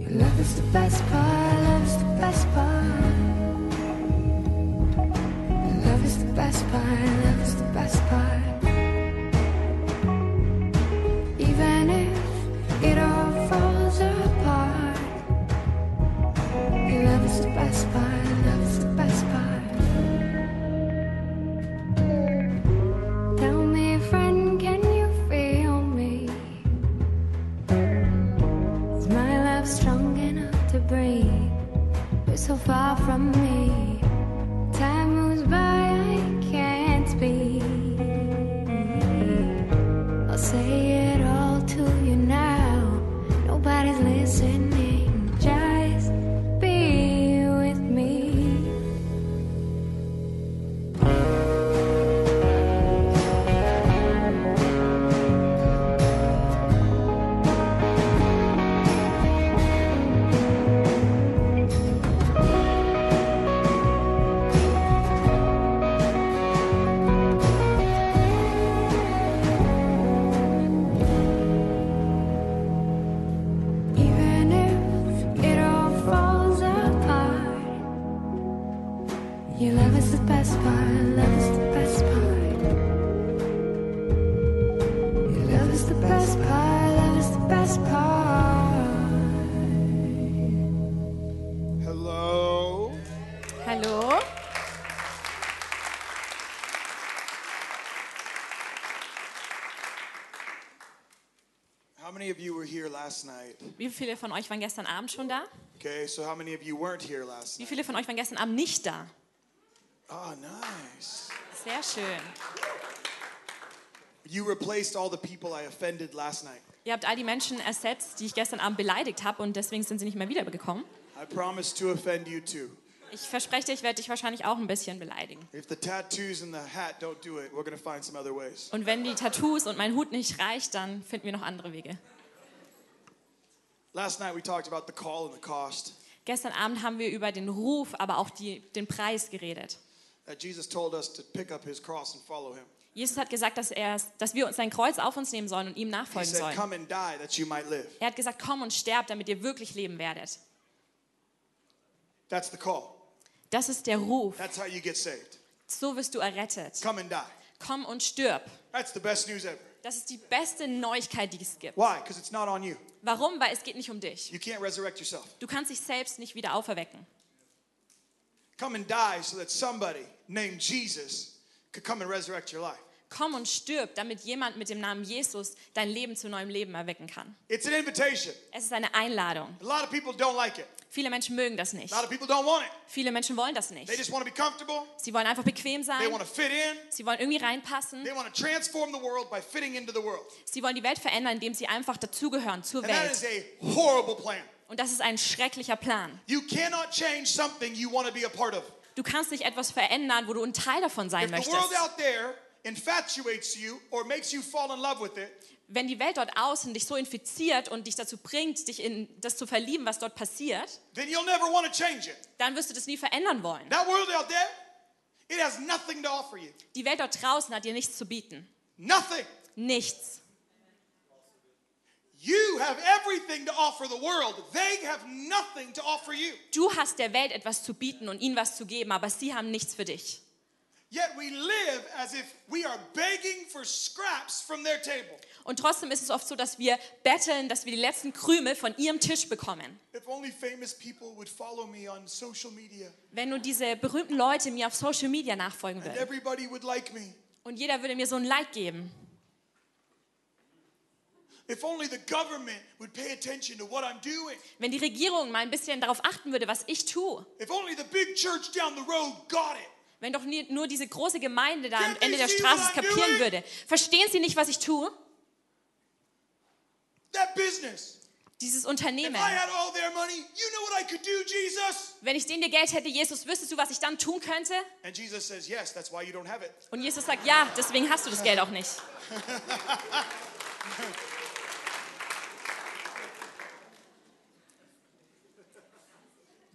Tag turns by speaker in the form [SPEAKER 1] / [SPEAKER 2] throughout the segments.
[SPEAKER 1] Your love is the best part, love is the best part. Your love is the best part, love is the best part. Even if it all falls apart, your love is the best part, love is the best part. Tell me, friend, can you feel me? Is my love strong enough to breathe? You're so far from me. Time moves by, I can't speak. I'll say it all to you now. Nobody's listening. Just be with me. Even if it all falls apart, your love is the best part. Love is the best part. Your love is the best part. Love is the best part.
[SPEAKER 2] Hello.
[SPEAKER 3] Hallo?
[SPEAKER 2] How many of you were here last night?
[SPEAKER 3] Wie viele von euch waren gestern Abend schon da?
[SPEAKER 2] Okay, so how many of you weren't here last
[SPEAKER 3] Wie
[SPEAKER 2] night?
[SPEAKER 3] viele von euch waren gestern Abend nicht da?
[SPEAKER 2] Oh, nice.
[SPEAKER 3] Sehr schön.
[SPEAKER 2] You replaced all the people I offended last night.
[SPEAKER 3] Ihr habt all die Menschen ersetzt, die ich gestern Abend beleidigt habe und deswegen sind sie nicht mehr wiedergekommen.
[SPEAKER 2] I promise to offend you too.
[SPEAKER 3] Ich verspreche dir, ich werde dich wahrscheinlich auch ein bisschen beleidigen.
[SPEAKER 2] If the tattoos and the hat don't do it, we're gonna find some other ways.
[SPEAKER 3] Und wenn die Tattoos und mein Hut nicht reicht, dann finden wir noch andere Wege.
[SPEAKER 2] Last night we talked about the call and the cost.
[SPEAKER 3] Gestern Abend haben wir über den Ruf, aber auch die, den Preis geredet.
[SPEAKER 2] That Jesus told us to pick up his cross and follow him.
[SPEAKER 3] Jesus hat gesagt, dass, er, dass wir uns sein Kreuz auf uns nehmen sollen und ihm
[SPEAKER 2] He
[SPEAKER 3] nachfolgen
[SPEAKER 2] said,
[SPEAKER 3] sollen.
[SPEAKER 2] Come and die that you might live.
[SPEAKER 3] Er hat gesagt, komm und sterb, damit ihr wirklich leben werdet.
[SPEAKER 2] That's the call.
[SPEAKER 3] Das ist der Ruf.
[SPEAKER 2] That's how you get saved.
[SPEAKER 3] So wirst du errettet.
[SPEAKER 2] Come and die.
[SPEAKER 3] Komm und stirb.
[SPEAKER 2] That's the best news ever.
[SPEAKER 3] Das ist die beste Neuigkeit, die es gibt.
[SPEAKER 2] Why? Because it's not on you.
[SPEAKER 3] Warum? Weil es geht nicht um dich.
[SPEAKER 2] You can't resurrect yourself.
[SPEAKER 3] Du kannst dich selbst nicht wieder auferwecken.
[SPEAKER 2] Come and die so that somebody named Jesus could come and resurrect your life.
[SPEAKER 3] Komm und stirb, damit jemand mit dem Namen Jesus dein Leben zu neuem Leben erwecken kann.
[SPEAKER 2] It's an invitation.
[SPEAKER 3] Es ist eine Einladung.
[SPEAKER 2] A lot of people don't like it.
[SPEAKER 3] Viele Menschen mögen das nicht.
[SPEAKER 2] A lot of people don't want it.
[SPEAKER 3] Viele Menschen wollen das nicht.
[SPEAKER 2] They just want to be comfortable.
[SPEAKER 3] Sie wollen einfach bequem
[SPEAKER 2] They
[SPEAKER 3] sein.
[SPEAKER 2] want to fit in.
[SPEAKER 3] Sie wollen irgendwie reinpassen.
[SPEAKER 2] They want to transform the world by fitting into the world.
[SPEAKER 3] Sie wollen die Welt verändern, indem sie einfach dazugehören zur
[SPEAKER 2] And that
[SPEAKER 3] Welt.
[SPEAKER 2] is a horrible plan.
[SPEAKER 3] Und das ist ein schrecklicher Plan.
[SPEAKER 2] You cannot change something you want to be a part of.
[SPEAKER 3] Du kannst nicht etwas verändern, wo du ein Teil davon sein
[SPEAKER 2] If the world
[SPEAKER 3] möchtest.
[SPEAKER 2] out there infatuates you or makes you fall in love with it,
[SPEAKER 3] wenn die Welt dort außen dich so infiziert und dich dazu bringt, dich in das zu verlieben, was dort passiert,
[SPEAKER 2] then you'll never want to change it.
[SPEAKER 3] dann wirst du das nie verändern wollen.
[SPEAKER 2] That world out there, it has nothing to offer you.
[SPEAKER 3] Die Welt dort draußen hat dir nichts zu bieten.
[SPEAKER 2] Nothing.
[SPEAKER 3] Nichts.
[SPEAKER 2] You have everything to offer the world. They have nothing to offer you.
[SPEAKER 3] Du hast der Welt etwas zu bieten und ihnen was zu geben, aber sie haben nichts für dich.
[SPEAKER 2] Yet we live as if we are begging for scraps from their table.
[SPEAKER 3] Und trotzdem ist es oft so, dass wir betteln, dass wir die letzten Krümel von ihrem Tisch bekommen.
[SPEAKER 2] If only famous people would follow me on social media
[SPEAKER 3] Wenn nur diese berühmten Leute mir auf Social Media nachfolgen
[SPEAKER 2] and
[SPEAKER 3] würden
[SPEAKER 2] everybody would like me.
[SPEAKER 3] und jeder würde mir so ein Like geben.
[SPEAKER 2] If only the government would pay attention to what I'm doing.
[SPEAKER 3] Wenn die Regierung mal ein bisschen darauf achten würde, was ich tue.
[SPEAKER 2] If only the big church down the road got it.
[SPEAKER 3] Wenn doch nie- nur diese große Gemeinde da am
[SPEAKER 2] Can't
[SPEAKER 3] Ende
[SPEAKER 2] they
[SPEAKER 3] der
[SPEAKER 2] see
[SPEAKER 3] Straße
[SPEAKER 2] what
[SPEAKER 3] es
[SPEAKER 2] I'm
[SPEAKER 3] kapieren
[SPEAKER 2] doing?
[SPEAKER 3] würde. Verstehen Sie nicht, was ich tue?
[SPEAKER 2] That business.
[SPEAKER 3] Dieses
[SPEAKER 2] If
[SPEAKER 3] Unternehmen.
[SPEAKER 2] I had all their money, you know what I could do, Jesus?
[SPEAKER 3] Wenn ich denen dir Geld hätte, Jesus, wüsstest du, was ich dann tun könnte?
[SPEAKER 2] And Jesus says, Yes, that's why you don't have it.
[SPEAKER 3] Und Jesus sagt, ja, deswegen hast du das Geld auch nicht.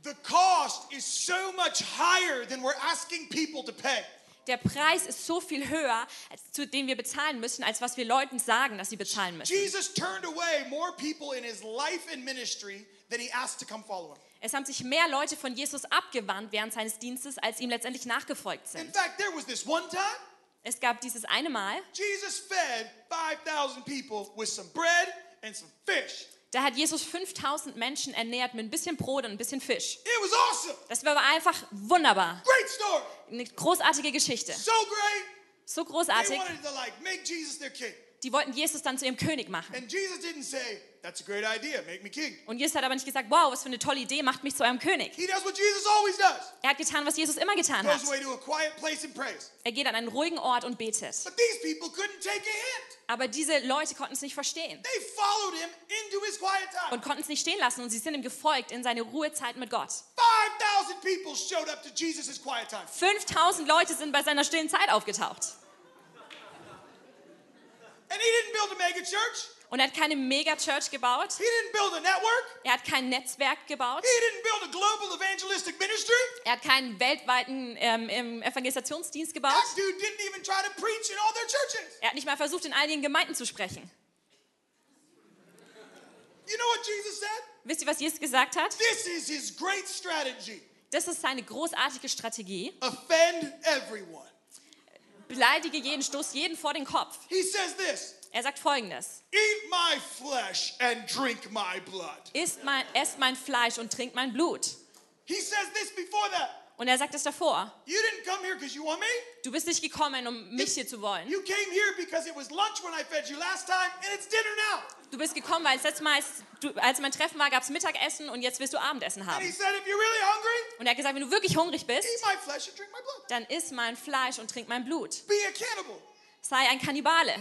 [SPEAKER 2] The cost is so much higher than we're asking people to pay.
[SPEAKER 3] der Preis ist so viel höher, als, zu den wir bezahlen müssen, als was wir Leuten sagen, dass sie bezahlen müssen.
[SPEAKER 2] Jesus turned away more people in his life and ministry than he asked to come follow him.
[SPEAKER 3] Es haben sich mehr Leute von Jesus abgewandt während seines Dienstes, als ihm letztendlich nachgefolgt
[SPEAKER 2] In
[SPEAKER 3] sind.
[SPEAKER 2] fact, there was this one time
[SPEAKER 3] Es gab dieses eine Mal,
[SPEAKER 2] Jesus fed 5,000 people with some bread and some fish.
[SPEAKER 3] da hat Jesus 5000 Menschen ernährt mit ein bisschen Brot und ein bisschen Fisch.
[SPEAKER 2] It was awesome.
[SPEAKER 3] Das war aber einfach wunderbar.
[SPEAKER 2] Great story.
[SPEAKER 3] Eine großartige Geschichte.
[SPEAKER 2] So great.
[SPEAKER 3] So
[SPEAKER 2] They
[SPEAKER 3] großartig.
[SPEAKER 2] wanted to like make Jesus their king.
[SPEAKER 3] Die wollten Jesus dann zu ihrem König machen.
[SPEAKER 2] And Jesus didn't say, That's a great idea, make me king.
[SPEAKER 3] Und Jesus hat aber nicht gesagt, wow, was für eine tolle Idee, macht mich zu eurem König.
[SPEAKER 2] He does what Jesus always does.
[SPEAKER 3] Er hat getan, was Jesus immer getan hat.
[SPEAKER 2] Goes away to a quiet place and prays.
[SPEAKER 3] Er geht an einen ruhigen Ort und betet.
[SPEAKER 2] But these people couldn't take a hint.
[SPEAKER 3] Aber diese Leute konnten es nicht verstehen
[SPEAKER 2] They followed him into his quiet time.
[SPEAKER 3] und konnten es nicht stehen lassen und sie sind ihm gefolgt in seine Ruhezeit mit Gott.
[SPEAKER 2] 5,000 people showed up to Jesus' quiet time.
[SPEAKER 3] 5000 Leute sind bei seiner stillen Zeit aufgetaucht.
[SPEAKER 2] And he didn't build a mega church.
[SPEAKER 3] Und er hat keine Mega-Church gebaut.
[SPEAKER 2] He didn't build a network.
[SPEAKER 3] Er hat kein Netzwerk gebaut.
[SPEAKER 2] He didn't build a global evangelistic ministry.
[SPEAKER 3] Er hat keinen weltweiten ähm, ähm, Evangelisationsdienst gebaut.
[SPEAKER 2] That dude didn't even try to preach in all their churches.
[SPEAKER 3] Er hat nicht mal versucht, in all den Gemeinden zu sprechen.
[SPEAKER 2] You know what Jesus said?
[SPEAKER 3] Wisst ihr, was Jesus gesagt hat?
[SPEAKER 2] This is his great strategy.
[SPEAKER 3] Das ist seine großartige Strategie.
[SPEAKER 2] Offend everyone.
[SPEAKER 3] Beleidige jeden, stoß jeden vor den Kopf.
[SPEAKER 2] He says this.
[SPEAKER 3] Er sagt folgendes.
[SPEAKER 2] Eat my flesh and drink my blood.
[SPEAKER 3] Isst mein, esst mein Fleisch und trinkt mein Blut.
[SPEAKER 2] He says this before that.
[SPEAKER 3] Und er sagt es davor.
[SPEAKER 2] You didn't come here because you want me.
[SPEAKER 3] Du bist nicht gekommen, um mich hier zu wollen.
[SPEAKER 2] You came here because it was lunch when I fed you last time, and it's dinner now.
[SPEAKER 3] Du bist gekommen, weil es letztes Mal, als, du, als mein Treffen war, gab es Mittagessen und jetzt wirst du Abendessen
[SPEAKER 2] And he
[SPEAKER 3] haben.
[SPEAKER 2] said, if you're really hungry,
[SPEAKER 3] Und er hat gesagt, wenn du wirklich hungrig bist,
[SPEAKER 2] eat my flesh and drink my blood.
[SPEAKER 3] dann isst mein Fleisch und trink mein Blut.
[SPEAKER 2] Be a cannibal.
[SPEAKER 3] Sei ein Kannibale.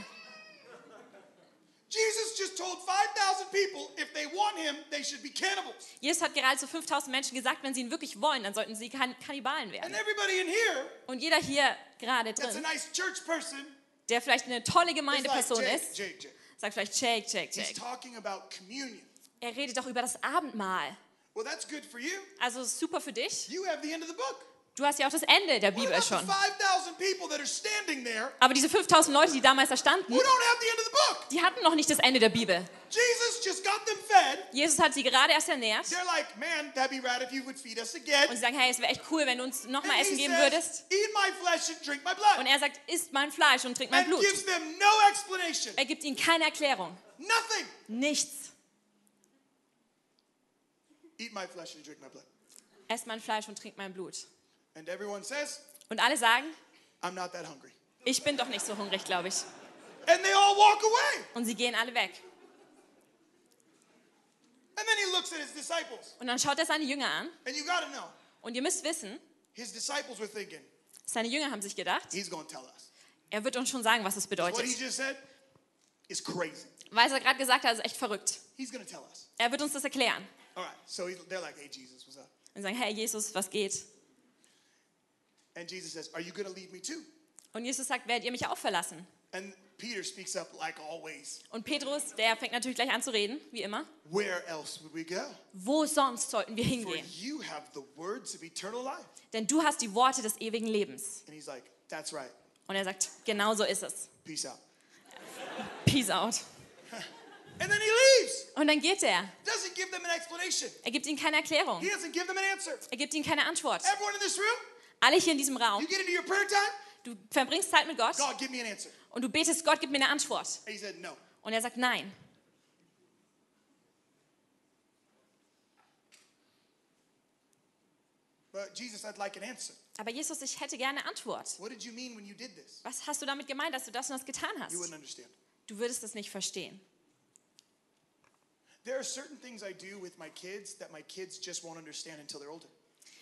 [SPEAKER 2] Jesus just told 5,000 people if they want him, they should be cannibals.
[SPEAKER 3] Jesus hat gerade zu 5000 Menschen gesagt, wenn sie ihn wirklich wollen, dann sollten sie kann Kannibalen
[SPEAKER 2] And
[SPEAKER 3] werden.
[SPEAKER 2] everybody in here
[SPEAKER 3] Und jeder hier gerade
[SPEAKER 2] that's a
[SPEAKER 3] drin,
[SPEAKER 2] nice church person
[SPEAKER 3] der vielleicht eine
[SPEAKER 2] is
[SPEAKER 3] tolle
[SPEAKER 2] like,
[SPEAKER 3] Gemeindeperson
[SPEAKER 2] Jake,
[SPEAKER 3] ist,
[SPEAKER 2] Jake, Jake.
[SPEAKER 3] sagt vielleicht Jake, Jake,
[SPEAKER 2] He's
[SPEAKER 3] Jake.
[SPEAKER 2] talking about communion.
[SPEAKER 3] Er redet doch über das Abendmahl.
[SPEAKER 2] Well, that's good for you.
[SPEAKER 3] Also super für dich.
[SPEAKER 2] You have the end of the book.
[SPEAKER 3] Du hast ja auch das Ende der
[SPEAKER 2] What
[SPEAKER 3] Bibel
[SPEAKER 2] about the
[SPEAKER 3] schon.
[SPEAKER 2] 5,000 people that are standing there
[SPEAKER 3] Aber diese 5000 Leute, die damals da standen,
[SPEAKER 2] who don't have the end of the book?
[SPEAKER 3] die hatten noch nicht das Ende der Bibel.
[SPEAKER 2] Jesus just got them fed.
[SPEAKER 3] Jesus hat sie gerade erst ernährt
[SPEAKER 2] They're like, man, that'd be rad if you would feed us again.
[SPEAKER 3] und sie sagen, hey, es wäre echt cool, wenn du uns
[SPEAKER 2] And
[SPEAKER 3] nochmal
[SPEAKER 2] he
[SPEAKER 3] Essen geben
[SPEAKER 2] says,
[SPEAKER 3] würdest.
[SPEAKER 2] Eat my flesh and drink my
[SPEAKER 3] Und
[SPEAKER 2] blood.
[SPEAKER 3] er sagt, isst mein Fleisch und trink mein
[SPEAKER 2] And
[SPEAKER 3] Blut.
[SPEAKER 2] gives them no explanation.
[SPEAKER 3] Er gibt ihnen keine Erklärung.
[SPEAKER 2] Nothing.
[SPEAKER 3] Nichts.
[SPEAKER 2] Eat my flesh and drink my blood.
[SPEAKER 3] Esst mein Fleisch und trink mein Blut.
[SPEAKER 2] And everyone says,
[SPEAKER 3] Und alle sagen,
[SPEAKER 2] I'm not that hungry.
[SPEAKER 3] ich bin doch nicht so hungrig, glaube ich.
[SPEAKER 2] And they all walk away.
[SPEAKER 3] Und sie gehen alle weg.
[SPEAKER 2] And then he looks at his disciples.
[SPEAKER 3] Und dann schaut er seine Jünger an.
[SPEAKER 2] And you got to know,
[SPEAKER 3] Und ihr müsst wissen,
[SPEAKER 2] his disciples were thinking,
[SPEAKER 3] seine Jünger haben sich gedacht,
[SPEAKER 2] he's going to tell us.
[SPEAKER 3] er wird uns schon sagen, was es
[SPEAKER 2] What he
[SPEAKER 3] bedeutet.
[SPEAKER 2] just said is crazy.
[SPEAKER 3] Weil er gerade gesagt hat, ist echt verrückt.
[SPEAKER 2] He's going to tell us.
[SPEAKER 3] Er wird uns das erklären.
[SPEAKER 2] All right. So he, they're like, hey, Jesus, what's up?
[SPEAKER 3] Und sagen, hey Jesus, was geht?
[SPEAKER 2] And Jesus says, are you going to leave me too?
[SPEAKER 3] Und Jesus sagt, werdet ihr mich auch verlassen?
[SPEAKER 2] And Peter speaks up like always.
[SPEAKER 3] Und Petrus, der fängt natürlich gleich an zu reden, wie immer.
[SPEAKER 2] Where else would we go?
[SPEAKER 3] Wo sonst sollten wir
[SPEAKER 2] For
[SPEAKER 3] hingehen?
[SPEAKER 2] you have the words of eternal life.
[SPEAKER 3] Denn du hast die Worte des ewigen Lebens.
[SPEAKER 2] And he's like, that's right.
[SPEAKER 3] Und er sagt, genau so ist es.
[SPEAKER 2] Peace out.
[SPEAKER 3] Peace out.
[SPEAKER 2] And then he leaves.
[SPEAKER 3] Und dann geht er.
[SPEAKER 2] Doesn't give them an explanation.
[SPEAKER 3] Er gibt ihnen keine Erklärung.
[SPEAKER 2] He doesn't give them an answer.
[SPEAKER 3] Er gibt ihnen keine Antwort.
[SPEAKER 2] Everyone in this room,
[SPEAKER 3] Alle hier in diesem Raum,
[SPEAKER 2] you get into your prayer time,
[SPEAKER 3] du verbringst Zeit mit Gott
[SPEAKER 2] God, give me an answer.
[SPEAKER 3] und du betest, Gott, gib mir eine Antwort.
[SPEAKER 2] And he said, no.
[SPEAKER 3] Und er sagt, nein.
[SPEAKER 2] But Jesus, I'd like an answer.
[SPEAKER 3] Aber Jesus, ich hätte gerne eine Antwort.
[SPEAKER 2] What did you mean when you did this?
[SPEAKER 3] Was hast du damit gemeint, dass du das und das getan
[SPEAKER 2] You
[SPEAKER 3] hast?
[SPEAKER 2] wouldn't understand.
[SPEAKER 3] Du würdest es nicht verstehen.
[SPEAKER 2] There are certain things I do with my kids that my kids just won't understand until they're older.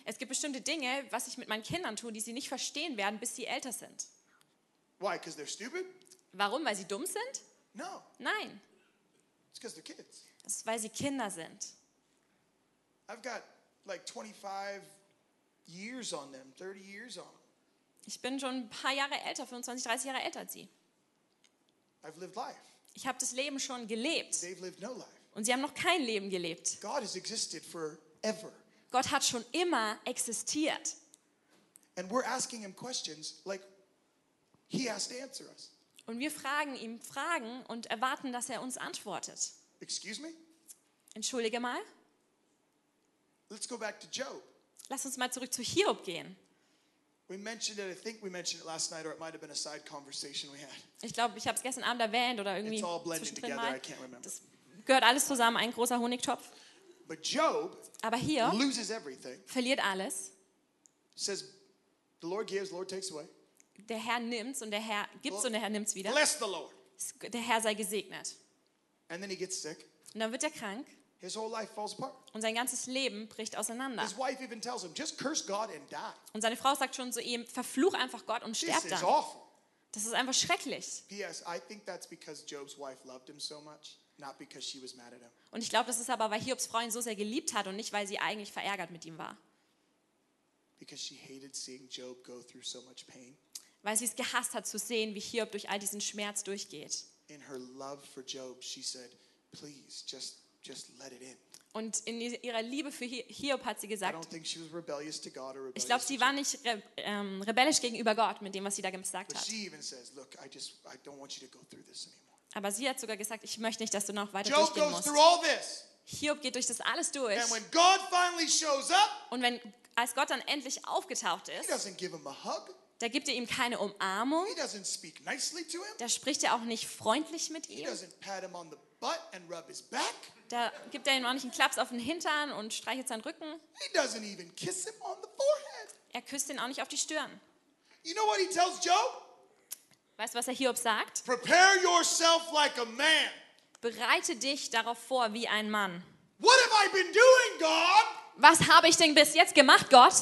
[SPEAKER 3] Es gibt bestimmte Dinge, was ich mit meinen Kindern tue, die sie nicht verstehen werden, bis sie älter sind.
[SPEAKER 2] Why? Because they're stupid?
[SPEAKER 3] Warum? Weil sie dumm sind?
[SPEAKER 2] No,
[SPEAKER 3] Nein.
[SPEAKER 2] it's because they're kids.
[SPEAKER 3] Das ist, weil sie Kinder sind.
[SPEAKER 2] I've got like 25 years on them, 30 years on them.
[SPEAKER 3] Ich bin schon ein paar Jahre älter, 25, 30 Jahre älter als sie.
[SPEAKER 2] I've lived life.
[SPEAKER 3] Ich habe das Leben schon gelebt
[SPEAKER 2] They've lived no life.
[SPEAKER 3] und sie haben noch kein Leben gelebt.
[SPEAKER 2] God has existed forever.
[SPEAKER 3] Gott hat schon immer existiert.
[SPEAKER 2] And we're asking him questions like, He has to answer us.
[SPEAKER 3] Und wir fragen ihm Fragen und erwarten, dass er uns antwortet.
[SPEAKER 2] Excuse me?
[SPEAKER 3] Entschuldige mal,
[SPEAKER 2] Let's go back to Job.
[SPEAKER 3] lass uns mal zurück zu Hiob gehen.
[SPEAKER 2] We mentioned it, I think we mentioned it last night, or it might have been a side conversation we had.
[SPEAKER 3] Ich glaube, ich habe es gestern Abend erwähnt oder irgendwie
[SPEAKER 2] It's all blended
[SPEAKER 3] zwischendrin
[SPEAKER 2] together, I
[SPEAKER 3] mal.
[SPEAKER 2] can't remember.
[SPEAKER 3] Das gehört alles zusammen, ein großer Honigtopf.
[SPEAKER 2] But Job
[SPEAKER 3] Aber Hiob
[SPEAKER 2] loses everything,
[SPEAKER 3] verliert alles.
[SPEAKER 2] says, The Lord gives, the Lord takes away.
[SPEAKER 3] Der Herr nimmt's und der Herr gibt's und der Herr nimmt's wieder.
[SPEAKER 2] Bless the Lord.
[SPEAKER 3] Der Herr sei gesegnet.
[SPEAKER 2] And then he gets sick.
[SPEAKER 3] Und dann wird er krank
[SPEAKER 2] His whole life falls apart.
[SPEAKER 3] und sein ganzes Leben bricht auseinander.
[SPEAKER 2] His wife even tells him, Just curse God and die.
[SPEAKER 3] Und seine Frau sagt schon zu ihm, verfluch einfach Gott und
[SPEAKER 2] This
[SPEAKER 3] sterb
[SPEAKER 2] is
[SPEAKER 3] dann.
[SPEAKER 2] awful.
[SPEAKER 3] Das ist einfach schrecklich.
[SPEAKER 2] P.S. I think that's because Job's wife loved him so much, not because she was mad at him.
[SPEAKER 3] Und ich glaube, das ist aber, weil Hiobs Frau ihn so sehr geliebt hat und nicht, weil sie eigentlich verärgert mit ihm war.
[SPEAKER 2] Because she hated seeing Job go through so much pain.
[SPEAKER 3] Weil sie es gehasst hat zu sehen, wie Hiob durch all diesen Schmerz durchgeht.
[SPEAKER 2] In her love for Job, she said, Please, just, just let it in.
[SPEAKER 3] Und in ihrer Liebe für Hi- Hiob hat sie
[SPEAKER 2] I
[SPEAKER 3] gesagt,
[SPEAKER 2] don't think she was rebellious to God or rebellious
[SPEAKER 3] ich glaube,
[SPEAKER 2] to
[SPEAKER 3] sie
[SPEAKER 2] Job.
[SPEAKER 3] war nicht re ähm, rebellisch gegenüber Gott mit dem, was sie da gesagt
[SPEAKER 2] But
[SPEAKER 3] hat.
[SPEAKER 2] she even says, Look, I just, I don't want you to go through this anymore.
[SPEAKER 3] Aber sie hat sogar gesagt, ich möchte nicht, dass du noch weiter
[SPEAKER 2] Job
[SPEAKER 3] durchgehen
[SPEAKER 2] goes
[SPEAKER 3] musst.
[SPEAKER 2] through all this.
[SPEAKER 3] Hiob geht durch das alles durch.
[SPEAKER 2] And when God finally shows up,
[SPEAKER 3] Und wenn, als Gott dann endlich aufgetaucht
[SPEAKER 2] he
[SPEAKER 3] ist,
[SPEAKER 2] doesn't give him a hug.
[SPEAKER 3] da gibt er ihm keine Umarmung,
[SPEAKER 2] He doesn't speak nicely to him.
[SPEAKER 3] da spricht er auch nicht freundlich mit
[SPEAKER 2] He
[SPEAKER 3] ihm,
[SPEAKER 2] doesn't pat him on the butt and rub his back.
[SPEAKER 3] da gibt er ihm auch nicht einen Klaps auf den Hintern und streichelt seinen Rücken,
[SPEAKER 2] He doesn't even kiss him on the forehead.
[SPEAKER 3] er küsst ihn auch nicht auf die Stirn.
[SPEAKER 2] You know what he tells Job?
[SPEAKER 3] Weißt du, was er Hiob sagt?
[SPEAKER 2] Prepare yourself like a man.
[SPEAKER 3] Bereite dich darauf vor wie ein Mann.
[SPEAKER 2] What have I been doing, God?
[SPEAKER 3] Was habe ich denn bis jetzt gemacht, Gott?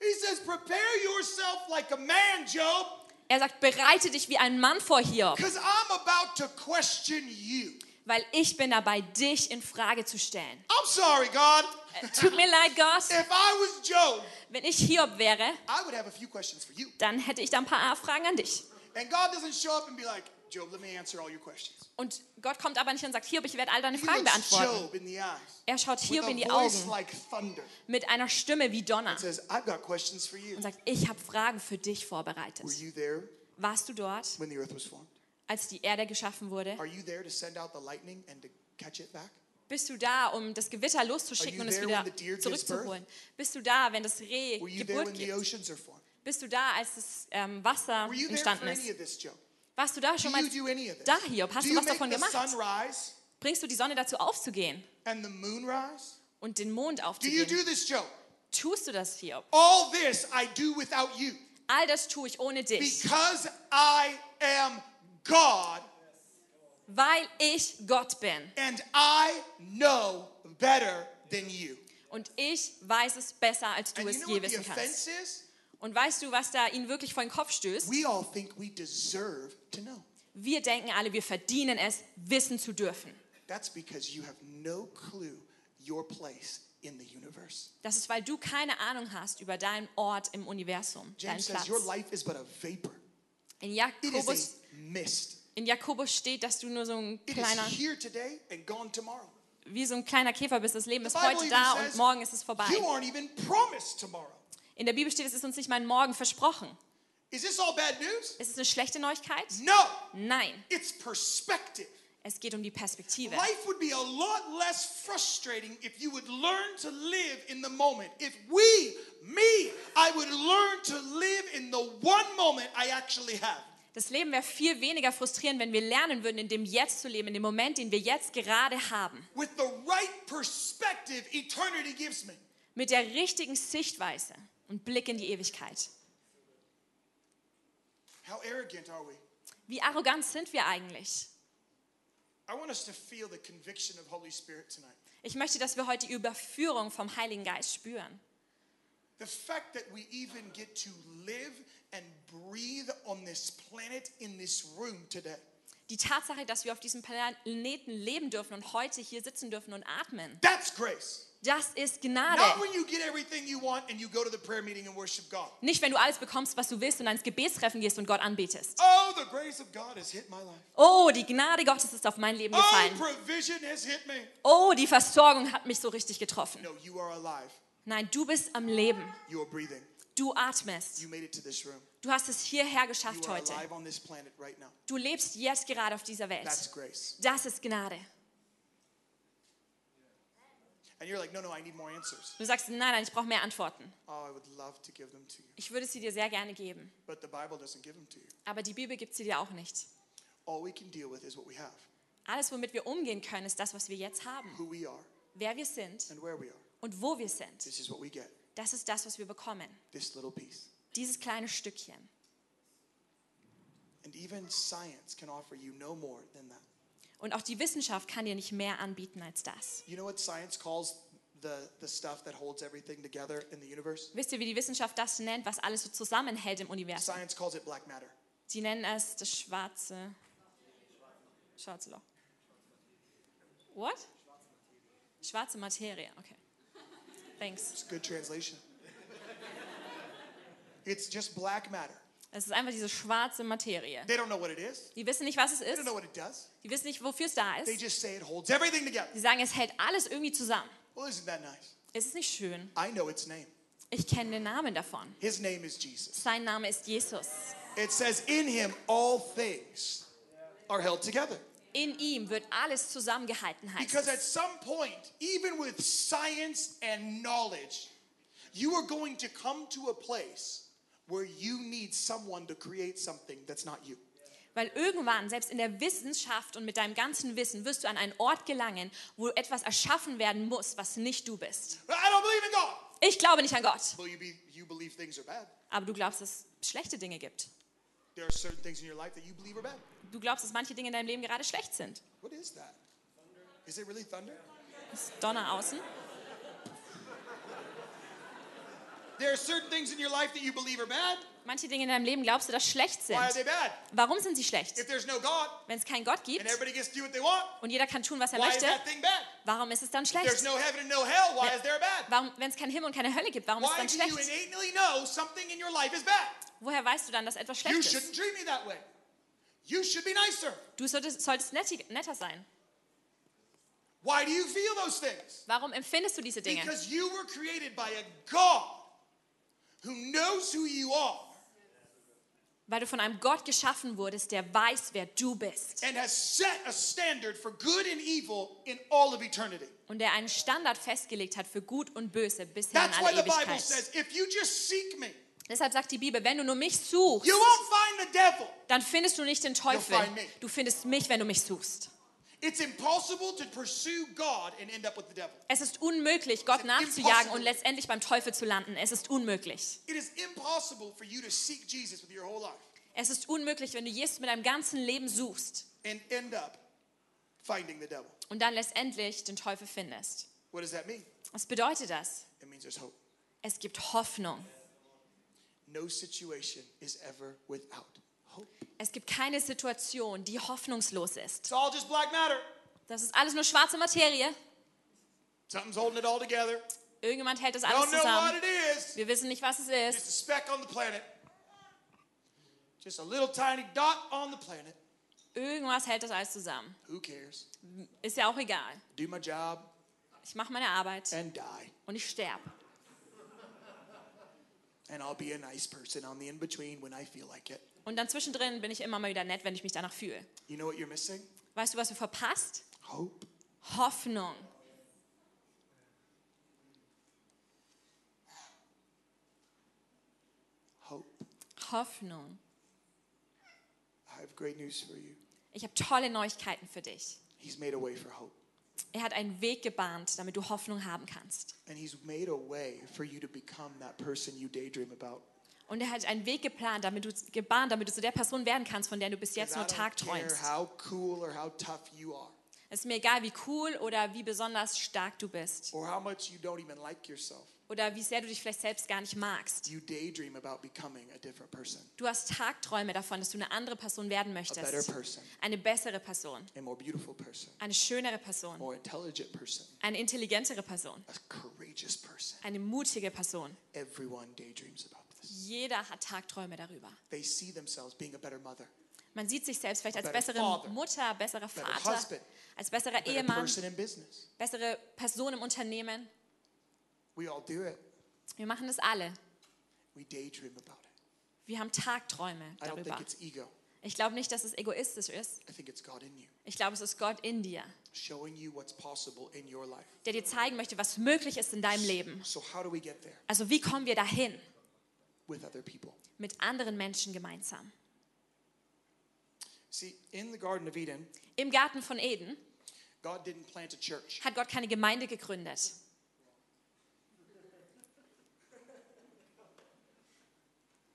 [SPEAKER 2] He says, Prepare yourself like a man, Job,
[SPEAKER 3] Er sagt, bereite dich wie ein Mann vor Hiob,
[SPEAKER 2] because I'm about to question you.
[SPEAKER 3] weil ich bin dabei, dich in Frage zu stellen.
[SPEAKER 2] I'm sorry, God.
[SPEAKER 3] Äh, Tut mir leid, Gott.
[SPEAKER 2] If I was Job,
[SPEAKER 3] Wenn ich Hiob wäre,
[SPEAKER 2] I would have a few questions for you.
[SPEAKER 3] dann hätte ich da ein paar Fragen an dich.
[SPEAKER 2] And God doesn't show up and be like, Job, let me answer all your questions.
[SPEAKER 3] Und Gott kommt aber nicht und sagt, Hiob, ich werde all deine
[SPEAKER 2] He
[SPEAKER 3] Fragen
[SPEAKER 2] looks
[SPEAKER 3] beantworten.
[SPEAKER 2] Job in the eyes.
[SPEAKER 3] Er schaut
[SPEAKER 2] With
[SPEAKER 3] Hiob in
[SPEAKER 2] a
[SPEAKER 3] die
[SPEAKER 2] voice
[SPEAKER 3] Augen
[SPEAKER 2] like thunder.
[SPEAKER 3] mit einer Stimme wie Donner
[SPEAKER 2] and Says, I've got questions for you.
[SPEAKER 3] und sagt, ich habe Fragen für dich
[SPEAKER 2] Were
[SPEAKER 3] vorbereitet.
[SPEAKER 2] you there
[SPEAKER 3] Warst du dort,
[SPEAKER 2] when the earth was formed?
[SPEAKER 3] als die Erde geschaffen wurde?
[SPEAKER 2] Are you there to send out the lightning and to catch it back?
[SPEAKER 3] Bist du da, um das Gewitter
[SPEAKER 2] Are
[SPEAKER 3] loszuschicken
[SPEAKER 2] you
[SPEAKER 3] und es
[SPEAKER 2] there when
[SPEAKER 3] wieder
[SPEAKER 2] the deer gives
[SPEAKER 3] zurückzuholen? Bist du da, wenn das Reh
[SPEAKER 2] Were you there when
[SPEAKER 3] Geburt
[SPEAKER 2] the
[SPEAKER 3] gibt?
[SPEAKER 2] oceans are formed?
[SPEAKER 3] Bist du da, als das ähm, Wasser
[SPEAKER 2] Were you there
[SPEAKER 3] entstanden
[SPEAKER 2] for any
[SPEAKER 3] ist?
[SPEAKER 2] of this, Job?
[SPEAKER 3] Warst du da
[SPEAKER 2] Do
[SPEAKER 3] schon mal?
[SPEAKER 2] you do any of this?
[SPEAKER 3] Da, Hiob, hast
[SPEAKER 2] do
[SPEAKER 3] du
[SPEAKER 2] you
[SPEAKER 3] was
[SPEAKER 2] make
[SPEAKER 3] davon
[SPEAKER 2] the
[SPEAKER 3] gemacht?
[SPEAKER 2] sun rise
[SPEAKER 3] Bringst du die Sonne dazu aufzugehen
[SPEAKER 2] and the moon rise?
[SPEAKER 3] und den Mond
[SPEAKER 2] Do you
[SPEAKER 3] aufzugehen?
[SPEAKER 2] do this, Job?
[SPEAKER 3] Tust du das, Hiob?
[SPEAKER 2] All this I do without you
[SPEAKER 3] All das tue ich ohne dich,
[SPEAKER 2] because I am God
[SPEAKER 3] weil ich Gott bin.
[SPEAKER 2] and I know better than you.
[SPEAKER 3] Und ich weiß es besser, als du
[SPEAKER 2] And
[SPEAKER 3] es
[SPEAKER 2] you know
[SPEAKER 3] je
[SPEAKER 2] what the
[SPEAKER 3] wissen kannst.
[SPEAKER 2] offense is?
[SPEAKER 3] Und weißt du, was da ihnen wirklich vor den Kopf stößt?
[SPEAKER 2] We all think we deserve to know.
[SPEAKER 3] Wir denken alle, wir verdienen es, wissen zu dürfen.
[SPEAKER 2] That's because you have no clue your place in the universe.
[SPEAKER 3] Das ist, weil du keine Ahnung hast über deinen Ort im Universum, deinen
[SPEAKER 2] James says your
[SPEAKER 3] Platz.
[SPEAKER 2] life is but a vapor.
[SPEAKER 3] In
[SPEAKER 2] It is
[SPEAKER 3] Jakobus,
[SPEAKER 2] a mist.
[SPEAKER 3] in Jakobus steht, dass du nur so ein
[SPEAKER 2] It is
[SPEAKER 3] kleiner,
[SPEAKER 2] here today and gone tomorrow.
[SPEAKER 3] wie so ein kleiner Käfer bist. Das Leben
[SPEAKER 2] The
[SPEAKER 3] ist
[SPEAKER 2] Bible
[SPEAKER 3] heute
[SPEAKER 2] even
[SPEAKER 3] da
[SPEAKER 2] says
[SPEAKER 3] und morgen ist es vorbei.
[SPEAKER 2] You aren't even promised tomorrow.
[SPEAKER 3] In der Bibel steht, es ist uns nicht mal ein Morgen versprochen.
[SPEAKER 2] Is this all bad news?
[SPEAKER 3] Ist es eine schlechte Neuigkeit?
[SPEAKER 2] No,
[SPEAKER 3] Nein,
[SPEAKER 2] it's perspective.
[SPEAKER 3] es geht um die Perspektive.
[SPEAKER 2] Life would be a lot less frustrating if you would learn to live in the moment. If we, me, I would learn to live in the one moment I actually have.
[SPEAKER 3] Das Leben wäre viel weniger frustrierend, wenn wir lernen würden, in dem Jetzt zu leben, in dem Moment, den wir jetzt gerade haben.
[SPEAKER 2] With the right perspective, eternity gives me.
[SPEAKER 3] Mit der richtigen Sichtweise und Blick in die Ewigkeit.
[SPEAKER 2] How arrogant are we?
[SPEAKER 3] Wie arrogant sind wir eigentlich?
[SPEAKER 2] I want us to feel the conviction of Holy Spirit tonight.
[SPEAKER 3] Ich möchte, dass wir heute die Überführung vom Heiligen Geist spüren.
[SPEAKER 2] The fact that we even get to live and breathe on this planet in this room today.
[SPEAKER 3] Die Tatsache, dass wir auf diesem Planeten leben dürfen und heute hier sitzen dürfen und atmen,
[SPEAKER 2] That's grace.
[SPEAKER 3] das ist
[SPEAKER 2] Not
[SPEAKER 3] Gnade.
[SPEAKER 2] when you get everything you want and you go to the prayer meeting and worship God.
[SPEAKER 3] Nicht, wenn du alles bekommst, was du willst und ans Gebetstreffen gehst und Gott anbetest.
[SPEAKER 2] Oh, the grace of God has hit my life.
[SPEAKER 3] Oh, die Gnade Gottes ist auf mein Leben
[SPEAKER 2] Oh,
[SPEAKER 3] gefallen.
[SPEAKER 2] provision has hit me.
[SPEAKER 3] Oh, die Versorgung hat mich so richtig getroffen.
[SPEAKER 2] No, you are alive.
[SPEAKER 3] Nein, du bist am Leben.
[SPEAKER 2] You are breathing.
[SPEAKER 3] Du atmest.
[SPEAKER 2] You made it to this room.
[SPEAKER 3] Du hast es hierher geschafft
[SPEAKER 2] You are
[SPEAKER 3] heute.
[SPEAKER 2] alive on this planet right now.
[SPEAKER 3] Du lebst jetzt gerade auf dieser Welt.
[SPEAKER 2] That's grace.
[SPEAKER 3] Das ist Gnade.
[SPEAKER 2] And you're like, no, no, I need more answers.
[SPEAKER 3] Du sagst, nein, nein, ich brauche mehr Antworten.
[SPEAKER 2] Oh, I would love to give them to you.
[SPEAKER 3] Ich würde sie dir sehr gerne geben,
[SPEAKER 2] But the Bible doesn't give them to you.
[SPEAKER 3] aber die Bibel gibt sie dir auch nicht.
[SPEAKER 2] All we can deal with is what we have,
[SPEAKER 3] Alles, womit wir umgehen können, ist das, was wir jetzt haben.
[SPEAKER 2] who we are,
[SPEAKER 3] Wer wir sind
[SPEAKER 2] and where we are.
[SPEAKER 3] und wo wir sind.
[SPEAKER 2] This is what we get.
[SPEAKER 3] Das ist das, was wir bekommen.
[SPEAKER 2] This little piece.
[SPEAKER 3] Dieses kleine Stückchen.
[SPEAKER 2] And even science can offer you no more than that.
[SPEAKER 3] Und auch die Wissenschaft kann dir nicht mehr anbieten als das.
[SPEAKER 2] You know what science calls the, the stuff that holds everything together in the universe?
[SPEAKER 3] Wisst ihr, wie die Wissenschaft das nennt, was alles so zusammenhält im Universum?
[SPEAKER 2] Science calls it black matter.
[SPEAKER 3] Sie nennen es das schwarze. Schwarze Loch. What? Schwarze Materie, okay. Thanks.
[SPEAKER 2] It's a good translation. It's just black matter.
[SPEAKER 3] Es ist einfach diese schwarze Materie.
[SPEAKER 2] They don't know what it is.
[SPEAKER 3] Die wissen nicht, was es
[SPEAKER 2] They don't
[SPEAKER 3] ist.
[SPEAKER 2] know what it does.
[SPEAKER 3] Die wissen nicht, wofür es da
[SPEAKER 2] They
[SPEAKER 3] ist.
[SPEAKER 2] just say it holds everything together.
[SPEAKER 3] Die sagen, es hält alles irgendwie zusammen.
[SPEAKER 2] Well, isn't that nice?
[SPEAKER 3] Es ist nicht schön.
[SPEAKER 2] I know its name.
[SPEAKER 3] Ich kenne den Namen davon.
[SPEAKER 2] His name is Jesus.
[SPEAKER 3] Sein Name ist Jesus.
[SPEAKER 2] It says, In him all things are held together.
[SPEAKER 3] In ihm wird alles zusammengehalten, heißt
[SPEAKER 2] Because
[SPEAKER 3] es.
[SPEAKER 2] at some point, even with science and knowledge, you are going to come to a place where you need someone to create something that's not you.
[SPEAKER 3] Weil irgendwann, selbst in der Wissenschaft und mit deinem ganzen Wissen, wirst du an einen Ort gelangen, wo etwas erschaffen werden muss, was nicht du bist.
[SPEAKER 2] I don't believe in God.
[SPEAKER 3] Ich glaube nicht an Gott,
[SPEAKER 2] Well, you, be, you believe things are bad.
[SPEAKER 3] aber du glaubst, dass es schlechte Dinge gibt.
[SPEAKER 2] There are certain things in your life that you believe are bad.
[SPEAKER 3] Du glaubst, dass manche Dinge in deinem Leben gerade schlecht sind.
[SPEAKER 2] What is that? Is it really thunder?
[SPEAKER 3] Ist Donner außen.
[SPEAKER 2] There are certain things in your life that you believe are bad.
[SPEAKER 3] Manche Dinge in deinem Leben glaubst du, dass schlecht
[SPEAKER 2] Why are they
[SPEAKER 3] sind.
[SPEAKER 2] bad?
[SPEAKER 3] Warum sind sie schlecht?
[SPEAKER 2] If there's no God
[SPEAKER 3] Wenn es keinen Gott gibt
[SPEAKER 2] and everybody gets to do what they want,
[SPEAKER 3] und jeder kann tun, was er
[SPEAKER 2] why is
[SPEAKER 3] möchte,
[SPEAKER 2] that thing bad?
[SPEAKER 3] warum ist es dann
[SPEAKER 2] If
[SPEAKER 3] schlecht?
[SPEAKER 2] there's no heaven and no hell, why is there a bad?
[SPEAKER 3] Warum, wenn es keinen Himmel und keine Hölle gibt, warum ist es
[SPEAKER 2] Why
[SPEAKER 3] dann
[SPEAKER 2] do you
[SPEAKER 3] schlecht?
[SPEAKER 2] innately know something in your life is bad?
[SPEAKER 3] Woher weißt du dann, dass etwas
[SPEAKER 2] You
[SPEAKER 3] schlecht
[SPEAKER 2] shouldn't
[SPEAKER 3] ist?
[SPEAKER 2] treat me that way. You should be nicer.
[SPEAKER 3] Du solltest, solltest netti- netter sein.
[SPEAKER 2] Why do you feel those things?
[SPEAKER 3] Warum empfindest du diese Dinge?
[SPEAKER 2] Because you were created by a God who knows who you are
[SPEAKER 3] Weil du von einem Gott geschaffen wurdest, der weiß, wer du bist.
[SPEAKER 2] and has set a standard for good and evil in all of eternity.
[SPEAKER 3] Und der einen Standard festgelegt hat für Gut und Böse bisher in
[SPEAKER 2] That's why
[SPEAKER 3] alle
[SPEAKER 2] the Bible
[SPEAKER 3] Ewigkeit.
[SPEAKER 2] says if you just seek me,
[SPEAKER 3] Deshalb sagt die Bibel, wenn du nur mich suchst,
[SPEAKER 2] you won't find the devil.
[SPEAKER 3] dann findest du nicht den Teufel.
[SPEAKER 2] find me.
[SPEAKER 3] Du findest mich, wenn du mich suchst.
[SPEAKER 2] It's impossible to pursue God and end up with the devil.
[SPEAKER 3] Es ist unmöglich, Gott
[SPEAKER 2] It's
[SPEAKER 3] nachzujagen
[SPEAKER 2] impossible.
[SPEAKER 3] und letztendlich beim Teufel zu landen. Es ist unmöglich.
[SPEAKER 2] It is impossible for you to seek Jesus with your whole life
[SPEAKER 3] Es ist unmöglich, wenn du Jesus mit deinem ganzen Leben suchst
[SPEAKER 2] and end up finding the devil.
[SPEAKER 3] und dann letztendlich den Teufel findest.
[SPEAKER 2] What does that mean?
[SPEAKER 3] Was bedeutet das?
[SPEAKER 2] It means there's hope.
[SPEAKER 3] Es gibt Hoffnung.
[SPEAKER 2] No situation is ever without hope.
[SPEAKER 3] Es gibt keine Situation, die hoffnungslos ist.
[SPEAKER 2] It's all just black matter.
[SPEAKER 3] Das ist alles nur schwarze Materie.
[SPEAKER 2] Something's holding it all together.
[SPEAKER 3] Irgendjemand hält das alles
[SPEAKER 2] Don't know what
[SPEAKER 3] zusammen.
[SPEAKER 2] it is.
[SPEAKER 3] Wir wissen nicht, was es
[SPEAKER 2] Just
[SPEAKER 3] ist.
[SPEAKER 2] a speck on the planet. Just a little tiny dot on the planet.
[SPEAKER 3] Irgendwas hält das alles zusammen.
[SPEAKER 2] Who cares?
[SPEAKER 3] Ist ja auch egal.
[SPEAKER 2] Do my job
[SPEAKER 3] Ich mache meine Arbeit
[SPEAKER 2] and die.
[SPEAKER 3] und ich sterbe.
[SPEAKER 2] And I'll be a nice person on the in between when I feel like it.
[SPEAKER 3] Und dann zwischendrin bin ich immer mal wieder nett, wenn ich mich danach fühle.
[SPEAKER 2] You know what you're missing?
[SPEAKER 3] Weißt du, was du verpasst?
[SPEAKER 2] Hope.
[SPEAKER 3] Hoffnung.
[SPEAKER 2] Hope.
[SPEAKER 3] Hoffnung.
[SPEAKER 2] I have great news for you.
[SPEAKER 3] Ich habe tolle Neuigkeiten für dich.
[SPEAKER 2] He's made a way for hope.
[SPEAKER 3] Er hat einen Weg gebahnt, damit du Hoffnung haben kannst.
[SPEAKER 2] And he's made a way for you to become that person you daydream about.
[SPEAKER 3] Und er hat einen Weg geplant, damit du gebahnt, damit du zu der Person werden kannst, von der du bis jetzt
[SPEAKER 2] And I
[SPEAKER 3] nur
[SPEAKER 2] don't
[SPEAKER 3] tagträumst.
[SPEAKER 2] care how cool or how tough you are,
[SPEAKER 3] Es ist mir egal, wie cool oder wie besonders stark du bist
[SPEAKER 2] or how much you don't even like yourself.
[SPEAKER 3] oder wie sehr du dich vielleicht selbst gar nicht magst.
[SPEAKER 2] You daydream about becoming a different person,
[SPEAKER 3] Du hast Tagträume davon, dass du eine andere Person werden
[SPEAKER 2] a better
[SPEAKER 3] möchtest.
[SPEAKER 2] person,
[SPEAKER 3] Eine bessere Person,
[SPEAKER 2] a more beautiful person,
[SPEAKER 3] eine schönere
[SPEAKER 2] a
[SPEAKER 3] Person,
[SPEAKER 2] more intelligent person,
[SPEAKER 3] eine intelligentere Person,
[SPEAKER 2] a courageous person.
[SPEAKER 3] eine mutige Person.
[SPEAKER 2] Everyone daydreams about this.
[SPEAKER 3] Jeder hat Tagträume darüber.
[SPEAKER 2] They see themselves being a better mother,
[SPEAKER 3] Man sieht sich selbst vielleicht
[SPEAKER 2] A
[SPEAKER 3] als
[SPEAKER 2] better
[SPEAKER 3] bessere
[SPEAKER 2] father.
[SPEAKER 3] Mutter, besserer
[SPEAKER 2] Better
[SPEAKER 3] Vater,
[SPEAKER 2] husband.
[SPEAKER 3] als besserer
[SPEAKER 2] a better
[SPEAKER 3] Ehemann,
[SPEAKER 2] person in business.
[SPEAKER 3] bessere Person im Unternehmen.
[SPEAKER 2] We all do it.
[SPEAKER 3] Wir machen das alle.
[SPEAKER 2] We daydream about it.
[SPEAKER 3] Wir haben Tagträume
[SPEAKER 2] I don't
[SPEAKER 3] darüber.
[SPEAKER 2] think it's ego.
[SPEAKER 3] Ich glaube nicht, dass es egoistisch ist.
[SPEAKER 2] I think it's God in you,
[SPEAKER 3] Ich glaube, es ist Gott in dir,
[SPEAKER 2] showing you what's possible in your life.
[SPEAKER 3] der dir zeigen möchte, was möglich ist in deinem Leben.
[SPEAKER 2] So, how do we get there?
[SPEAKER 3] Also wie kommen wir dahin?
[SPEAKER 2] With other people.
[SPEAKER 3] Mit anderen Menschen gemeinsam.
[SPEAKER 2] See, in the Garden of Eden,
[SPEAKER 3] Im Garten von Eden
[SPEAKER 2] God didn't plant a church,
[SPEAKER 3] hat Gott keine Gemeinde gegründet.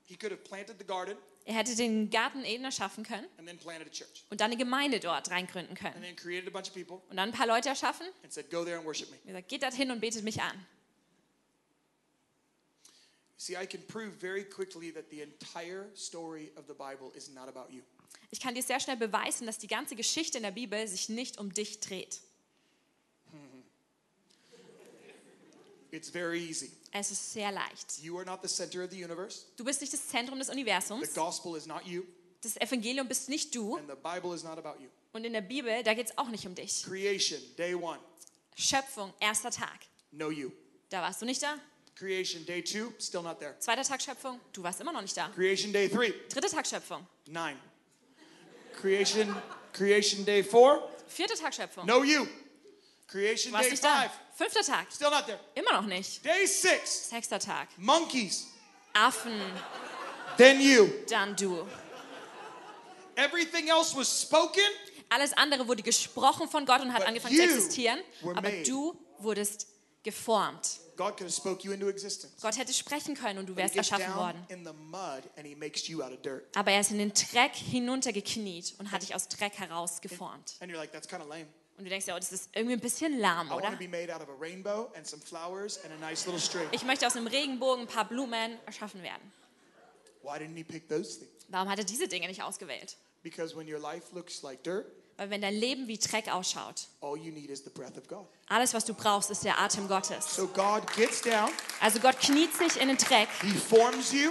[SPEAKER 2] He could have planted the garden
[SPEAKER 3] Er hätte den Garten Eden erschaffen können
[SPEAKER 2] and then planted a church,
[SPEAKER 3] und dann eine Gemeinde dort reingründen
[SPEAKER 2] and
[SPEAKER 3] können.
[SPEAKER 2] then created a bunch of people
[SPEAKER 3] Und dann ein paar Leute erschaffen.
[SPEAKER 2] and said, Go there and worship me.
[SPEAKER 3] Er sagt, geht dorthin und betet mich an.
[SPEAKER 2] See, I can prove very quickly that the entire story of the Bible is not about you.
[SPEAKER 3] Ich kann dir sehr schnell beweisen, dass die ganze Geschichte in der Bibel sich nicht um dich dreht.
[SPEAKER 2] It's very easy.
[SPEAKER 3] Es ist sehr leicht.
[SPEAKER 2] You are not the center of the universe.
[SPEAKER 3] Du bist nicht das Zentrum des
[SPEAKER 2] The
[SPEAKER 3] Universums.
[SPEAKER 2] gospel is not you,
[SPEAKER 3] Das Evangelium bist nicht du.
[SPEAKER 2] and the Bible is not about you.
[SPEAKER 3] Und in der Bibel, da geht es auch nicht um dich.
[SPEAKER 2] Creation, day one,
[SPEAKER 3] Schöpfung, erster Tag.
[SPEAKER 2] no you.
[SPEAKER 3] Da warst du nicht da.
[SPEAKER 2] Creation, day two, still not there.
[SPEAKER 3] Zweiter Tag Schöpfung, du warst immer noch nicht da.
[SPEAKER 2] Creation, day three,
[SPEAKER 3] Dritter Tag Schöpfung,
[SPEAKER 2] nine. Creation, creation day four,
[SPEAKER 3] vierter Tag Schöpfung,
[SPEAKER 2] no you. Creation
[SPEAKER 3] du warst
[SPEAKER 2] day
[SPEAKER 3] nicht da.
[SPEAKER 2] five,
[SPEAKER 3] Fünfter Tag,
[SPEAKER 2] still not there.
[SPEAKER 3] immer noch nicht.
[SPEAKER 2] Day six,
[SPEAKER 3] Sechster Tag,
[SPEAKER 2] monkeys,
[SPEAKER 3] Affen,
[SPEAKER 2] then you.
[SPEAKER 3] dann du.
[SPEAKER 2] Everything else was spoken,
[SPEAKER 3] Alles andere wurde gesprochen von Gott und hat
[SPEAKER 2] But
[SPEAKER 3] angefangen zu
[SPEAKER 2] you
[SPEAKER 3] existieren,
[SPEAKER 2] were
[SPEAKER 3] aber
[SPEAKER 2] made.
[SPEAKER 3] du wurdest geformt.
[SPEAKER 2] God could have spoke you into existence.
[SPEAKER 3] Gott hätte sprechen können und du
[SPEAKER 2] He
[SPEAKER 3] wärst
[SPEAKER 2] gets
[SPEAKER 3] erschaffen
[SPEAKER 2] down
[SPEAKER 3] worden.
[SPEAKER 2] in the mud and he makes you out of dirt.
[SPEAKER 3] Aber er ist in den Dreck hinuntergekniet und hat dich aus Dreck heraus geformt.
[SPEAKER 2] And you're like, that's kind of lame.
[SPEAKER 3] Und du denkst ja, oh, das ist irgendwie ein bisschen lahm,
[SPEAKER 2] I want to
[SPEAKER 3] oder?
[SPEAKER 2] be made out of a rainbow and some flowers and a nice little string.
[SPEAKER 3] Ich möchte aus einem Regenbogen ein paar Blumen erschaffen werden.
[SPEAKER 2] Why didn't he pick those things?
[SPEAKER 3] Warum hat er diese Dinge nicht ausgewählt?
[SPEAKER 2] Because when your life looks like dirt,
[SPEAKER 3] Weil wenn dein Leben wie Dreck ausschaut,
[SPEAKER 2] all you need is the breath of God.
[SPEAKER 3] alles was du brauchst, ist der Atem Gottes.
[SPEAKER 2] So God gets down,
[SPEAKER 3] Also Gott kniet sich in den Dreck
[SPEAKER 2] he forms you,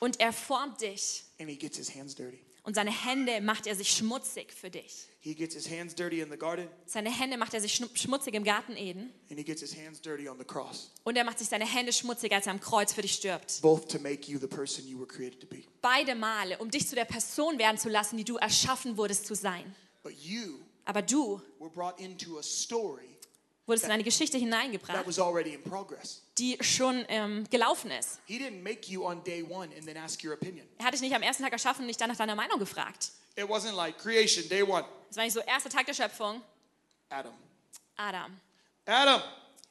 [SPEAKER 3] und er formt dich.
[SPEAKER 2] and he gets his hands dirty.
[SPEAKER 3] Und seine Hände macht er sich schmutzig für dich.
[SPEAKER 2] He gets his hands dirty in the garden,
[SPEAKER 3] Seine Hände macht er sich schnu- schmutzig im Garten Eden.
[SPEAKER 2] and he gets his hands dirty on the cross,
[SPEAKER 3] Und er macht sich seine Hände schmutzig, als er am Kreuz für dich stirbt.
[SPEAKER 2] both to make you the person you were created to be.
[SPEAKER 3] Beide Male, um dich zu der Person werden zu lassen, die du erschaffen wurdest zu sein.
[SPEAKER 2] But you
[SPEAKER 3] Aber du
[SPEAKER 2] were brought into a story
[SPEAKER 3] wurdest in eine Geschichte
[SPEAKER 2] that
[SPEAKER 3] hineingebracht,
[SPEAKER 2] was already in progress.
[SPEAKER 3] die schon ähm, gelaufen ist.
[SPEAKER 2] He didn't make you on day one and then ask your opinion.
[SPEAKER 3] Er hat dich nicht am ersten Tag erschaffen und dich dann nach deiner Meinung gefragt.
[SPEAKER 2] It wasn't like creation, day one,
[SPEAKER 3] Das war nicht so, erster Tag der Schöpfung,
[SPEAKER 2] Adam.
[SPEAKER 3] Adam.
[SPEAKER 2] Adam,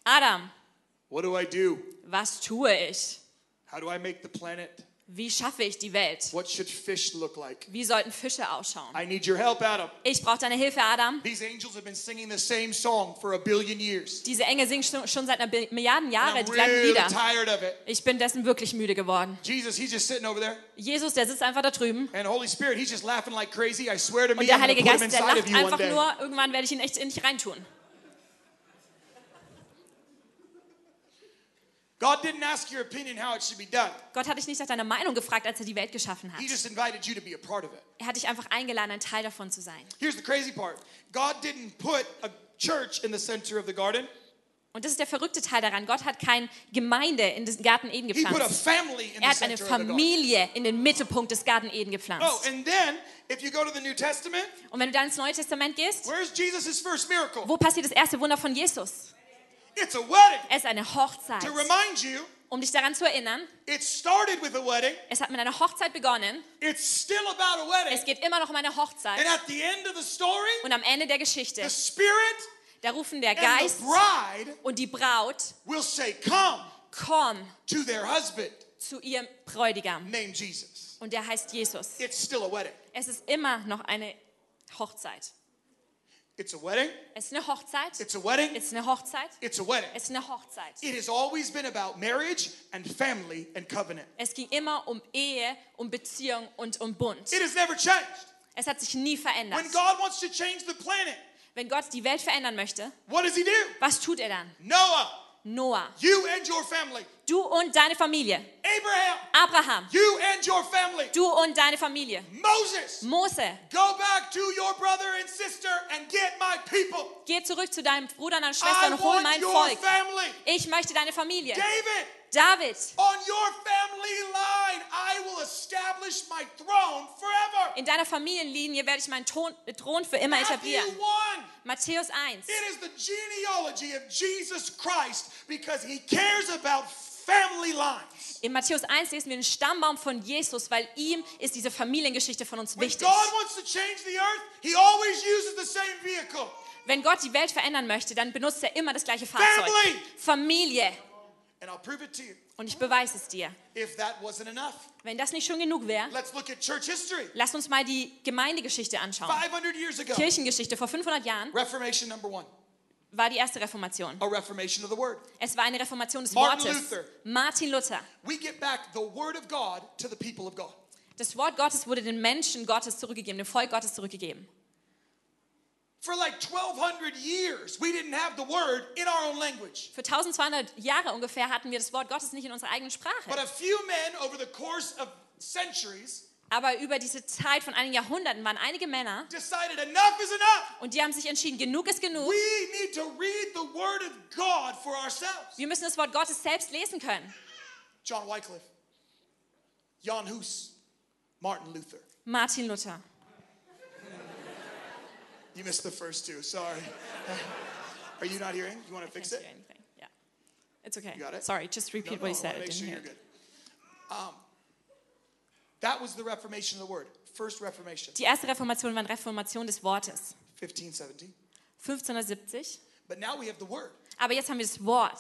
[SPEAKER 3] Adam,
[SPEAKER 2] what do I do?
[SPEAKER 3] was tue ich?
[SPEAKER 2] How do I make the planet?
[SPEAKER 3] Wie schaffe ich die Welt?
[SPEAKER 2] What should fish look like?
[SPEAKER 3] Wie sollten Fische ausschauen?
[SPEAKER 2] I need your help, Adam.
[SPEAKER 3] Ich brauche deine Hilfe, Adam.
[SPEAKER 2] These angels have been singing the same song for a billion years.
[SPEAKER 3] Diese Engel singen schon schon seit einer Bi- Milliarden Jahre
[SPEAKER 2] I'm
[SPEAKER 3] die gleichen
[SPEAKER 2] really
[SPEAKER 3] Lieder.
[SPEAKER 2] tired of it.
[SPEAKER 3] Ich bin dessen wirklich müde geworden.
[SPEAKER 2] Jesus, he's just sitting over there.
[SPEAKER 3] Jesus, der sitzt einfach da drüben.
[SPEAKER 2] And Holy Spirit, he's just laughing like crazy. I swear to me, I'm
[SPEAKER 3] Und der
[SPEAKER 2] going to
[SPEAKER 3] Heilige
[SPEAKER 2] put him
[SPEAKER 3] Geist, der
[SPEAKER 2] inside of
[SPEAKER 3] lacht
[SPEAKER 2] you one
[SPEAKER 3] einfach
[SPEAKER 2] day.
[SPEAKER 3] nur, irgendwann werde ich ihn echt in dich reintun.
[SPEAKER 2] God didn't ask your opinion how it should be done.
[SPEAKER 3] Gott hat dich nicht nach deiner Meinung gefragt, als er die Welt geschaffen hat.
[SPEAKER 2] He just invited you to be a part of it.
[SPEAKER 3] Er hat dich einfach eingeladen, ein Teil davon zu sein.
[SPEAKER 2] Here's the crazy part. God didn't put a church in the center of the garden.
[SPEAKER 3] Und das ist der verrückte Teil daran. Gott hat keine Gemeinde in den Garten Eden
[SPEAKER 2] He put a
[SPEAKER 3] gepflanzt.
[SPEAKER 2] family in
[SPEAKER 3] Er
[SPEAKER 2] the
[SPEAKER 3] hat eine
[SPEAKER 2] center of the garden.
[SPEAKER 3] Familie in den Mittelpunkt des Garten Eden
[SPEAKER 2] Oh,
[SPEAKER 3] gepflanzt.
[SPEAKER 2] and then if you go to the New Testament,
[SPEAKER 3] Und wenn du dann ins Neue Testament gehst,
[SPEAKER 2] where's Jesus' first miracle?
[SPEAKER 3] wo passiert das erste Wunder von Jesus?
[SPEAKER 2] It's a wedding.
[SPEAKER 3] Es ist eine Hochzeit.
[SPEAKER 2] To remind you,
[SPEAKER 3] Um dich daran zu erinnern,
[SPEAKER 2] it started with a wedding.
[SPEAKER 3] es hat mit einer Hochzeit begonnen.
[SPEAKER 2] It's still about a wedding.
[SPEAKER 3] Es geht immer noch um eine Hochzeit.
[SPEAKER 2] And at the end of the story,
[SPEAKER 3] Und am Ende der Geschichte,
[SPEAKER 2] the Spirit
[SPEAKER 3] da rufen der
[SPEAKER 2] and
[SPEAKER 3] Geist
[SPEAKER 2] the bride
[SPEAKER 3] und die Braut,
[SPEAKER 2] will say, Come
[SPEAKER 3] komm
[SPEAKER 2] to their husband
[SPEAKER 3] zu ihrem Bräutigam.
[SPEAKER 2] named Jesus.
[SPEAKER 3] Und der heißt Jesus.
[SPEAKER 2] It's still a wedding.
[SPEAKER 3] Es ist immer noch eine Hochzeit.
[SPEAKER 2] It's a wedding.
[SPEAKER 3] Es ist eine Hochzeit.
[SPEAKER 2] It's a wedding.
[SPEAKER 3] Es ist eine Hochzeit.
[SPEAKER 2] It's a wedding.
[SPEAKER 3] Es ist eine Hochzeit.
[SPEAKER 2] It has always been about marriage and family and covenant.
[SPEAKER 3] Es ging immer um Ehe, um Beziehung und um Bund.
[SPEAKER 2] It has never changed.
[SPEAKER 3] Es hat sich nie verändert.
[SPEAKER 2] When God wants to change the planet,
[SPEAKER 3] Wenn Gott die Welt verändern möchte,
[SPEAKER 2] what does He do?
[SPEAKER 3] was tut er dann?
[SPEAKER 2] Noah,
[SPEAKER 3] Noah,
[SPEAKER 2] you and your family.
[SPEAKER 3] du und deine Familie.
[SPEAKER 2] Abraham,
[SPEAKER 3] Abraham,
[SPEAKER 2] you and your family.
[SPEAKER 3] du und deine Familie.
[SPEAKER 2] Moses,
[SPEAKER 3] Mose,
[SPEAKER 2] go back to your brother and sister and get my people.
[SPEAKER 3] geh zurück zu deinem Bruder und deiner Schwester
[SPEAKER 2] I
[SPEAKER 3] und hol
[SPEAKER 2] want
[SPEAKER 3] mein
[SPEAKER 2] your
[SPEAKER 3] Volk.
[SPEAKER 2] family.
[SPEAKER 3] Ich möchte deine Familie.
[SPEAKER 2] David,
[SPEAKER 3] David,
[SPEAKER 2] on your family establish my throne forever.
[SPEAKER 3] In deiner Familienlinie werde ich meinen Ton, Thron für immer
[SPEAKER 2] Matthew
[SPEAKER 3] etablieren.
[SPEAKER 2] 1.
[SPEAKER 3] Matthäus 1.
[SPEAKER 2] It is the genealogy of Jesus Christ because he cares about family lines.
[SPEAKER 3] In Matthäus 1 lesen wir den Stammbaum von Jesus, weil ihm ist diese Familiengeschichte von uns
[SPEAKER 2] When
[SPEAKER 3] wichtig.
[SPEAKER 2] God wants to change the earth, he always uses the same vehicle.
[SPEAKER 3] Wenn Gott die Welt verändern möchte, dann benutzt er immer das gleiche Fahrzeug.
[SPEAKER 2] Family.
[SPEAKER 3] Familie.
[SPEAKER 2] And I'll prove it to you
[SPEAKER 3] Und ich beweise es dir.
[SPEAKER 2] if that wasn't enough.
[SPEAKER 3] Wenn das nicht schon genug wäre,
[SPEAKER 2] Let's look at church history.
[SPEAKER 3] lass uns mal die Gemeindegeschichte anschauen.
[SPEAKER 2] 500 years ago,
[SPEAKER 3] Kirchengeschichte. Vor 500 Jahren
[SPEAKER 2] Reformation number one,
[SPEAKER 3] war die erste Reformation.
[SPEAKER 2] a reformation of the word.
[SPEAKER 3] Es war eine Reformation des
[SPEAKER 2] Martin
[SPEAKER 3] Wortes.
[SPEAKER 2] Luther.
[SPEAKER 3] Martin Luther.
[SPEAKER 2] We get back the word of God to the people of God.
[SPEAKER 3] Das Wort Gottes wurde den Menschen Gottes zurückgegeben, dem Volk Gottes zurückgegeben.
[SPEAKER 2] For like 1,200 years, we didn't have the word in our own language.
[SPEAKER 3] Für 1200 Jahre ungefähr hatten wir das Wort Gottes nicht in unserer eigenen
[SPEAKER 2] But
[SPEAKER 3] Sprache.
[SPEAKER 2] a few men over the course of centuries
[SPEAKER 3] Aber über diese Zeit von einigen Jahrhunderten waren einige Männer
[SPEAKER 2] decided enough is enough.
[SPEAKER 3] und die haben sich entschieden, genug ist genug.
[SPEAKER 2] We need to read the word of God for ourselves.
[SPEAKER 3] Wir müssen das Wort Gottes selbst lesen können.
[SPEAKER 2] John Wycliffe, Jan Hus, Martin Luther.
[SPEAKER 3] Martin Luther.
[SPEAKER 2] You missed the first two, sorry. Are you not hearing? You want to fix
[SPEAKER 3] Can't
[SPEAKER 2] it?
[SPEAKER 3] hear anything. Yeah. It's okay.
[SPEAKER 2] You got it?
[SPEAKER 3] Sorry, just
[SPEAKER 2] No,
[SPEAKER 3] repeat
[SPEAKER 2] no,
[SPEAKER 3] what
[SPEAKER 2] I
[SPEAKER 3] you said.
[SPEAKER 2] wanna
[SPEAKER 3] I
[SPEAKER 2] Make
[SPEAKER 3] didn't
[SPEAKER 2] sure
[SPEAKER 3] hear
[SPEAKER 2] you're
[SPEAKER 3] it.
[SPEAKER 2] good. Um, that was the Reformation of the Word. First Reformation,
[SPEAKER 3] Die erste Reformation war eine Reformation des Wortes.
[SPEAKER 2] 1517.
[SPEAKER 3] 1570.
[SPEAKER 2] But now we have the Word.
[SPEAKER 3] Aber jetzt haben wir das Wort.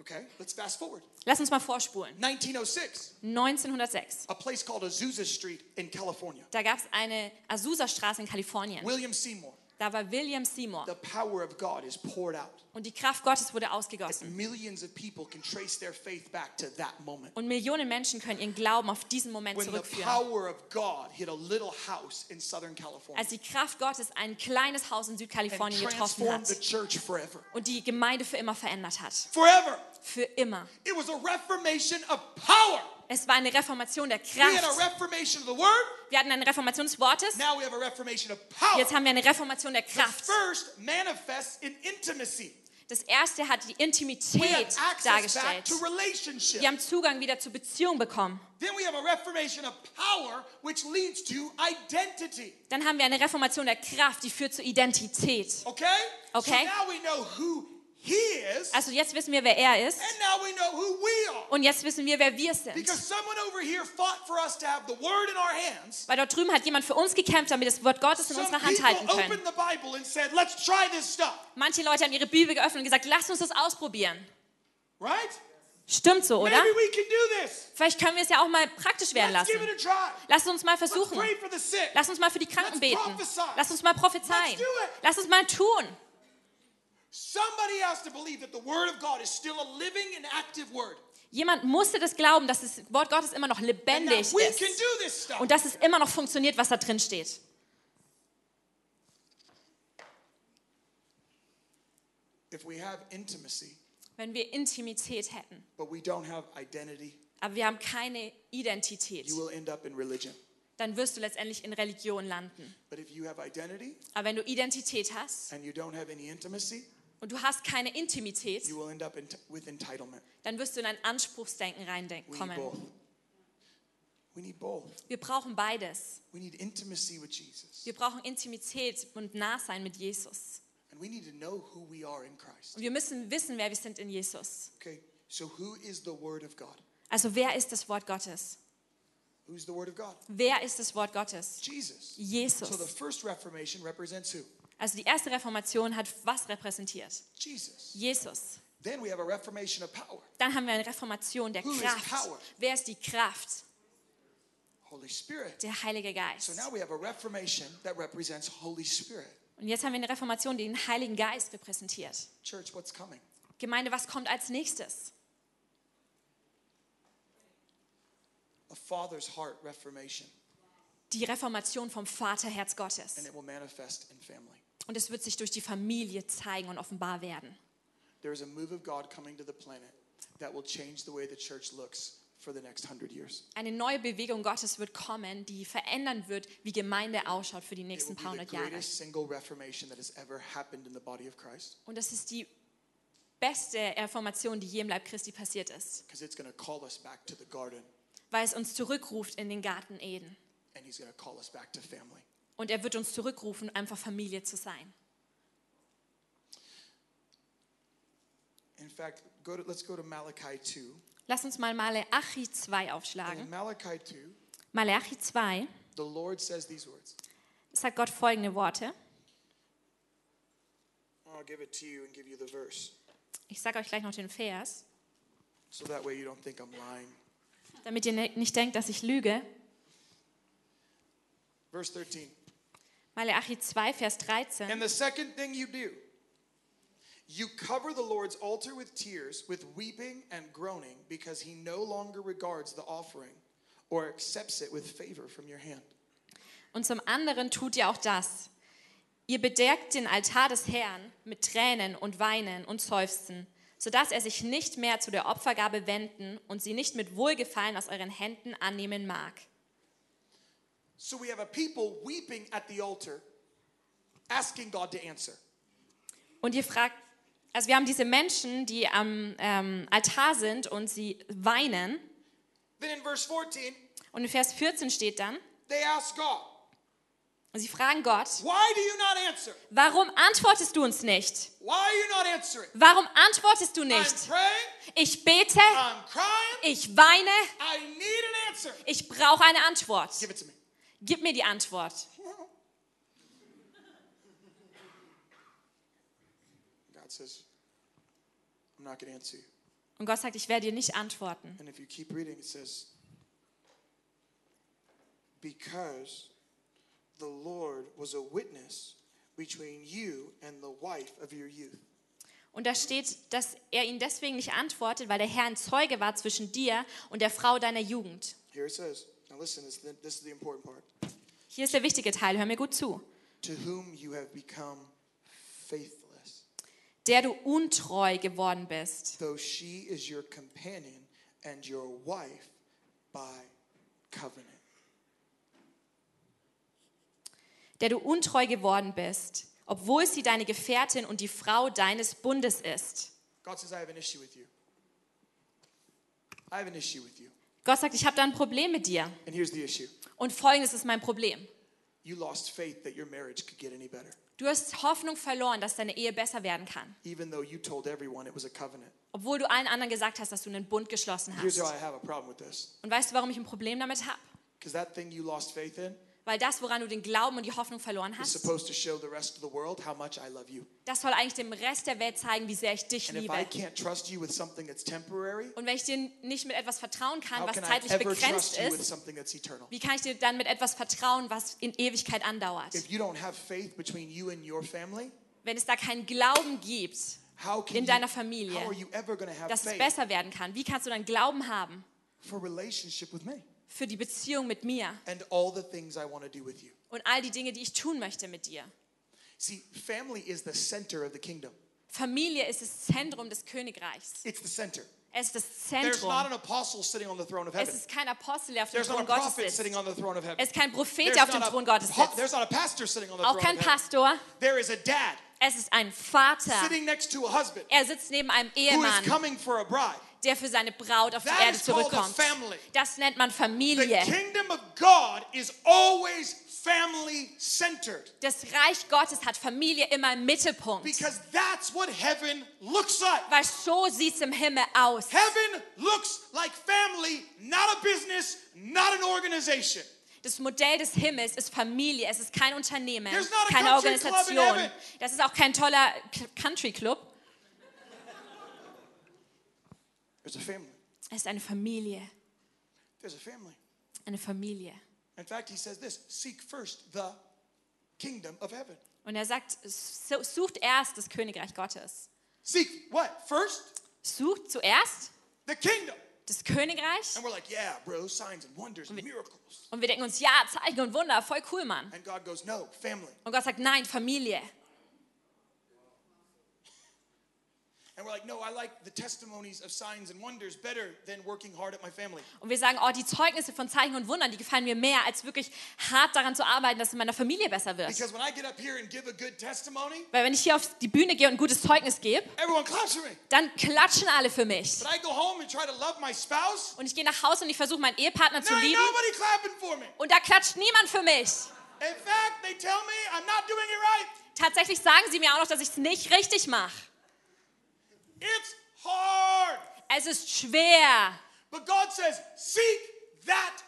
[SPEAKER 2] Okay, let's fast forward.
[SPEAKER 3] Lass uns mal vorspulen.
[SPEAKER 2] 1906,
[SPEAKER 3] 1906.
[SPEAKER 2] a place called Azusa Street in California.
[SPEAKER 3] Da gab es eine Azusa-Straße in Kalifornien.
[SPEAKER 2] William Seymour,
[SPEAKER 3] Da war William Seymour.
[SPEAKER 2] the power of God is poured out.
[SPEAKER 3] Und die Kraft Gottes wurde ausgegossen.
[SPEAKER 2] Millions of people can trace their faith back to that moment.
[SPEAKER 3] Und Millionen Menschen können ihren Glauben auf diesen Moment
[SPEAKER 2] When the
[SPEAKER 3] zurückführen.
[SPEAKER 2] power of God hit a little house in Southern California
[SPEAKER 3] Als die Kraft Gottes ein kleines Haus in
[SPEAKER 2] and
[SPEAKER 3] Südkalifornien getroffen
[SPEAKER 2] transformed
[SPEAKER 3] hat
[SPEAKER 2] the church forever.
[SPEAKER 3] und die Gemeinde für immer verändert hat.
[SPEAKER 2] Forever.
[SPEAKER 3] Für immer.
[SPEAKER 2] It was a reformation of power.
[SPEAKER 3] Es war eine Reformation der
[SPEAKER 2] We had a
[SPEAKER 3] Kraft.
[SPEAKER 2] reformation of the word.
[SPEAKER 3] Wir hatten eine Reformation des Wortes.
[SPEAKER 2] Now we have a reformation of power.
[SPEAKER 3] Jetzt haben wir eine Reformation der
[SPEAKER 2] The
[SPEAKER 3] Kraft.
[SPEAKER 2] first manifests in intimacy.
[SPEAKER 3] Das erste hat die
[SPEAKER 2] We have
[SPEAKER 3] Intimität
[SPEAKER 2] access back
[SPEAKER 3] dargestellt.
[SPEAKER 2] to relationship.
[SPEAKER 3] Wir haben Zugang wieder zur Beziehung bekommen.
[SPEAKER 2] Then we have a reformation of power, which leads to identity.
[SPEAKER 3] Dann haben wir eine Reformation der Kraft, die führt zur Identität.
[SPEAKER 2] Okay? So
[SPEAKER 3] Okay.
[SPEAKER 2] now we know who he is,
[SPEAKER 3] Also jetzt wissen wir, wer er ist.
[SPEAKER 2] and now we know who we are.
[SPEAKER 3] Und jetzt wissen wir, wer wir sind.
[SPEAKER 2] Because someone over here fought for us to have the word in our hands.
[SPEAKER 3] Weil dort drüben hat jemand für uns gekämpft, damit wir das Wort Gottes in
[SPEAKER 2] Some
[SPEAKER 3] unserer Hand halten
[SPEAKER 2] people
[SPEAKER 3] können.
[SPEAKER 2] opened the Bible and said, let's try this stuff,
[SPEAKER 3] Manche Leute haben ihre Bibel geöffnet und gesagt, lasst uns das ausprobieren.
[SPEAKER 2] right?
[SPEAKER 3] Stimmt so, oder?
[SPEAKER 2] Maybe we can do this.
[SPEAKER 3] Vielleicht können wir es ja auch mal praktisch werden
[SPEAKER 2] Let's
[SPEAKER 3] lassen.
[SPEAKER 2] give it a try.
[SPEAKER 3] Lasst uns mal
[SPEAKER 2] Let's
[SPEAKER 3] versuchen.
[SPEAKER 2] pray for the sick.
[SPEAKER 3] Lass uns mal für die
[SPEAKER 2] Let's
[SPEAKER 3] Kranken beten.
[SPEAKER 2] prophesy.
[SPEAKER 3] Lass uns mal prophezeien.
[SPEAKER 2] Let's do it.
[SPEAKER 3] Lass uns mal tun.
[SPEAKER 2] Somebody has to believe that the word of God is still a living and active word.
[SPEAKER 3] Jemand musste das glauben, dass das Wort Gottes immer noch
[SPEAKER 2] And that
[SPEAKER 3] lebendig
[SPEAKER 2] we can
[SPEAKER 3] ist
[SPEAKER 2] do this stuff.
[SPEAKER 3] und dass es immer noch funktioniert, was da drin steht.
[SPEAKER 2] If we have intimacy,
[SPEAKER 3] Wenn wir Intimität hätten,
[SPEAKER 2] but we don't have identity,
[SPEAKER 3] aber wir haben keine Identität,
[SPEAKER 2] you will end up in religion.
[SPEAKER 3] dann wirst du letztendlich in Religion landen.
[SPEAKER 2] But if you have identity
[SPEAKER 3] Aber wenn du Identität hast
[SPEAKER 2] and you don't have any intimacy,
[SPEAKER 3] und du hast keine Intimität,
[SPEAKER 2] you will end up in with entitlement.
[SPEAKER 3] dann wirst du in ein Anspruchsdenken
[SPEAKER 2] We need both.
[SPEAKER 3] reinkommen.
[SPEAKER 2] We need both.
[SPEAKER 3] Wir brauchen beides.
[SPEAKER 2] We need intimacy with Jesus.
[SPEAKER 3] Wir brauchen Intimität und Nahsein mit Jesus.
[SPEAKER 2] And we need to know who we are in Christ.
[SPEAKER 3] Und wir müssen wissen, wer wir sind in Jesus.
[SPEAKER 2] Okay, so who is the Word of God?
[SPEAKER 3] Also wer ist das Wort Gottes?
[SPEAKER 2] Who's the Word of God?
[SPEAKER 3] Wer ist das Wort Gottes?
[SPEAKER 2] Jesus. So the
[SPEAKER 3] Jesus.
[SPEAKER 2] first Reformation represents who?
[SPEAKER 3] Also die erste Reformation hat was repräsentiert?
[SPEAKER 2] Jesus.
[SPEAKER 3] Jesus.
[SPEAKER 2] Then we have a Reformation of power.
[SPEAKER 3] Dann haben wir eine Reformation der
[SPEAKER 2] Who is
[SPEAKER 3] Kraft.
[SPEAKER 2] power?
[SPEAKER 3] Wer ist die Kraft?
[SPEAKER 2] Holy Spirit.
[SPEAKER 3] Der Heilige
[SPEAKER 2] So
[SPEAKER 3] Geist.
[SPEAKER 2] now we have a Reformation that represents Holy Spirit.
[SPEAKER 3] Und jetzt haben wir eine Reformation, die den Heiligen Geist repräsentiert.
[SPEAKER 2] Church, what's coming?
[SPEAKER 3] Gemeinde, was kommt als nächstes?
[SPEAKER 2] A Father's Heart Reformation.
[SPEAKER 3] Die Reformation vom Vaterherz
[SPEAKER 2] and
[SPEAKER 3] Gottes.
[SPEAKER 2] it will manifest in family.
[SPEAKER 3] Und es wird sich durch die Familie zeigen und offenbar werden.
[SPEAKER 2] There is a move of God coming to the planet that will change the way the church looks for the next hundred years.
[SPEAKER 3] Eine neue Bewegung Gottes wird kommen, die verändern wird, wie Gemeinde ausschaut für die
[SPEAKER 2] It
[SPEAKER 3] nächsten paar
[SPEAKER 2] will be the
[SPEAKER 3] hundert Jahre.
[SPEAKER 2] greatest single reformation that has ever happened in the body of Christ
[SPEAKER 3] Und das ist die beste Reformation, die je im Leib Christi passiert ist.
[SPEAKER 2] because it's going to call us back to the garden.
[SPEAKER 3] weil es uns zurückruft in den Garten Eden.
[SPEAKER 2] and He's going to call us back to family.
[SPEAKER 3] Und er wird uns zurückrufen, um einfach Familie zu sein.
[SPEAKER 2] In fact, go to, let's go to Malachi 2.
[SPEAKER 3] Lass uns mal Malachi 2
[SPEAKER 2] And in
[SPEAKER 3] aufschlagen.
[SPEAKER 2] Malachi 2,
[SPEAKER 3] Malachi 2
[SPEAKER 2] the Lord says these words.
[SPEAKER 3] sagt Gott folgende Worte.
[SPEAKER 2] I'll give it to you and give you the verse
[SPEAKER 3] Ich sage euch gleich noch den Vers,
[SPEAKER 2] so that way you don't think I'm lying.
[SPEAKER 3] damit ihr ne- nicht denkt, dass ich lüge.
[SPEAKER 2] Verse 13.
[SPEAKER 3] Malachi 2, Vers 13.
[SPEAKER 2] And the second thing you do, you cover the Lord's altar with tears, with weeping and groaning, because he no longer regards the offering or accepts it with favor from your hand.
[SPEAKER 3] Und zum anderen tut ihr auch das. Ihr bedeckt den Altar des Herrn mit Tränen und Weinen und Seufzen, sodass er sich nicht mehr zu der Opfergabe wenden und sie nicht mit Wohlgefallen aus euren Händen annehmen mag.
[SPEAKER 2] So we have a people weeping at the altar, asking God to answer.
[SPEAKER 3] Und ihr fragt, also wir haben diese Menschen, die am ähm, Altar sind und sie weinen.
[SPEAKER 2] Then in verse 14,
[SPEAKER 3] Und in Vers 14 steht dann,
[SPEAKER 2] they ask God,
[SPEAKER 3] sie fragen Gott,
[SPEAKER 2] Why do you not answer?
[SPEAKER 3] warum antwortest du uns nicht?
[SPEAKER 2] Why are you not answering?
[SPEAKER 3] Warum antwortest du
[SPEAKER 2] I'm
[SPEAKER 3] nicht?
[SPEAKER 2] praying,
[SPEAKER 3] Ich bete,
[SPEAKER 2] I'm crying,
[SPEAKER 3] ich weine,
[SPEAKER 2] I need an answer.
[SPEAKER 3] ich brauche eine Antwort.
[SPEAKER 2] Give it to me.
[SPEAKER 3] Gib mir die Antwort.
[SPEAKER 2] God says, I'm not going to answer you.
[SPEAKER 3] Und Gott sagt, ich werde dir nicht antworten.
[SPEAKER 2] And if you keep reading, it says, Because the Lord was a witness between you and the wife of your youth.
[SPEAKER 3] Und da steht, dass er ihnen deswegen nicht antwortet, weil der Herr ein Zeuge war zwischen dir und der Frau deiner Jugend.
[SPEAKER 2] Here it says, now listen, this, this is the important part.
[SPEAKER 3] Hier ist der wichtige Teil, hör mir gut zu.
[SPEAKER 2] To whom you have become faithless,
[SPEAKER 3] Der du untreu geworden bist,
[SPEAKER 2] though she is your companion and your wife by covenant.
[SPEAKER 3] der du untreu geworden bist, obwohl sie deine Gefährtin und die Frau deines Bundes ist.
[SPEAKER 2] God says, I have an issue with you. I have an issue with you.
[SPEAKER 3] Gott sagt, ich habe da ein Problem mit dir.
[SPEAKER 2] And here's the issue
[SPEAKER 3] Und folgendes ist mein Problem.
[SPEAKER 2] you lost faith that your marriage could get any better.
[SPEAKER 3] Du hast Hoffnung verloren, dass deine Ehe besser werden kann,
[SPEAKER 2] even though you told everyone it was a covenant.
[SPEAKER 3] obwohl du allen anderen gesagt hast, dass du einen Bund geschlossen
[SPEAKER 2] Here's
[SPEAKER 3] hast.
[SPEAKER 2] how I have a problem with this.
[SPEAKER 3] Und weißt du, warum ich ein Problem damit habe?
[SPEAKER 2] Because that thing you lost faith in
[SPEAKER 3] Weil das, woran du den Glauben und die Hoffnung verloren
[SPEAKER 2] is
[SPEAKER 3] hast,
[SPEAKER 2] supposed to show the rest of the world how much I love you.
[SPEAKER 3] das soll eigentlich dem Rest der Welt zeigen, wie sehr ich dich
[SPEAKER 2] And if I
[SPEAKER 3] liebe.
[SPEAKER 2] can't trust you with something that's temporary,
[SPEAKER 3] Und wenn ich dir nicht mit etwas vertrauen kann,
[SPEAKER 2] how
[SPEAKER 3] was
[SPEAKER 2] can I
[SPEAKER 3] zeitlich
[SPEAKER 2] ever
[SPEAKER 3] begrenzt
[SPEAKER 2] trust you with
[SPEAKER 3] ist,
[SPEAKER 2] something that's eternal?
[SPEAKER 3] wie kann ich dir dann mit etwas vertrauen, was in Ewigkeit andauert?
[SPEAKER 2] If you don't have faith between you and your family,
[SPEAKER 3] Wenn es da keinen Glauben gibt,
[SPEAKER 2] how can
[SPEAKER 3] In
[SPEAKER 2] you,
[SPEAKER 3] deiner Familie.
[SPEAKER 2] how are you ever going to have
[SPEAKER 3] dass es
[SPEAKER 2] faith
[SPEAKER 3] besser werden kann, wie kannst du dann Glauben haben
[SPEAKER 2] for relationship with me
[SPEAKER 3] für die Beziehung mit mir
[SPEAKER 2] and all the things I want to do with you?
[SPEAKER 3] und all die Dinge, die ich tun möchte mit dir?
[SPEAKER 2] See, family is the center of the kingdom.
[SPEAKER 3] Familie ist das Zentrum des Königreichs.
[SPEAKER 2] It's the center.
[SPEAKER 3] Es ist das
[SPEAKER 2] There's not an
[SPEAKER 3] Zentrum.
[SPEAKER 2] apostle sitting on the throne of
[SPEAKER 3] Es
[SPEAKER 2] heaven.
[SPEAKER 3] ist kein Apostel, der auf dem
[SPEAKER 2] There's not a
[SPEAKER 3] Thron Gottes
[SPEAKER 2] prophet
[SPEAKER 3] sitzt.
[SPEAKER 2] sitting on the throne of heaven.
[SPEAKER 3] Es ist kein Prophet,
[SPEAKER 2] There's
[SPEAKER 3] der auf dem
[SPEAKER 2] not a
[SPEAKER 3] Thron Gottes
[SPEAKER 2] pa-
[SPEAKER 3] sitzt.
[SPEAKER 2] There's not a pastor sitting on the
[SPEAKER 3] Auch
[SPEAKER 2] throne
[SPEAKER 3] kein
[SPEAKER 2] of heaven.
[SPEAKER 3] Pastor.
[SPEAKER 2] There is a dad
[SPEAKER 3] Es ist ein Vater.
[SPEAKER 2] sitting next to a husband
[SPEAKER 3] Er sitzt neben einem
[SPEAKER 2] who is
[SPEAKER 3] Ehemann,
[SPEAKER 2] coming for a bride.
[SPEAKER 3] der für seine Braut auf die
[SPEAKER 2] That
[SPEAKER 3] Erde
[SPEAKER 2] is called a
[SPEAKER 3] zurückkommt.
[SPEAKER 2] family.
[SPEAKER 3] Das nennt man
[SPEAKER 2] The
[SPEAKER 3] Familie.
[SPEAKER 2] kingdom of God is always family centered
[SPEAKER 3] Das Reich Gottes hat Familie immer im Mittelpunkt.
[SPEAKER 2] because that's what heaven looks like.
[SPEAKER 3] Weil so sieht es im Himmel aus.
[SPEAKER 2] Heaven looks like family, not a business, not an organization.
[SPEAKER 3] Das Modell des Himmels ist Familie. Es ist kein Unternehmen,
[SPEAKER 2] There's not a
[SPEAKER 3] keine
[SPEAKER 2] country club in
[SPEAKER 3] Organisation.
[SPEAKER 2] heaven.
[SPEAKER 3] Das ist auch kein toller K- Country Club.
[SPEAKER 2] There's a family.
[SPEAKER 3] Es ist eine Familie.
[SPEAKER 2] There's a family.
[SPEAKER 3] Eine Familie.
[SPEAKER 2] In fact, he says this seek first the kingdom of heaven.
[SPEAKER 3] Und er sagt, so- sucht erst das Königreich Gottes.
[SPEAKER 2] Seek what? First,
[SPEAKER 3] Sucht zuerst
[SPEAKER 2] the kingdom.
[SPEAKER 3] das Königreich.
[SPEAKER 2] And we're like, yeah, bro, signs and wonders and miracles.
[SPEAKER 3] Und wir denken uns, ja, Zeichen und Wunder, voll cool, Mann.
[SPEAKER 2] And God goes, no, family.
[SPEAKER 3] Und Gott sagt, nein, Familie.
[SPEAKER 2] And we're like, no, I like the testimonies of signs and wonders better than working hard at my family.
[SPEAKER 3] Und wir sagen, oh, die Zeugnisse von Zeichen und Wundern, die gefallen mir mehr, als wirklich hart daran zu arbeiten, dass es in meiner Familie besser wird.
[SPEAKER 2] Because when I get up here and give a good testimony,
[SPEAKER 3] Weil wenn ich hier auf die Bühne gehe und ein gutes Zeugnis gebe,
[SPEAKER 2] everyone claps for me.
[SPEAKER 3] dann klatschen alle für mich.
[SPEAKER 2] But I go home and try to love my spouse.
[SPEAKER 3] Und ich gehe nach Hause und ich versuche meinen Ehepartner zu
[SPEAKER 2] Now ain't
[SPEAKER 3] lieben.
[SPEAKER 2] nobody clapping for me.
[SPEAKER 3] Und da klatscht niemand für mich.
[SPEAKER 2] In fact, they tell me I'm not doing it right.
[SPEAKER 3] Tatsächlich sagen sie mir auch noch, dass ich es nicht richtig mache.
[SPEAKER 2] It's hard.
[SPEAKER 3] Es ist schwer.
[SPEAKER 2] But God says, seek that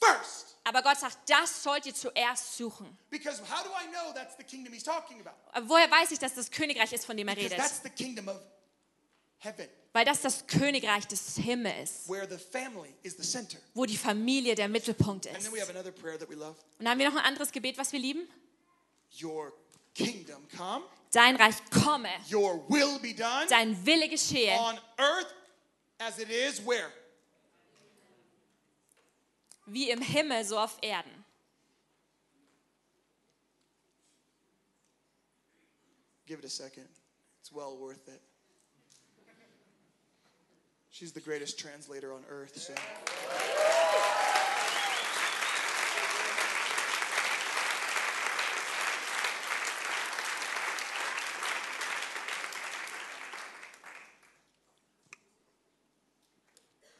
[SPEAKER 2] first.
[SPEAKER 3] Aber Gott sagt, das sollt ihr zuerst suchen.
[SPEAKER 2] Because how do I know that's the kingdom he's talking about?
[SPEAKER 3] Aber woher weiß ich, dass das Königreich ist, von dem er
[SPEAKER 2] Because
[SPEAKER 3] redet?
[SPEAKER 2] that's the kingdom of heaven,
[SPEAKER 3] Weil das das Königreich des Himmels ist,
[SPEAKER 2] where the family is the center.
[SPEAKER 3] wo die Familie der Mittelpunkt
[SPEAKER 2] And
[SPEAKER 3] ist.
[SPEAKER 2] then we have another prayer that we love.
[SPEAKER 3] Und haben wir noch ein anderes Gebet, was wir lieben?
[SPEAKER 2] Your kingdom come,
[SPEAKER 3] Dein Reich komme,
[SPEAKER 2] your will be done
[SPEAKER 3] dein Wille geschehe,
[SPEAKER 2] on earth as it is where?
[SPEAKER 3] wie im Himmel, so auf Erden.
[SPEAKER 2] Give it a second. It's well worth it. She's the greatest translator on earth. So.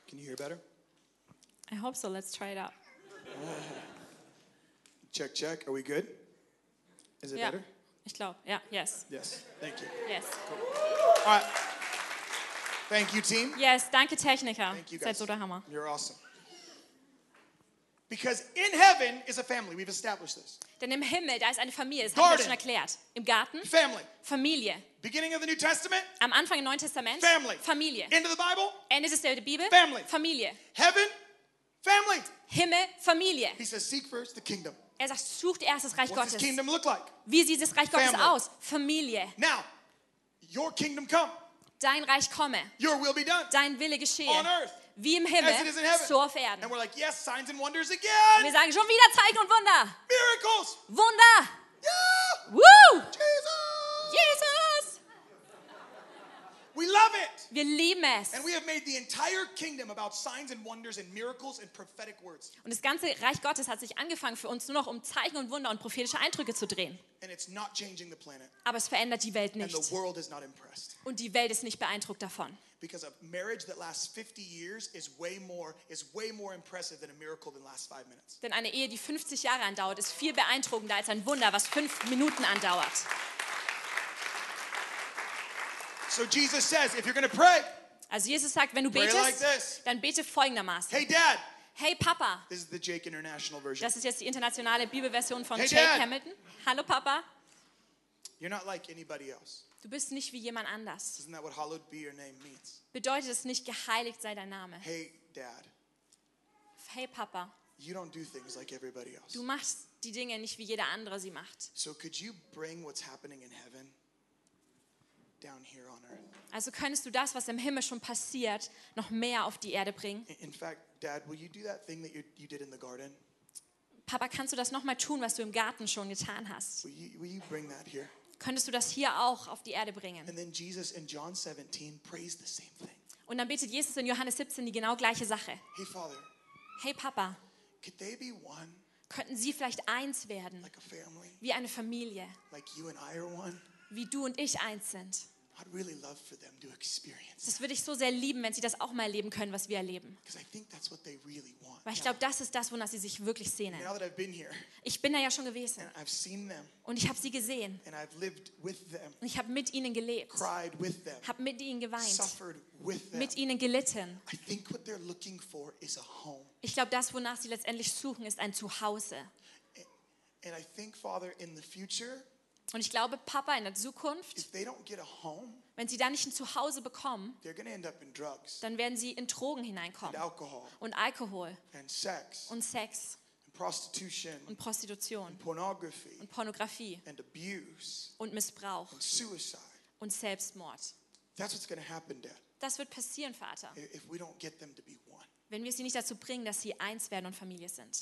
[SPEAKER 2] Can you hear better?
[SPEAKER 3] I hope so, let's try it out.
[SPEAKER 2] Check, check. Are we good? Is it
[SPEAKER 3] Ja,
[SPEAKER 2] better?
[SPEAKER 3] ich glaube, ja, yes,
[SPEAKER 2] Yes. Thank you.
[SPEAKER 3] yes.
[SPEAKER 2] All right. Thank you, team.
[SPEAKER 3] Yes, danke Techniker,
[SPEAKER 2] Thank you guys.
[SPEAKER 3] seid so der Hammer.
[SPEAKER 2] You're awesome. Because in heaven is a family. We've established this.
[SPEAKER 3] Denn im Himmel, da ist eine Familie, das haben wir
[SPEAKER 2] Garden.
[SPEAKER 3] schon erklärt. Im Garten,
[SPEAKER 2] Family.
[SPEAKER 3] Familie.
[SPEAKER 2] Beginning of the New Testament,
[SPEAKER 3] Am Anfang im Neuen Testament,
[SPEAKER 2] family.
[SPEAKER 3] Familie.
[SPEAKER 2] End of the Bible,
[SPEAKER 3] Ende des der Bibel,
[SPEAKER 2] Family.
[SPEAKER 3] Familie.
[SPEAKER 2] heaven, family.
[SPEAKER 3] Himmel, Familie.
[SPEAKER 2] He says, seek first the kingdom.
[SPEAKER 3] Er sagt, sucht erst das Reich
[SPEAKER 2] What's
[SPEAKER 3] Gottes.
[SPEAKER 2] his kingdom look like?
[SPEAKER 3] Wie sieht das Reich Gottes
[SPEAKER 2] Family.
[SPEAKER 3] aus? Familie.
[SPEAKER 2] Now, your kingdom come,
[SPEAKER 3] Dein Reich komme,
[SPEAKER 2] your will be done
[SPEAKER 3] dein Wille geschehe.
[SPEAKER 2] on earth
[SPEAKER 3] Wie im
[SPEAKER 2] as it is in
[SPEAKER 3] Himmel,
[SPEAKER 2] heaven.
[SPEAKER 3] so auf Erden.
[SPEAKER 2] And
[SPEAKER 3] Und
[SPEAKER 2] we're like, yes, signs and wonders again.
[SPEAKER 3] wir sagen schon wieder Zeichen und Wunder.
[SPEAKER 2] Miracles.
[SPEAKER 3] Wunder!
[SPEAKER 2] Yeah.
[SPEAKER 3] Woo!
[SPEAKER 2] Jesus.
[SPEAKER 3] Jesus!
[SPEAKER 2] We love it.
[SPEAKER 3] Wir lieben es.
[SPEAKER 2] And we have made the entire kingdom about signs and wonders and miracles and prophetic words.
[SPEAKER 3] Und das ganze Reich Gottes hat sich angefangen, für uns nur noch um Zeichen und Wunder und prophetische Eindrücke zu drehen.
[SPEAKER 2] And it's not changing the planet.
[SPEAKER 3] Aber es verändert die Welt
[SPEAKER 2] And
[SPEAKER 3] nicht.
[SPEAKER 2] the world is not impressed.
[SPEAKER 3] Und die Welt ist nicht beeindruckt davon.
[SPEAKER 2] Because a marriage that lasts 50 years is way more is way more impressive than a miracle that lasts five minutes.
[SPEAKER 3] Denn eine Ehe, die 50 Jahre andauert, ist viel beeindruckender als ein Wunder, was fünf Minuten andauert.
[SPEAKER 2] So Jesus says, if you're gonna pray,
[SPEAKER 3] Also Jesus sagt, wenn du
[SPEAKER 2] Pray like this.
[SPEAKER 3] betest, dann bete folgendermaßen.
[SPEAKER 2] hey dad,
[SPEAKER 3] Hey Papa,
[SPEAKER 2] this is the Jake International version.
[SPEAKER 3] das ist jetzt die internationale Bibelversion von
[SPEAKER 2] Hey,
[SPEAKER 3] Jake
[SPEAKER 2] Dad.
[SPEAKER 3] Hamilton. Hallo Papa,
[SPEAKER 2] You're not like anybody else.
[SPEAKER 3] du bist nicht wie jemand anders.
[SPEAKER 2] Isn't that what hallowed be your name means?
[SPEAKER 3] Bedeutet es nicht, geheiligt sei dein Name.
[SPEAKER 2] Hey dad,
[SPEAKER 3] Hey Papa,
[SPEAKER 2] you don't do things like everybody else.
[SPEAKER 3] du machst die Dinge nicht, wie jeder andere sie macht.
[SPEAKER 2] So could you bring what's happening in heaven down here on earth?
[SPEAKER 3] Also könntest du das, was im Himmel schon passiert, noch mehr auf die Erde bringen?
[SPEAKER 2] In- In fact, dad, will you do that thing that you, you did in the garden?
[SPEAKER 3] Papa, kannst du das nochmal tun, was du im Garten schon getan hast?
[SPEAKER 2] Will you, will you bring that here?
[SPEAKER 3] Könntest du das hier auch auf die Erde bringen?
[SPEAKER 2] And then Jesus in John 17 prays the same thing.
[SPEAKER 3] Und dann betet Jesus in Johannes 17 die genau gleiche Sache.
[SPEAKER 2] Hey, Father,
[SPEAKER 3] Hey Papa,
[SPEAKER 2] could they be one
[SPEAKER 3] könnten sie vielleicht eins werden,
[SPEAKER 2] like a family,
[SPEAKER 3] wie eine Familie,
[SPEAKER 2] like you and I are one?
[SPEAKER 3] wie du und ich eins sind.
[SPEAKER 2] I'd really love for them to experience
[SPEAKER 3] Das würde ich so sehr lieben, wenn sie das auch mal erleben können, was wir erleben.
[SPEAKER 2] because I think that's what they really want.
[SPEAKER 3] Weil ich glaube, das ist das, wonach sie sich wirklich sehnen.
[SPEAKER 2] Now that I've been here
[SPEAKER 3] Ich bin da ja schon gewesen
[SPEAKER 2] and I've seen them
[SPEAKER 3] und ich habe sie gesehen
[SPEAKER 2] and I've lived with them,
[SPEAKER 3] und ich habe mit ihnen gelebt,
[SPEAKER 2] cried with them,
[SPEAKER 3] habe mit ihnen geweint,
[SPEAKER 2] suffered with them,
[SPEAKER 3] mit ihnen gelitten.
[SPEAKER 2] I think what they're looking for is a home.
[SPEAKER 3] Ich glaube, das, wonach sie letztendlich suchen, ist ein Zuhause.
[SPEAKER 2] And I think, Father, in the future,
[SPEAKER 3] Und ich glaube, Papa, in der Zukunft,
[SPEAKER 2] if they don't get a home,
[SPEAKER 3] wenn sie da nicht ein Zuhause bekommen,
[SPEAKER 2] they're going to end up in drugs
[SPEAKER 3] dann werden sie in Drogen
[SPEAKER 2] and
[SPEAKER 3] hineinkommen
[SPEAKER 2] alcohol
[SPEAKER 3] und Alkohol
[SPEAKER 2] and sex
[SPEAKER 3] und Sex
[SPEAKER 2] and prostitution
[SPEAKER 3] und Prostitution
[SPEAKER 2] and pornography
[SPEAKER 3] und Pornografie
[SPEAKER 2] and abuse
[SPEAKER 3] und Missbrauch
[SPEAKER 2] and suicide.
[SPEAKER 3] und Selbstmord.
[SPEAKER 2] That's what's going to happen, Dad,
[SPEAKER 3] Das wird passieren, Vater,
[SPEAKER 2] i- if we don't get them to be one.
[SPEAKER 3] wenn wir sie nicht dazu bringen, dass sie eins werden und Familie sind.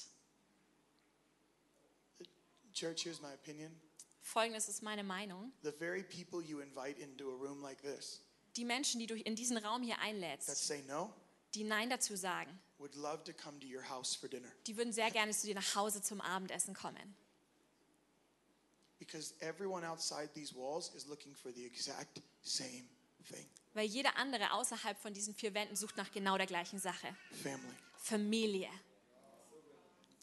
[SPEAKER 2] Church, here's my opinion.
[SPEAKER 3] Folgendes ist meine Meinung.
[SPEAKER 2] The very people you invite into a room like this
[SPEAKER 3] die Menschen, die du in diesen Raum hier
[SPEAKER 2] that
[SPEAKER 3] einlädst,
[SPEAKER 2] say no
[SPEAKER 3] die Nein dazu sagen,
[SPEAKER 2] would love to come to your house for dinner
[SPEAKER 3] die würden sehr gerne zu dir nach Hause zum Abendessen kommen.
[SPEAKER 2] because everyone outside these walls is looking for the exact same thing
[SPEAKER 3] Weil jeder andere außerhalb von diesen vier Wänden sucht nach genau der gleichen Sache.
[SPEAKER 2] family.
[SPEAKER 3] Familie.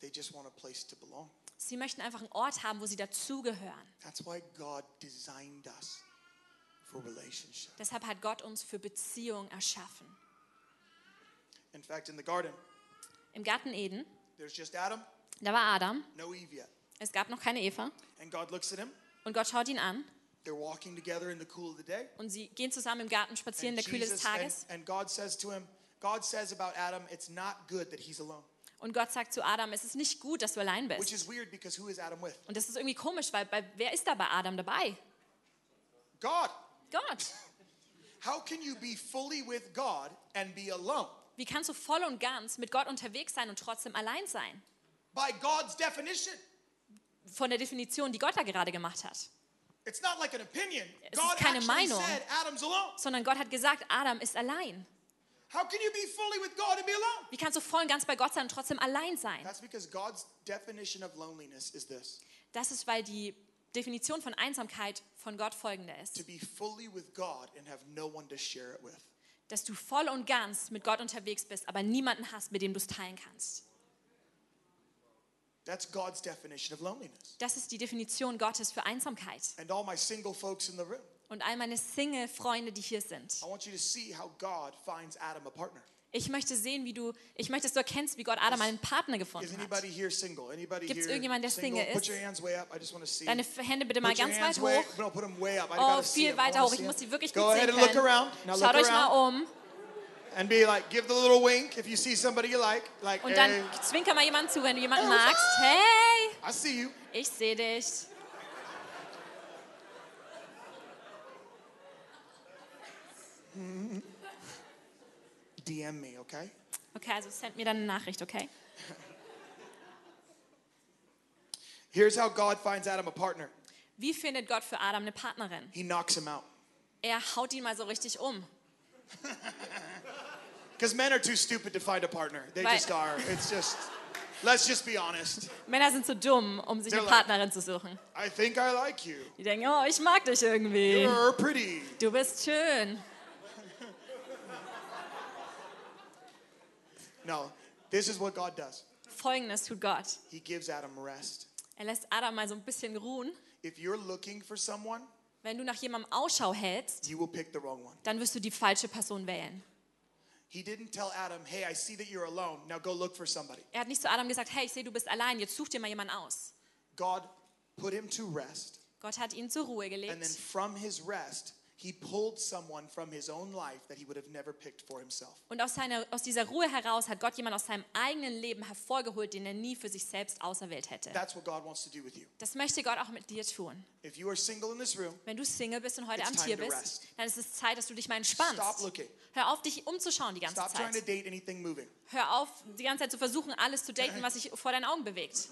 [SPEAKER 2] They just want a place to belong.
[SPEAKER 3] Sie möchten einfach einen Ort haben, wo sie dazugehören.
[SPEAKER 2] That's why God designed us for relationship.
[SPEAKER 3] Deshalb hat Gott uns für Beziehung erschaffen.
[SPEAKER 2] In fact, in the garden,
[SPEAKER 3] Im Garten Eden,
[SPEAKER 2] there's just Adam,
[SPEAKER 3] da war Adam,
[SPEAKER 2] no Eve yet.
[SPEAKER 3] es gab noch keine Eva.
[SPEAKER 2] And God looks at him.
[SPEAKER 3] Und Gott schaut ihn an
[SPEAKER 2] They're walking together in the cool of the day.
[SPEAKER 3] und sie gehen zusammen im Garten spazieren in
[SPEAKER 2] And,
[SPEAKER 3] der Kühle des
[SPEAKER 2] Jesus- and,
[SPEAKER 3] Tages.
[SPEAKER 2] and God says to him, God says about Adam, it's not good that he's alone.
[SPEAKER 3] Und Gott sagt zu Adam, es ist nicht gut, dass du allein
[SPEAKER 2] Which
[SPEAKER 3] bist.
[SPEAKER 2] is weird because who is Adam with?
[SPEAKER 3] Und das ist irgendwie komisch, weil bei, wer ist da bei Adam dabei?
[SPEAKER 2] God.
[SPEAKER 3] Gott.
[SPEAKER 2] How can you be fully with God and be alone?
[SPEAKER 3] Wie kannst du voll und ganz mit Gott unterwegs sein und trotzdem allein sein?
[SPEAKER 2] By God's definition,
[SPEAKER 3] Von der Definition, die Gott da gerade gemacht hat.
[SPEAKER 2] it's not like an opinion.
[SPEAKER 3] Es ist
[SPEAKER 2] God
[SPEAKER 3] keine
[SPEAKER 2] actually
[SPEAKER 3] Meinung.
[SPEAKER 2] said Adam's alone.
[SPEAKER 3] Sondern Gott hat gesagt, Adam ist allein.
[SPEAKER 2] How can you be fully with God and be alone?
[SPEAKER 3] Wie kannst du voll und ganz bei Gott sein und trotzdem allein sein?
[SPEAKER 2] That's because God's definition of loneliness is this
[SPEAKER 3] Das ist, weil die Definition von Einsamkeit von Gott folgende ist.
[SPEAKER 2] to be fully with God and have no one to share it with.
[SPEAKER 3] Dass du voll und ganz mit Gott unterwegs bist, aber niemanden hast, mit dem du es teilen kannst.
[SPEAKER 2] That's God's definition of loneliness.
[SPEAKER 3] Das ist die Definition Gottes für Einsamkeit.
[SPEAKER 2] And all my single folks in the room,
[SPEAKER 3] Und all meine Single-Freunde, die hier sind.
[SPEAKER 2] I want you to see how God finds Adam a partner.
[SPEAKER 3] Ich möchte sehen, wie du, ich möchte, dass du erkennst, wie Gott Adam einen Partner
[SPEAKER 2] Is
[SPEAKER 3] gefunden hat.
[SPEAKER 2] anybody here single? Anybody
[SPEAKER 3] Gibt's
[SPEAKER 2] here
[SPEAKER 3] irgendjemand, der
[SPEAKER 2] single?
[SPEAKER 3] Single
[SPEAKER 2] Put
[SPEAKER 3] ist?
[SPEAKER 2] your hands way up. I just want to see.
[SPEAKER 3] Deine Hände bitte mal
[SPEAKER 2] Put your
[SPEAKER 3] ganz
[SPEAKER 2] hands way,
[SPEAKER 3] weit hoch.
[SPEAKER 2] no, put 'em way up. I
[SPEAKER 3] Oh,
[SPEAKER 2] gotta see
[SPEAKER 3] viel
[SPEAKER 2] 'em. I
[SPEAKER 3] weiter
[SPEAKER 2] wanna
[SPEAKER 3] hoch. Ich
[SPEAKER 2] see
[SPEAKER 3] muss
[SPEAKER 2] 'em.
[SPEAKER 3] sie wirklich
[SPEAKER 2] Go
[SPEAKER 3] gut
[SPEAKER 2] ahead
[SPEAKER 3] sehen
[SPEAKER 2] and look
[SPEAKER 3] können.
[SPEAKER 2] around. Now
[SPEAKER 3] Schaut
[SPEAKER 2] look
[SPEAKER 3] euch
[SPEAKER 2] around.
[SPEAKER 3] mal um.
[SPEAKER 2] And be like, give the little wink if you see somebody you like. Like,
[SPEAKER 3] Und dann
[SPEAKER 2] hey,
[SPEAKER 3] zwinker mal jemanden zu, wenn du jemanden
[SPEAKER 2] Oh,
[SPEAKER 3] magst. Hey,
[SPEAKER 2] I see you.
[SPEAKER 3] ich sehe dich.
[SPEAKER 2] DM me, okay?
[SPEAKER 3] Okay, also send mir dann eine Nachricht, okay?
[SPEAKER 2] Here's how God finds Adam a partner.
[SPEAKER 3] Wie findet Gott für Adam eine Partnerin?
[SPEAKER 2] He knocks him out.
[SPEAKER 3] Er haut ihn mal so richtig um.
[SPEAKER 2] Because men are too stupid to find a partner. They
[SPEAKER 3] Right.
[SPEAKER 2] just are. It's just, let's just be honest.
[SPEAKER 3] Männer sind zu dumm, um sich eine
[SPEAKER 2] They're like-
[SPEAKER 3] Partnerin zu suchen.
[SPEAKER 2] I think I like you.
[SPEAKER 3] Die denken, oh, ich mag dich irgendwie.
[SPEAKER 2] You're pretty.
[SPEAKER 3] Du bist schön.
[SPEAKER 2] No, this is what God does.
[SPEAKER 3] Folgendes tut Gott.
[SPEAKER 2] He gives Adam rest.
[SPEAKER 3] Er lässt Adam mal so ein bisschen ruhen.
[SPEAKER 2] If you're looking for someone,
[SPEAKER 3] Wenn du nach jemandem Ausschau hältst,
[SPEAKER 2] you will pick the wrong one.
[SPEAKER 3] dann wirst du die falsche Person wählen.
[SPEAKER 2] He didn't tell Adam, hey, I see that you're alone. Now go look for somebody.
[SPEAKER 3] Er hat nicht zu Adam gesagt, hey, ich sehe, du bist allein, jetzt such dir mal jemanden aus.
[SPEAKER 2] God put him to rest,
[SPEAKER 3] Gott hat ihn zur Ruhe
[SPEAKER 2] and then
[SPEAKER 3] gelegt
[SPEAKER 2] from his rest, he pulled someone from his own life that he would have never picked for himself.
[SPEAKER 3] und aus, seiner, aus dieser Ruhe heraus hat Gott jemanden aus seinem eigenen Leben hervorgeholt, den er nie für sich selbst auserwählt hätte.
[SPEAKER 2] That's what God wants to do with you.
[SPEAKER 3] Das möchte Gott auch mit dir tun.
[SPEAKER 2] If you are single in this room,
[SPEAKER 3] Wenn du Single bist und heute
[SPEAKER 2] It's
[SPEAKER 3] am
[SPEAKER 2] time
[SPEAKER 3] Tier
[SPEAKER 2] to
[SPEAKER 3] bist,
[SPEAKER 2] rest.
[SPEAKER 3] dann ist es Zeit, dass du dich mal entspannst.
[SPEAKER 2] Stop looking.
[SPEAKER 3] Hör auf, dich umzuschauen die ganze
[SPEAKER 2] stop trying to
[SPEAKER 3] Zeit.
[SPEAKER 2] date anything moving,
[SPEAKER 3] Hör auf, die ganze Zeit zu versuchen, alles zu daten, was sich vor deinen Augen bewegt.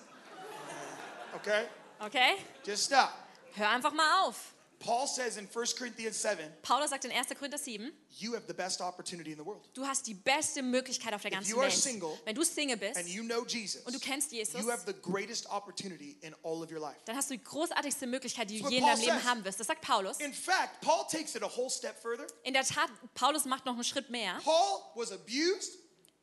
[SPEAKER 2] okay?
[SPEAKER 3] Okay?
[SPEAKER 2] Just stop.
[SPEAKER 3] Hör einfach mal auf.
[SPEAKER 2] Paul says in 1 Corinthians 7,
[SPEAKER 3] Paulus sagt in 1. Korinther 7,
[SPEAKER 2] you have the best opportunity in the world.
[SPEAKER 3] du hast die beste Möglichkeit auf der
[SPEAKER 2] If
[SPEAKER 3] ganzen
[SPEAKER 2] you are
[SPEAKER 3] Welt.
[SPEAKER 2] single
[SPEAKER 3] Wenn du Single bist,
[SPEAKER 2] And you know Jesus.
[SPEAKER 3] Und du kennst Jesus.
[SPEAKER 2] You have the greatest opportunity in all of your life.
[SPEAKER 3] dann hast du die großartigste Möglichkeit, die du
[SPEAKER 2] That's
[SPEAKER 3] je in
[SPEAKER 2] what
[SPEAKER 3] deinem
[SPEAKER 2] Paul
[SPEAKER 3] Leben
[SPEAKER 2] says.
[SPEAKER 3] haben wirst. Das sagt Paulus.
[SPEAKER 2] In fact, Paul takes it a whole step further.
[SPEAKER 3] In der Tat, Paulus macht noch einen Schritt mehr.
[SPEAKER 2] Paul was abused,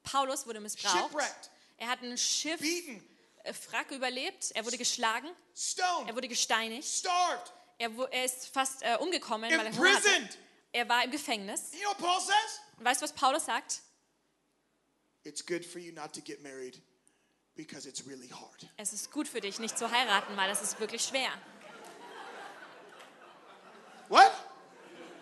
[SPEAKER 3] Paulus wurde missbraucht.
[SPEAKER 2] Shipwrecked.
[SPEAKER 3] Er hat ein Schiff,
[SPEAKER 2] beaten,
[SPEAKER 3] äh, Frack überlebt. Er wurde geschlagen.
[SPEAKER 2] stoned,
[SPEAKER 3] Er wurde gesteinigt.
[SPEAKER 2] starved,
[SPEAKER 3] Er, wu- er ist fast äh, umgekommen, weil er Hunger hatte.
[SPEAKER 2] imprisoned.
[SPEAKER 3] Er war im Gefängnis.
[SPEAKER 2] You know what Paul says?
[SPEAKER 3] Und weißt du, was Paulus sagt?
[SPEAKER 2] It's good for you not to get married because it's really hard.
[SPEAKER 3] Es ist gut für dich, nicht zu heiraten, weil das ist wirklich schwer.
[SPEAKER 2] What?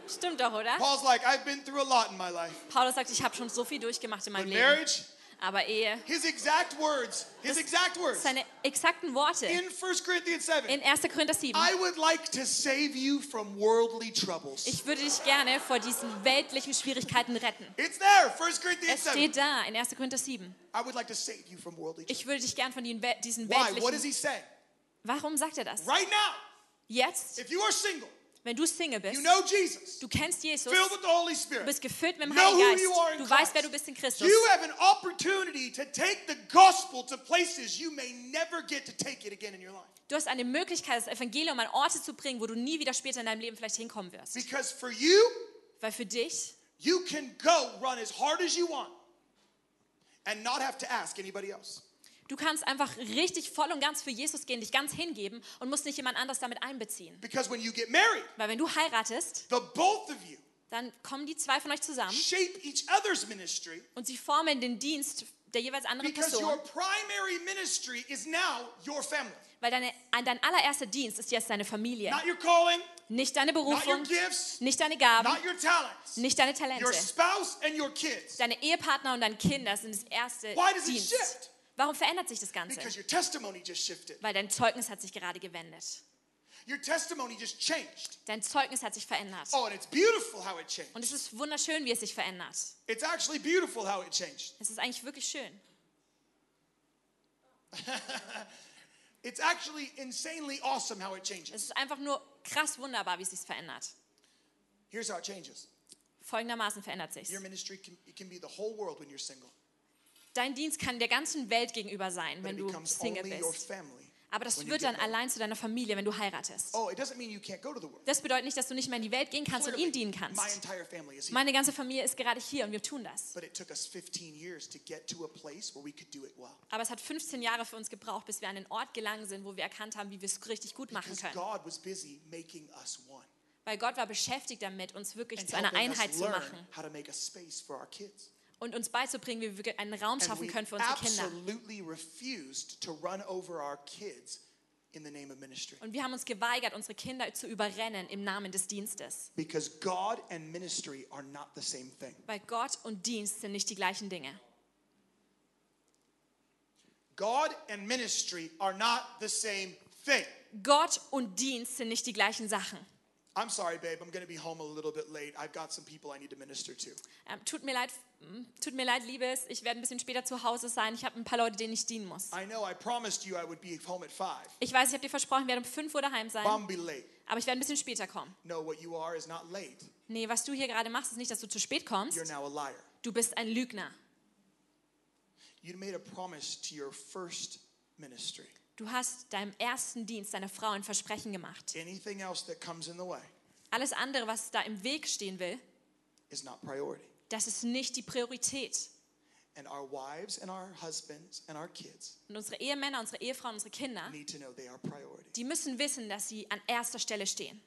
[SPEAKER 3] Stimmt doch, oder?
[SPEAKER 2] Paul's like, I've been through a lot in my life.
[SPEAKER 3] Paulus sagt, ich habe schon so viel durchgemacht in
[SPEAKER 2] But
[SPEAKER 3] meinem Leben.
[SPEAKER 2] marriage,
[SPEAKER 3] Aber Ehe,
[SPEAKER 2] his exact words, his exact words
[SPEAKER 3] seine exakten Worte
[SPEAKER 2] in 1 Corinthians 7.
[SPEAKER 3] in 1. Korinther 7.
[SPEAKER 2] I would like to save you from worldly troubles.
[SPEAKER 3] Ich würde dich gerne vor diesen weltlichen Schwierigkeiten retten.
[SPEAKER 2] It's there, 1 Corinthians
[SPEAKER 3] Es
[SPEAKER 2] 7.
[SPEAKER 3] steht da in 1. Korinther 7.
[SPEAKER 2] I would like to save you from worldly troubles.
[SPEAKER 3] Ich würde dich gerne von den wel- diesen
[SPEAKER 2] Why? What
[SPEAKER 3] weltlichen...
[SPEAKER 2] is he saying?
[SPEAKER 3] Warum sagt er das?
[SPEAKER 2] Right now,
[SPEAKER 3] Jetzt,
[SPEAKER 2] if you are single,
[SPEAKER 3] Wenn du Single bist,
[SPEAKER 2] You know Jesus.
[SPEAKER 3] du kennst Jesus,
[SPEAKER 2] Filled with the Holy
[SPEAKER 3] du
[SPEAKER 2] Spirit.
[SPEAKER 3] bist gefüllt mit dem
[SPEAKER 2] Know who
[SPEAKER 3] Heiligen
[SPEAKER 2] you are in
[SPEAKER 3] Geist, du weißt, wer du
[SPEAKER 2] Christ.
[SPEAKER 3] bist in Christus.
[SPEAKER 2] You have an opportunity to take the gospel to places you may never get to take it again in your life.
[SPEAKER 3] Du hast eine Möglichkeit, das Evangelium an Orte zu bringen, wo du nie wieder später in deinem Leben vielleicht hinkommen wirst.
[SPEAKER 2] Because for you,
[SPEAKER 3] Weil für dich,
[SPEAKER 2] you can go run as hard as you want and not have to ask anybody else.
[SPEAKER 3] du kannst einfach richtig voll und ganz für Jesus gehen, dich ganz hingeben und musst nicht jemand anders damit einbeziehen.
[SPEAKER 2] Because when you get married,
[SPEAKER 3] Weil wenn du heiratest,
[SPEAKER 2] the both of you
[SPEAKER 3] dann kommen die zwei von euch zusammen
[SPEAKER 2] shape each other's ministry
[SPEAKER 3] und sie formen den Dienst der jeweils anderen
[SPEAKER 2] because your
[SPEAKER 3] Person.
[SPEAKER 2] primary ministry is now your family.
[SPEAKER 3] Weil deine, dein allererster Dienst ist jetzt deine Familie.
[SPEAKER 2] Not your calling,
[SPEAKER 3] Nicht deine
[SPEAKER 2] not your
[SPEAKER 3] Berufung,
[SPEAKER 2] gifts,
[SPEAKER 3] nicht deine Gaben,
[SPEAKER 2] not your talents,
[SPEAKER 3] nicht deine
[SPEAKER 2] your
[SPEAKER 3] Talente.
[SPEAKER 2] spouse and your kids.
[SPEAKER 3] Deine Ehepartner und deine Kinder sind das erste
[SPEAKER 2] Why does it shift?
[SPEAKER 3] Dienst. Warum verändert sich das Ganze?
[SPEAKER 2] Because your testimony just shifted.
[SPEAKER 3] Weil dein Zeugnis hat sich gerade gewendet.
[SPEAKER 2] Your testimony just changed.
[SPEAKER 3] Dein Zeugnis hat sich verändert.
[SPEAKER 2] Oh, and it's beautiful how it changed.
[SPEAKER 3] Und es ist wunderschön, wie es sich verändert.
[SPEAKER 2] It's actually beautiful how it changed.
[SPEAKER 3] Es ist eigentlich wirklich schön.
[SPEAKER 2] It's actually insanely awesome how it changes.
[SPEAKER 3] Es ist einfach nur krass wunderbar, wie es sich verändert.
[SPEAKER 2] Here's how it changes.
[SPEAKER 3] Folgendermaßen verändert sich.
[SPEAKER 2] Your ministry can, it can be the whole world when you're single.
[SPEAKER 3] Dein Dienst kann der ganzen Welt gegenüber sein,
[SPEAKER 2] But
[SPEAKER 3] wenn
[SPEAKER 2] it
[SPEAKER 3] du
[SPEAKER 2] becomes only
[SPEAKER 3] Single
[SPEAKER 2] your
[SPEAKER 3] bist.
[SPEAKER 2] family.
[SPEAKER 3] Aber das
[SPEAKER 2] when you
[SPEAKER 3] wird
[SPEAKER 2] get
[SPEAKER 3] dann
[SPEAKER 2] married.
[SPEAKER 3] allein zu deiner Familie, wenn du heiratest.
[SPEAKER 2] Oh, it doesn't mean you can't go to the world.
[SPEAKER 3] Das bedeutet nicht, dass du nicht mehr in die Welt gehen kannst und
[SPEAKER 2] Clearly,
[SPEAKER 3] ihm dienen
[SPEAKER 2] My
[SPEAKER 3] kannst.
[SPEAKER 2] entire family is here.
[SPEAKER 3] Meine ganze Familie ist gerade hier und wir tun das.
[SPEAKER 2] But it took us 15 years to get to a place where we could do it well.
[SPEAKER 3] Aber es hat 15 Jahre für uns gebraucht, bis wir an den Ort gelangen sind, wo wir erkannt haben, wie wir es richtig gut machen
[SPEAKER 2] Because
[SPEAKER 3] können.
[SPEAKER 2] God was busy making us one.
[SPEAKER 3] Weil Gott war beschäftigt damit, uns wirklich
[SPEAKER 2] And
[SPEAKER 3] zu einer
[SPEAKER 2] helping us
[SPEAKER 3] Einheit zu
[SPEAKER 2] learn
[SPEAKER 3] machen
[SPEAKER 2] how to make a space for our kids.
[SPEAKER 3] und uns beizubringen, wie wir wirklich einen Raum
[SPEAKER 2] And
[SPEAKER 3] schaffen
[SPEAKER 2] we
[SPEAKER 3] können für unsere Kinder.
[SPEAKER 2] absolutely refused to run over our kids in the name of ministry.
[SPEAKER 3] Und wir haben uns geweigert, unsere Kinder zu überrennen im Namen des Dienstes.
[SPEAKER 2] Because God and ministry are not the same thing.
[SPEAKER 3] Weil Gott und Dienst sind nicht die gleichen Dinge.
[SPEAKER 2] God and ministry are not the same thing.
[SPEAKER 3] Gott und Dienst sind nicht die gleichen Sachen.
[SPEAKER 2] I'm sorry, babe, I'm going to be home a little bit late. I've got some people I need to minister to.
[SPEAKER 3] Ähm, tut mir leid, mm, tut mir leid, Liebes, ich werde ein bisschen später zu Hause sein. Ich habe ein paar Leute, denen ich dienen muss.
[SPEAKER 2] I know I promised you I would be home at 5.
[SPEAKER 3] Ich weiß, ich habe dir versprochen, ich werde um 5 Uhr daheim sein,
[SPEAKER 2] Mom, be late.
[SPEAKER 3] aber ich werde ein bisschen später kommen.
[SPEAKER 2] No, what you are is not late.
[SPEAKER 3] Nee, was du hier gerade machst, ist nicht, dass du zu spät
[SPEAKER 2] You're
[SPEAKER 3] kommst.
[SPEAKER 2] now a liar.
[SPEAKER 3] Du bist ein Lügner.
[SPEAKER 2] You made a promise to your first ministry.
[SPEAKER 3] Du hast deinem ersten Dienst, deiner Frau, ein Versprechen gemacht.
[SPEAKER 2] Anything else that comes in the way
[SPEAKER 3] Alles andere, was da im Weg stehen will,
[SPEAKER 2] is not priority.
[SPEAKER 3] das ist nicht die Priorität.
[SPEAKER 2] And our wives and our husbands and our kids
[SPEAKER 3] Und unsere Ehemänner, unsere Ehefrauen, unsere Kinder,
[SPEAKER 2] need to know they are priority.
[SPEAKER 3] die müssen wissen, dass sie an erster Stelle stehen.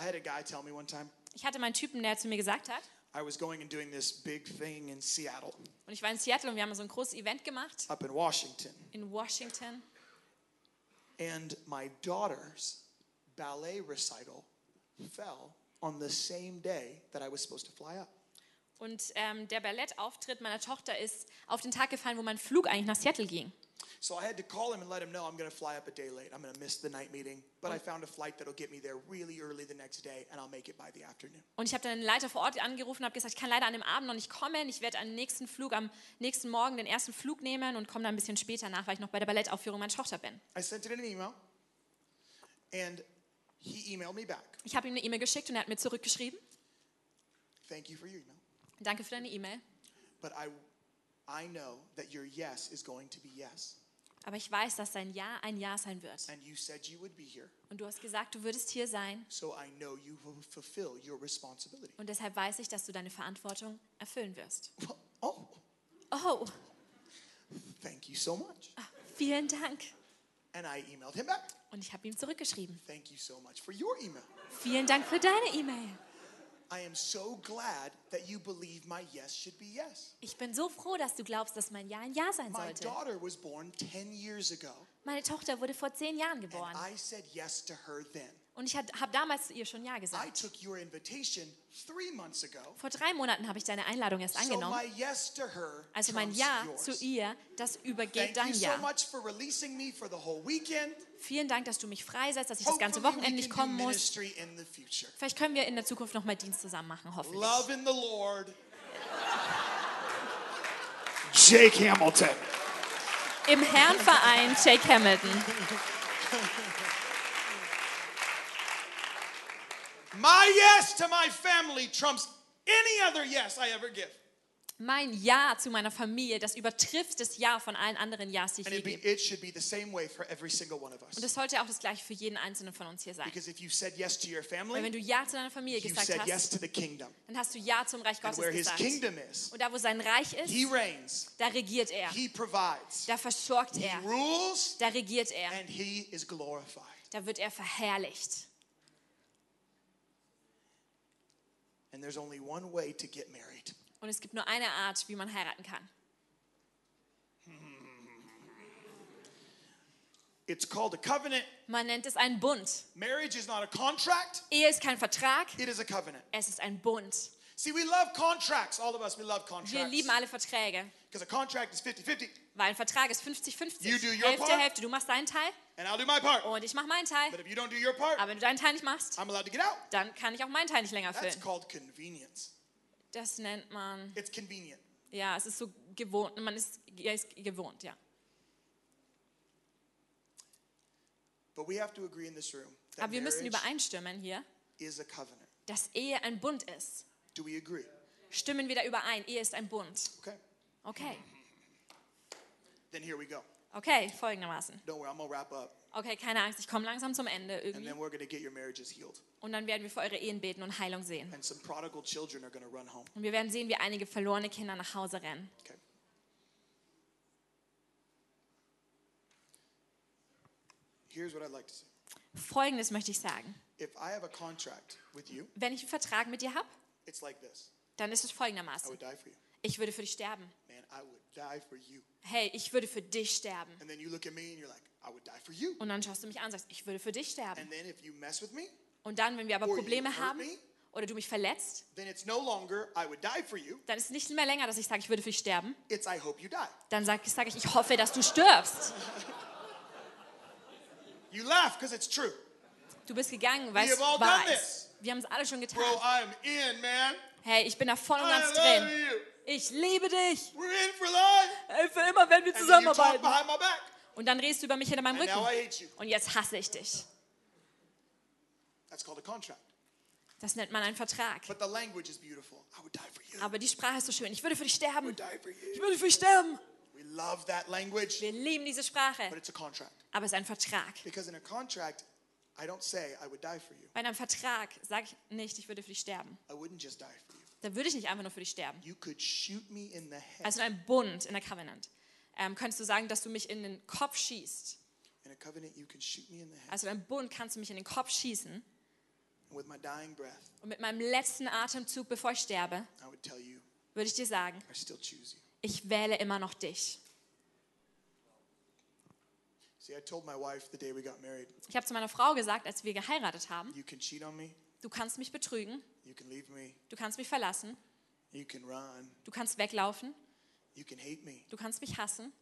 [SPEAKER 2] I had a guy tell me one time
[SPEAKER 3] Ich hatte meinen Typen, der zu mir gesagt hat,
[SPEAKER 2] I was going and doing this big thing in Seattle,
[SPEAKER 3] und ich war in Seattle und wir haben so ein großes Event gemacht
[SPEAKER 2] up in Washington,
[SPEAKER 3] in Washington.
[SPEAKER 2] and my daughter's ballet recital fell on the same day that I was supposed to fly up.
[SPEAKER 3] Und ähm, der Ballettauftritt meiner Tochter ist auf den Tag gefallen, wo mein Flug eigentlich nach Seattle ging.
[SPEAKER 2] So I had to call him and let him know I'm going to fly up a day late. I'm going to miss the night meeting, but I found a flight that'll get me there really early the next day, and I'll make it by the afternoon.
[SPEAKER 3] Und ich habe dann den Leiter vor Ort angerufen und habe gesagt, ich kann leider an dem Abend noch nicht kommen. Ich werde am nächsten Flug, am nächsten Morgen den ersten Flug nehmen und komme dann ein bisschen später nach, weil ich noch bei der Ballettaufführung meiner Tochter bin.
[SPEAKER 2] I sent it in an email, and he emailed me back.
[SPEAKER 3] Ich habe ihm eine E-Mail geschickt und er hat mir zurückgeschrieben.
[SPEAKER 2] Thank you for your email,
[SPEAKER 3] Danke für deine E-Mail.
[SPEAKER 2] but I, I know that your yes is going to be yes,
[SPEAKER 3] Aber ich weiß, dass sein Ja ein Ja sein wird.
[SPEAKER 2] and you said you would be here.
[SPEAKER 3] Und du hast gesagt, du würdest hier sein.
[SPEAKER 2] So I know you will fulfill your responsibility.
[SPEAKER 3] Und deshalb weiß ich, dass du deine Verantwortung erfüllen wirst.
[SPEAKER 2] Oh,
[SPEAKER 3] Oh,
[SPEAKER 2] thank you so much.
[SPEAKER 3] vielen Dank.
[SPEAKER 2] And I emailed him back.
[SPEAKER 3] Und ich habe ihm zurückgeschrieben.
[SPEAKER 2] Thank you so much for your email.
[SPEAKER 3] Vielen Dank für deine E-Mail.
[SPEAKER 2] I am so glad that you believe my yes should be yes.
[SPEAKER 3] Ich bin so froh, dass du glaubst, dass mein Ja ein Ja sein
[SPEAKER 2] My
[SPEAKER 3] sollte.
[SPEAKER 2] daughter was born 10 years ago,
[SPEAKER 3] Meine Tochter wurde vor zehn Jahren
[SPEAKER 2] and
[SPEAKER 3] geboren.
[SPEAKER 2] I said yes to her then.
[SPEAKER 3] Und ich habe damals zu ihr schon Ja
[SPEAKER 2] I
[SPEAKER 3] gesagt.
[SPEAKER 2] took your invitation three months ago.
[SPEAKER 3] Vor drei Monaten habe ich deine Einladung erst
[SPEAKER 2] So
[SPEAKER 3] angenommen.
[SPEAKER 2] my yes to her
[SPEAKER 3] Also mein
[SPEAKER 2] trumps
[SPEAKER 3] Ja
[SPEAKER 2] yours.
[SPEAKER 3] zu ihr, das
[SPEAKER 2] Thank
[SPEAKER 3] übergeht
[SPEAKER 2] you
[SPEAKER 3] dein
[SPEAKER 2] so
[SPEAKER 3] Ja.
[SPEAKER 2] much for releasing me for the whole weekend.
[SPEAKER 3] Vielen Dank, dass du mich freisetzt, dass ich das ganze
[SPEAKER 2] Hopefully we
[SPEAKER 3] Wochenende nicht
[SPEAKER 2] can do
[SPEAKER 3] kommen muss.
[SPEAKER 2] ministry in the future.
[SPEAKER 3] Vielleicht können wir in der Zukunft nochmal Dienst zusammen machen, hoffentlich.
[SPEAKER 2] Love in the Lord. Jake Hamilton.
[SPEAKER 3] Im Herrenverein Jake Hamilton.
[SPEAKER 2] My yes to my family trumps any other yes I ever give.
[SPEAKER 3] Mein Ja zu meiner Familie, das übertrifft das Ja von allen anderen Ja's, die ich
[SPEAKER 2] And
[SPEAKER 3] je
[SPEAKER 2] it, be,
[SPEAKER 3] gebe.
[SPEAKER 2] it should be the same way for every single one of
[SPEAKER 3] Und
[SPEAKER 2] us.
[SPEAKER 3] das sollte auch das gleiche für jeden einzelnen von uns hier sein.
[SPEAKER 2] Because if you said yes to your
[SPEAKER 3] Weil wenn
[SPEAKER 2] family,
[SPEAKER 3] du Ja zu deiner Familie
[SPEAKER 2] you
[SPEAKER 3] gesagt
[SPEAKER 2] said yes
[SPEAKER 3] hast,
[SPEAKER 2] to the kingdom.
[SPEAKER 3] dann hast du Ja zum Reich
[SPEAKER 2] And
[SPEAKER 3] Gottes
[SPEAKER 2] where his
[SPEAKER 3] gesagt.
[SPEAKER 2] kingdom is,
[SPEAKER 3] Und da, wo sein Reich
[SPEAKER 2] he
[SPEAKER 3] ist,
[SPEAKER 2] reigns,
[SPEAKER 3] da regiert er.
[SPEAKER 2] he provides,
[SPEAKER 3] Da versorgt
[SPEAKER 2] he
[SPEAKER 3] er.
[SPEAKER 2] rules,
[SPEAKER 3] Da regiert er.
[SPEAKER 2] and he is glorified.
[SPEAKER 3] Da wird er verherrlicht.
[SPEAKER 2] And there's only one way to get married.
[SPEAKER 3] Und es gibt nur eine Art, wie man heiraten kann.
[SPEAKER 2] It's called a covenant.
[SPEAKER 3] Man nennt es einen Bund.
[SPEAKER 2] Marriage is not a contract,
[SPEAKER 3] Ehe ist kein Vertrag,
[SPEAKER 2] it is a covenant.
[SPEAKER 3] es ist ein Bund.
[SPEAKER 2] See, we love contracts. All of us, we love
[SPEAKER 3] Wir
[SPEAKER 2] contracts.
[SPEAKER 3] lieben alle Verträge,
[SPEAKER 2] Because a contract is 50 50,
[SPEAKER 3] weil ein Vertrag ist
[SPEAKER 2] You do
[SPEAKER 3] 50-50.
[SPEAKER 2] your
[SPEAKER 3] Hälfte,
[SPEAKER 2] part.
[SPEAKER 3] Hälfte. Du machst deinen Teil
[SPEAKER 2] and I'll do my part.
[SPEAKER 3] und ich mache meinen Teil.
[SPEAKER 2] But if you don't do your part,
[SPEAKER 3] Aber wenn du deinen Teil nicht machst,
[SPEAKER 2] I'm allowed to get out.
[SPEAKER 3] dann kann ich auch meinen Teil nicht länger
[SPEAKER 2] That's
[SPEAKER 3] erfüllen.
[SPEAKER 2] called convenience.
[SPEAKER 3] Das nennt man,
[SPEAKER 2] It's convenient.
[SPEAKER 3] ja, es ist so gewohnt. Man ist, ja, ist gewohnt, ja.
[SPEAKER 2] But we have to agree in this room that
[SPEAKER 3] Aber wir müssen
[SPEAKER 2] marriage
[SPEAKER 3] übereinstimmen hier,
[SPEAKER 2] is a covenant.
[SPEAKER 3] dass Ehe ein Bund ist.
[SPEAKER 2] Do we agree?
[SPEAKER 3] Stimmen wir da überein? Ehe ist ein Bund.
[SPEAKER 2] Okay.
[SPEAKER 3] Okay.
[SPEAKER 2] Then here we go.
[SPEAKER 3] Okay, folgendermaßen.
[SPEAKER 2] Don't worry, I'm going to wrap up.
[SPEAKER 3] Okay, keine Angst, ich komme langsam zum Ende
[SPEAKER 2] And
[SPEAKER 3] irgendwie.
[SPEAKER 2] then we're going to get your marriages healed.
[SPEAKER 3] Und dann werden wir für eure Ehen beten und Heilung sehen.
[SPEAKER 2] And some prodigal children are going to run home.
[SPEAKER 3] Und wir werden sehen, wie einige verlorene Kinder nach Hause rennen.
[SPEAKER 2] Okay. Here's what I'd like to say.
[SPEAKER 3] Folgendes möchte ich sagen.
[SPEAKER 2] If I have a contract with you,
[SPEAKER 3] Wenn ich einen Vertrag mit dir habe,
[SPEAKER 2] it's like this.
[SPEAKER 3] dann ist es
[SPEAKER 2] I
[SPEAKER 3] folgendermaßen.
[SPEAKER 2] would die for you.
[SPEAKER 3] Ich würde für dich sterben.
[SPEAKER 2] Man, I would die for you.
[SPEAKER 3] Hey, ich würde für dich sterben.
[SPEAKER 2] And then you look at me and you're like, I would die for you.
[SPEAKER 3] Und dann schaust du mich an und sagst, ich würde für dich
[SPEAKER 2] And
[SPEAKER 3] sterben.
[SPEAKER 2] then if you mess with me,
[SPEAKER 3] Und dann, wenn wir aber
[SPEAKER 2] Or you
[SPEAKER 3] Probleme
[SPEAKER 2] hurt
[SPEAKER 3] haben
[SPEAKER 2] me?
[SPEAKER 3] oder du mich verletzt,
[SPEAKER 2] then it's no longer I would die for you.
[SPEAKER 3] dann ist es nicht mehr länger, dass ich sage, ich würde für dich sterben.
[SPEAKER 2] It's I hope you die.
[SPEAKER 3] Dann sage sag ich, ich hoffe, dass du stirbst.
[SPEAKER 2] You laugh because it's true.
[SPEAKER 3] Du bist gegangen, weil
[SPEAKER 2] We
[SPEAKER 3] es
[SPEAKER 2] have all
[SPEAKER 3] wahr
[SPEAKER 2] done
[SPEAKER 3] ist. Wir haben es alle schon getan.
[SPEAKER 2] Bro, I'm in, man.
[SPEAKER 3] Hey, ich bin da voll und
[SPEAKER 2] I
[SPEAKER 3] ganz
[SPEAKER 2] love
[SPEAKER 3] drin.
[SPEAKER 2] you.
[SPEAKER 3] Ich liebe dich.
[SPEAKER 2] We're in for life.
[SPEAKER 3] Ey, Für immer, wenn wir
[SPEAKER 2] And then you talk
[SPEAKER 3] zusammenarbeiten.
[SPEAKER 2] behind my back.
[SPEAKER 3] Und dann redest du über mich hinter meinem
[SPEAKER 2] And now I
[SPEAKER 3] Rücken.
[SPEAKER 2] hate you.
[SPEAKER 3] Und jetzt hasse ich dich.
[SPEAKER 2] That's called a contract.
[SPEAKER 3] Das nennt man einen Vertrag.
[SPEAKER 2] But the language is beautiful. I would die for you. I
[SPEAKER 3] Aber die Sprache ist so schön. Ich würde für dich sterben.
[SPEAKER 2] would die for
[SPEAKER 3] Ich
[SPEAKER 2] you.
[SPEAKER 3] würde für dich sterben.
[SPEAKER 2] We love that language,
[SPEAKER 3] Wir lieben diese
[SPEAKER 2] but
[SPEAKER 3] Sprache.
[SPEAKER 2] it's a contract.
[SPEAKER 3] Aber es ist ein Vertrag.
[SPEAKER 2] Because in a contract, I don't say I would die for you.
[SPEAKER 3] Bei einem Vertrag sage ich nicht, ich würde für dich sterben.
[SPEAKER 2] I wouldn't just die for you.
[SPEAKER 3] Da würde ich nicht einfach nur für dich sterben.
[SPEAKER 2] You could shoot me in the head
[SPEAKER 3] Also in einem Bund, in der Covenant, ähm, könntest du sagen, dass du mich in den Kopf schießt.
[SPEAKER 2] in a covenant. You can shoot me in the head
[SPEAKER 3] Also in einem Bund kannst du mich in den Kopf schießen.
[SPEAKER 2] And with my dying breath.
[SPEAKER 3] Und mit meinem letzten Atemzug, bevor ich sterbe,
[SPEAKER 2] I would tell you
[SPEAKER 3] würde ich dir sagen,
[SPEAKER 2] I still choose you.
[SPEAKER 3] ich wähle immer noch dich.
[SPEAKER 2] See, I told my wife the day we got married,
[SPEAKER 3] Ich habe zu meiner Frau gesagt, als wir geheiratet haben,
[SPEAKER 2] you can cheat on me,
[SPEAKER 3] du kannst mich betrügen,
[SPEAKER 2] you can leave me,
[SPEAKER 3] du kannst mich verlassen,
[SPEAKER 2] you can run,
[SPEAKER 3] du kannst weglaufen,
[SPEAKER 2] you can hate me,
[SPEAKER 3] du kannst mich hassen,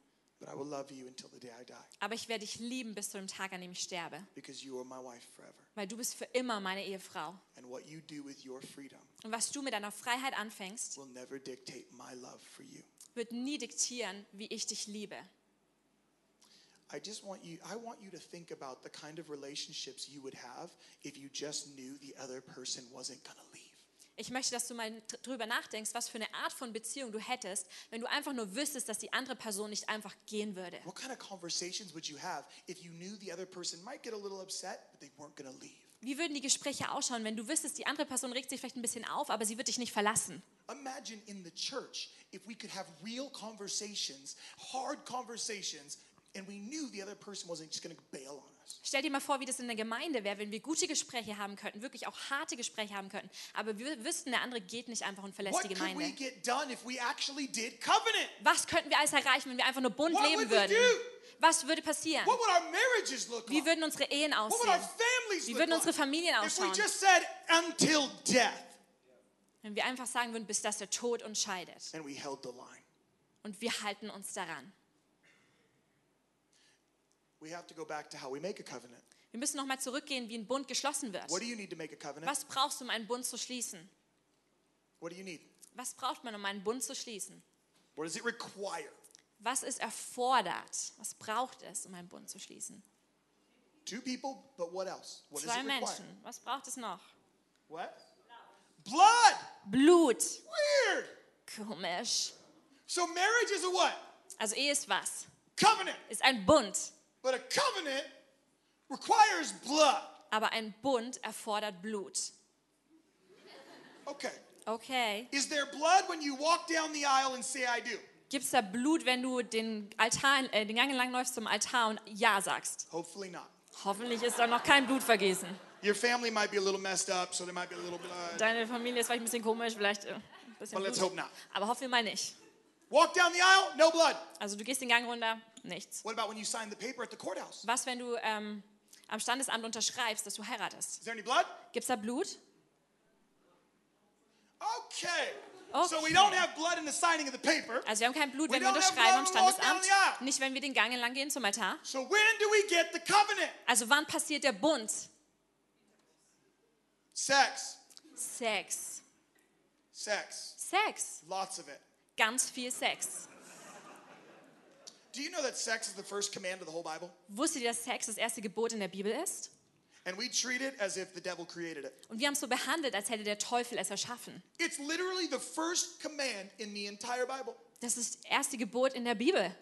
[SPEAKER 2] but I will love you until the day I die
[SPEAKER 3] aber ich werde dich lieben bis zu dem Tag, an dem ich sterbe,
[SPEAKER 2] because you are my wife forever.
[SPEAKER 3] weil du bist für immer meine Ehefrau.
[SPEAKER 2] And what you do with your freedom
[SPEAKER 3] Und was du mit deiner Freiheit anfängst,
[SPEAKER 2] will never dictate my love for you.
[SPEAKER 3] wird nie diktieren, wie ich dich liebe.
[SPEAKER 2] I just want you I want you to think about the kind of relationships you would have if you just knew the other person wasn't going to leave.
[SPEAKER 3] Ich möchte, dass du mal dr- drüber nachdenkst, was für eine Art von Beziehung du hättest, wenn du einfach nur wüsstest, dass die andere Person nicht einfach gehen würde.
[SPEAKER 2] What kind of conversations would you have if you knew the other person might get a little upset but they weren't going to leave?
[SPEAKER 3] Wie würden die Gespräche ausschauen, wenn du wüsstest, die andere Person regt sich vielleicht ein bisschen auf, aber sie wird dich nicht verlassen?
[SPEAKER 2] Imagine in the church if we could have real conversations, hard conversations, and we knew the other person wasn't just going to bail on us.
[SPEAKER 3] Stell dir mal vor, wie das in der Gemeinde wäre, wenn wir gute Gespräche haben könnten, wirklich auch harte Gespräche haben könnten, aber wir wüssten, der andere geht nicht einfach und verlässt
[SPEAKER 2] What
[SPEAKER 3] die
[SPEAKER 2] could we
[SPEAKER 3] Gemeinde.
[SPEAKER 2] get done if we actually did covenant?
[SPEAKER 3] Was könnten wir alles erreichen, wenn wir einfach nur bunt
[SPEAKER 2] What
[SPEAKER 3] leben
[SPEAKER 2] would we
[SPEAKER 3] würden?
[SPEAKER 2] do?
[SPEAKER 3] Was würde passieren?
[SPEAKER 2] What would our marriages look
[SPEAKER 3] Wie
[SPEAKER 2] like?
[SPEAKER 3] würden unsere Ehen
[SPEAKER 2] What would our
[SPEAKER 3] aussehen?
[SPEAKER 2] families
[SPEAKER 3] Wie
[SPEAKER 2] look
[SPEAKER 3] würden
[SPEAKER 2] like?
[SPEAKER 3] unsere Familien
[SPEAKER 2] If we
[SPEAKER 3] ausschauen?
[SPEAKER 2] just said until death
[SPEAKER 3] Wenn wir einfach sagen würden, bis dass der Tod uns scheidet.
[SPEAKER 2] and we held the line.
[SPEAKER 3] Und wir halten uns daran.
[SPEAKER 2] We have to go back to how we make a covenant.
[SPEAKER 3] Wir müssen nochmal zurückgehen, wie ein Bund geschlossen wird.
[SPEAKER 2] What do you need to make a covenant?
[SPEAKER 3] Was brauchst du, um einen Bund zu schließen?
[SPEAKER 2] What do you need?
[SPEAKER 3] Was braucht man, um einen Bund zu schließen?
[SPEAKER 2] What does it require?
[SPEAKER 3] Was ist erfordert? Was braucht es, um einen Bund zu schließen?
[SPEAKER 2] Two people, but what else? What does
[SPEAKER 3] Zwei
[SPEAKER 2] it require?
[SPEAKER 3] Menschen. Was braucht es noch?
[SPEAKER 2] What? Blood.
[SPEAKER 3] Blut.
[SPEAKER 2] Weird.
[SPEAKER 3] Komisch.
[SPEAKER 2] So marriage is a what?
[SPEAKER 3] Also Ehe ist was?
[SPEAKER 2] Covenant.
[SPEAKER 3] Ist ein Bund.
[SPEAKER 2] But a covenant requires blood.
[SPEAKER 3] Aber ein Bund erfordert Blut.
[SPEAKER 2] Okay.
[SPEAKER 3] Okay.
[SPEAKER 2] Is there blood when you walk down the aisle and say I do?
[SPEAKER 3] Gibt es da Blut, wenn du den, Altar, äh, den Gang lang läufst zum Altar und Ja sagst?
[SPEAKER 2] Hopefully not.
[SPEAKER 3] Hoffentlich ist da noch kein Blut vergießen.
[SPEAKER 2] Your family might be a little messed up, so there might be a little blood.
[SPEAKER 3] Deine Familie ist vielleicht ein bisschen komisch, vielleicht äh, ein bisschen
[SPEAKER 2] But let's
[SPEAKER 3] Blut.
[SPEAKER 2] hope not.
[SPEAKER 3] Aber hoffen wir mal nicht.
[SPEAKER 2] Walk down the aisle, no blood.
[SPEAKER 3] Also du gehst den Gang runter, nichts.
[SPEAKER 2] What about when you sign the paper at the courthouse?
[SPEAKER 3] Was, wenn du ähm, am Standesamt unterschreibst, dass du heiratest?
[SPEAKER 2] Is there any blood?
[SPEAKER 3] Gibt es da Blut?
[SPEAKER 2] Okay.
[SPEAKER 3] Okay.
[SPEAKER 2] So we don't have blood in the signing of the paper.
[SPEAKER 3] Also wir haben kein Blut,
[SPEAKER 2] We
[SPEAKER 3] wenn wir
[SPEAKER 2] don't have
[SPEAKER 3] unterschreiben am
[SPEAKER 2] blood when we walk down
[SPEAKER 3] Standesamt.
[SPEAKER 2] the aisle.
[SPEAKER 3] Nicht, wenn wir den Gang entlang gehen zum Altar.
[SPEAKER 2] So when do we get the covenant?
[SPEAKER 3] Also wann passiert der Bund?
[SPEAKER 2] Sex.
[SPEAKER 3] Sex.
[SPEAKER 2] Sex.
[SPEAKER 3] Sex.
[SPEAKER 2] Lots of it.
[SPEAKER 3] Ganz viel Sex.
[SPEAKER 2] Do you know that sex is the first command of the whole Bible?
[SPEAKER 3] Wusstet ihr, dass Sex das erste Gebot in der Bibel ist?
[SPEAKER 2] And we treat it as if the devil created it.
[SPEAKER 3] Und wir haben es so behandelt, als hätte der Teufel es erschaffen.
[SPEAKER 2] It's literally the first command in the entire Bible.
[SPEAKER 3] Das ist das erste Gebot in der Bibel.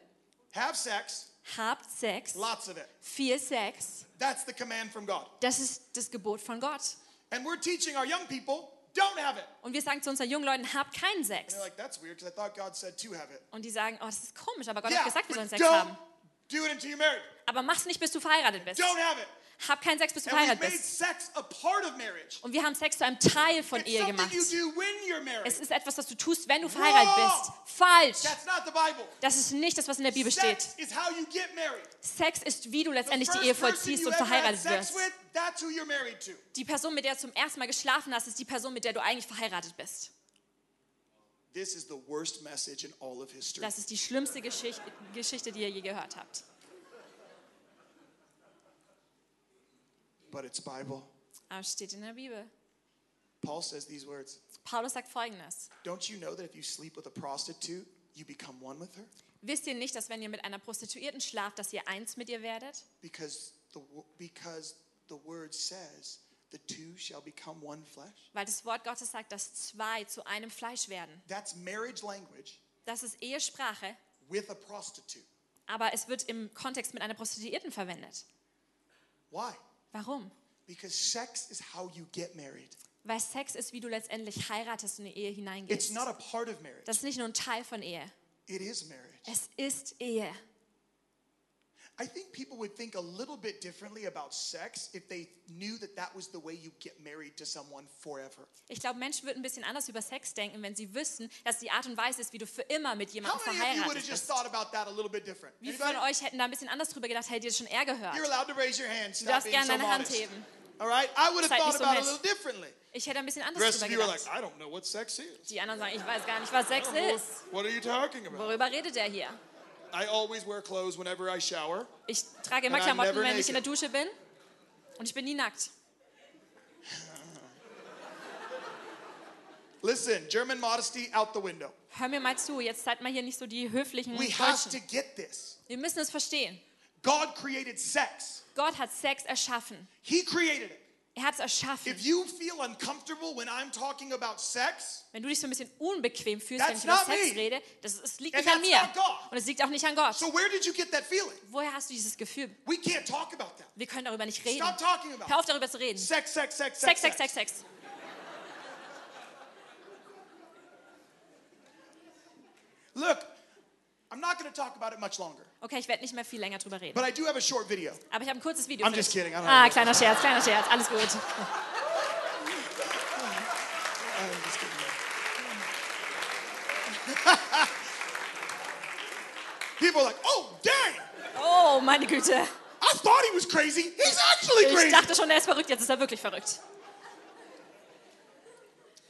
[SPEAKER 2] Have sex,
[SPEAKER 3] Habt Sex.
[SPEAKER 2] lots of it.
[SPEAKER 3] Viel Sex.
[SPEAKER 2] That's the command from God.
[SPEAKER 3] Das ist das Gebot von Gott.
[SPEAKER 2] And we're teaching our young people, don't have it.
[SPEAKER 3] Und wir sagen zu unseren jungen Leuten, habt keinen Sex.
[SPEAKER 2] They're like, that's weird because I thought God said to have it.
[SPEAKER 3] Und die sagen, oh, das ist komisch, aber Gott
[SPEAKER 2] Yeah,
[SPEAKER 3] hat gesagt, wir sollen
[SPEAKER 2] but
[SPEAKER 3] Sex
[SPEAKER 2] don't
[SPEAKER 3] haben.
[SPEAKER 2] do it until you're married.
[SPEAKER 3] Aber mach's nicht, bis du verheiratet bist.
[SPEAKER 2] Don't have it.
[SPEAKER 3] Hab keinen Sex, bis du
[SPEAKER 2] And we've
[SPEAKER 3] verheiratet
[SPEAKER 2] made
[SPEAKER 3] bist.
[SPEAKER 2] sex a part of marriage.
[SPEAKER 3] Und wir haben Sex zu einem Teil von
[SPEAKER 2] It's
[SPEAKER 3] Ehe
[SPEAKER 2] something
[SPEAKER 3] gemacht.
[SPEAKER 2] you do when you're married.
[SPEAKER 3] Es ist etwas, was du tust, wenn du verheiratet bist.
[SPEAKER 2] Wrong.
[SPEAKER 3] Falsch.
[SPEAKER 2] That's not the Bible.
[SPEAKER 3] Das ist nicht das, was in der Bibel steht.
[SPEAKER 2] Sex is how you get married.
[SPEAKER 3] Sex ist, wie du letztendlich die
[SPEAKER 2] first
[SPEAKER 3] Ehe
[SPEAKER 2] person
[SPEAKER 3] vollziehst
[SPEAKER 2] you
[SPEAKER 3] und
[SPEAKER 2] ever had
[SPEAKER 3] verheiratet
[SPEAKER 2] sex
[SPEAKER 3] wirst.
[SPEAKER 2] with, that's who you're married to.
[SPEAKER 3] Die Person, mit der du zum ersten Mal geschlafen hast, ist die Person, mit der du eigentlich verheiratet bist.
[SPEAKER 2] This is the worst message in all of history.
[SPEAKER 3] Das ist die schlimmste Geschichte, Geschichte die ihr je gehört habt.
[SPEAKER 2] But it's Bible.
[SPEAKER 3] Aber es steht in der Bibel.
[SPEAKER 2] Paul says these words.
[SPEAKER 3] Paulus sagt folgendes.
[SPEAKER 2] Don't you know that if you sleep with a prostitute, you become one with her?
[SPEAKER 3] Wisst ihr nicht, dass wenn ihr mit einer Prostituierten schlaft, dass ihr eins mit ihr werdet?
[SPEAKER 2] Because the wo- because the word says the two shall become one flesh.
[SPEAKER 3] Weil das Wort Gottes sagt, dass zwei zu einem Fleisch werden.
[SPEAKER 2] That's marriage language
[SPEAKER 3] Das ist Ehesprache,
[SPEAKER 2] with a prostitute.
[SPEAKER 3] aber es wird im Kontext mit einer Prostituierten verwendet.
[SPEAKER 2] Why?
[SPEAKER 3] Warum?
[SPEAKER 2] Because sex is how you get married.
[SPEAKER 3] Weil Sex ist, wie du letztendlich heiratest und in die Ehe
[SPEAKER 2] It's
[SPEAKER 3] hineingehst.
[SPEAKER 2] not a part of marriage.
[SPEAKER 3] Das ist nicht nur ein Teil von Ehe.
[SPEAKER 2] It is marriage.
[SPEAKER 3] Es ist Ehe.
[SPEAKER 2] I think people would think a little bit differently about sex if they knew that that was the way you get married to someone forever.
[SPEAKER 3] Ich glaube, Menschen würden ein bisschen anders über Sex denken, wenn sie wüssten, dass die Art und Weise ist, wie du für immer mit
[SPEAKER 2] How
[SPEAKER 3] jemandem
[SPEAKER 2] many of you would
[SPEAKER 3] verheiratet
[SPEAKER 2] have just
[SPEAKER 3] bist.
[SPEAKER 2] thought about that a little bit different?
[SPEAKER 3] Wie viele
[SPEAKER 2] Anybody?
[SPEAKER 3] von euch hätten da ein bisschen anders drüber gedacht, hättet ihr das schon eher gehört?
[SPEAKER 2] You're allowed to raise your hand.
[SPEAKER 3] Du
[SPEAKER 2] Stop
[SPEAKER 3] darfst
[SPEAKER 2] being
[SPEAKER 3] gerne
[SPEAKER 2] so
[SPEAKER 3] deine Hand
[SPEAKER 2] modest.
[SPEAKER 3] heben.
[SPEAKER 2] All right, I would have
[SPEAKER 3] Seid
[SPEAKER 2] thought
[SPEAKER 3] nicht so
[SPEAKER 2] about it a
[SPEAKER 3] nett.
[SPEAKER 2] little differently.
[SPEAKER 3] Ich hätte ein bisschen
[SPEAKER 2] The
[SPEAKER 3] anders
[SPEAKER 2] rest
[SPEAKER 3] drüber
[SPEAKER 2] of you are
[SPEAKER 3] gedacht.
[SPEAKER 2] like, I don't know what sex is.
[SPEAKER 3] Die anderen sagen, ich weiß gar nicht, was Sex ist.
[SPEAKER 2] What are you talking about?
[SPEAKER 3] Worüber redet er hier?
[SPEAKER 2] I always wear clothes whenever I shower.
[SPEAKER 3] Ich trage immer
[SPEAKER 2] And I'm
[SPEAKER 3] Klamotten,
[SPEAKER 2] never
[SPEAKER 3] wenn ich in der
[SPEAKER 2] naked.
[SPEAKER 3] Dusche bin. Und ich bin nie nackt.
[SPEAKER 2] Listen, German modesty out the window.
[SPEAKER 3] Hör mir mal zu, jetzt seid mal hier nicht so die höflichen
[SPEAKER 2] We have to
[SPEAKER 3] Deutschen.
[SPEAKER 2] get this.
[SPEAKER 3] Wir müssen es verstehen.
[SPEAKER 2] God created sex.
[SPEAKER 3] Gott hat Sex erschaffen.
[SPEAKER 2] He created it.
[SPEAKER 3] Er hat es erschaffen.
[SPEAKER 2] If you feel uncomfortable when I'm talking about sex,
[SPEAKER 3] Wenn du dich so ein bisschen unbequem fühlst, wenn
[SPEAKER 2] That's
[SPEAKER 3] ich über
[SPEAKER 2] not me.
[SPEAKER 3] Sex rede, das, das liegt
[SPEAKER 2] And
[SPEAKER 3] nicht an
[SPEAKER 2] that's
[SPEAKER 3] mir.
[SPEAKER 2] not God.
[SPEAKER 3] Und es liegt auch nicht an Gott.
[SPEAKER 2] so where did you get that feeling?
[SPEAKER 3] Woher hast du dieses Gefühl?
[SPEAKER 2] We can't talk about that.
[SPEAKER 3] Wir können darüber nicht reden.
[SPEAKER 2] Stop talking about
[SPEAKER 3] Hör auf, darüber zu reden.
[SPEAKER 2] Sex, sex, sex, sex,
[SPEAKER 3] Sex, Sex, Sex, Sex.
[SPEAKER 2] Look, I'm not going to talk about it much longer,
[SPEAKER 3] Okay, ich werde nicht mehr viel länger drüber reden.
[SPEAKER 2] but I do have a short video.
[SPEAKER 3] Aber ich habe ein kurzes Video.
[SPEAKER 2] I'm
[SPEAKER 3] für
[SPEAKER 2] just
[SPEAKER 3] dich.
[SPEAKER 2] kidding, I don't
[SPEAKER 3] Ah,
[SPEAKER 2] know.
[SPEAKER 3] kleiner Scherz, kleiner Scherz. Alles gut.
[SPEAKER 2] I'm just kidding. People are like, oh, dang,
[SPEAKER 3] Oh, meine Güte.
[SPEAKER 2] I thought he was crazy. He's actually
[SPEAKER 3] Ich
[SPEAKER 2] crazy.
[SPEAKER 3] dachte schon, er ist verrückt. Jetzt ist er wirklich verrückt.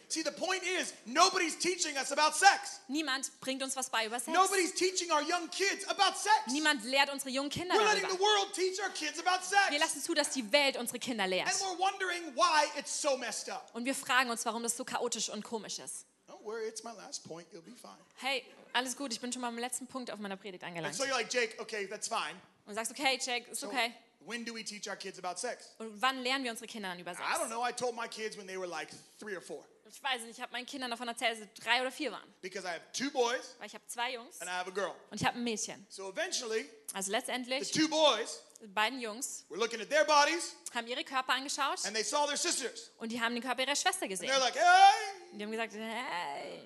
[SPEAKER 2] See, the point is, nobody's teaching us about sex.
[SPEAKER 3] Niemand bringt uns was bei über Sex.
[SPEAKER 2] Nobody's teaching our young kids about sex.
[SPEAKER 3] Niemand lehrt unsere jungen Kinder
[SPEAKER 2] We're letting the
[SPEAKER 3] darüber.
[SPEAKER 2] world teach our kids about
[SPEAKER 3] Wir
[SPEAKER 2] sex.
[SPEAKER 3] lassen zu, dass die Welt unsere Kinder lehrt.
[SPEAKER 2] And we're wondering why it's so messed up.
[SPEAKER 3] Und wir fragen uns, warum das so chaotisch und komisch ist.
[SPEAKER 2] Don't worry, it's my last point. You'll be fine.
[SPEAKER 3] Hey, alles gut, ich bin schon mal am letzten Punkt auf meiner Predigt
[SPEAKER 2] And
[SPEAKER 3] angelangt.
[SPEAKER 2] so you're like, Jake, okay, that's fine.
[SPEAKER 3] Und sagst, okay, Jack, ist
[SPEAKER 2] So
[SPEAKER 3] okay.
[SPEAKER 2] When do we teach our kids about sex?
[SPEAKER 3] Und wann lernen wir unsere Kindern über Sex?
[SPEAKER 2] I don't know. I told my kids when they were like three or four
[SPEAKER 3] Ich weiß nicht, ich habe meinen Kindern davon erzählt, als sie drei oder vier waren.
[SPEAKER 2] because I have two boys
[SPEAKER 3] Weil ich habe zwei Jungs
[SPEAKER 2] and I have a girl.
[SPEAKER 3] und ich habe ein Mädchen.
[SPEAKER 2] So eventually,
[SPEAKER 3] Also
[SPEAKER 2] the
[SPEAKER 3] letztendlich,
[SPEAKER 2] two boys
[SPEAKER 3] die beiden Jungs
[SPEAKER 2] were looking at their bodies
[SPEAKER 3] haben ihre Körper angeschaut
[SPEAKER 2] and they saw their sisters.
[SPEAKER 3] und die haben den Körper ihrer Schwester
[SPEAKER 2] And
[SPEAKER 3] gesehen.
[SPEAKER 2] they're like, hey!
[SPEAKER 3] Und die haben gesagt, hey.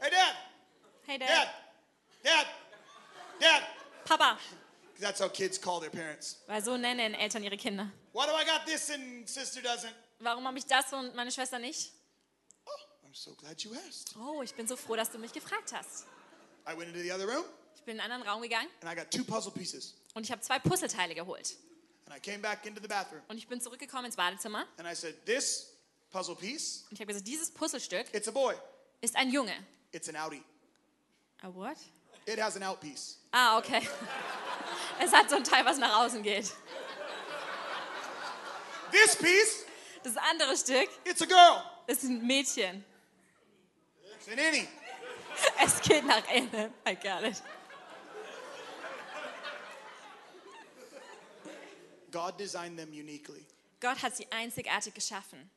[SPEAKER 2] Hey, Dad!
[SPEAKER 3] Hey, Dad.
[SPEAKER 2] Dad! Dad! Dad!
[SPEAKER 3] Papa.
[SPEAKER 2] 'Cause That's how kids call their parents.
[SPEAKER 3] Weil so nennen Eltern ihre Kinder.
[SPEAKER 2] Why do I got this and sister doesn't?
[SPEAKER 3] Warum habe ich das und meine Schwester nicht?
[SPEAKER 2] Oh, I'm so glad you asked.
[SPEAKER 3] Oh, ich bin so froh, dass du mich gefragt hast.
[SPEAKER 2] I went into the other room
[SPEAKER 3] Ich bin in einen anderen Raum gegangen
[SPEAKER 2] and I got two puzzle pieces.
[SPEAKER 3] und ich habe zwei Puzzleteile geholt.
[SPEAKER 2] And I came back into the bathroom
[SPEAKER 3] Und ich bin zurückgekommen ins Badezimmer
[SPEAKER 2] and I said, This puzzle piece,
[SPEAKER 3] und ich habe gesagt, dieses Puzzlestück
[SPEAKER 2] it's a boy.
[SPEAKER 3] ist ein Junge.
[SPEAKER 2] It's an outie.
[SPEAKER 3] A what?
[SPEAKER 2] It has an out piece.
[SPEAKER 3] Ah, okay. Es hat so ein Teil, was nach außen geht.
[SPEAKER 2] This piece,
[SPEAKER 3] Das andere Stück
[SPEAKER 2] it's a girl.
[SPEAKER 3] ist ein Mädchen.
[SPEAKER 2] It's an innie.
[SPEAKER 3] Es geht nach innen. I got it.
[SPEAKER 2] God designed them uniquely.
[SPEAKER 3] Gott hat sie einzigartig geschaffen.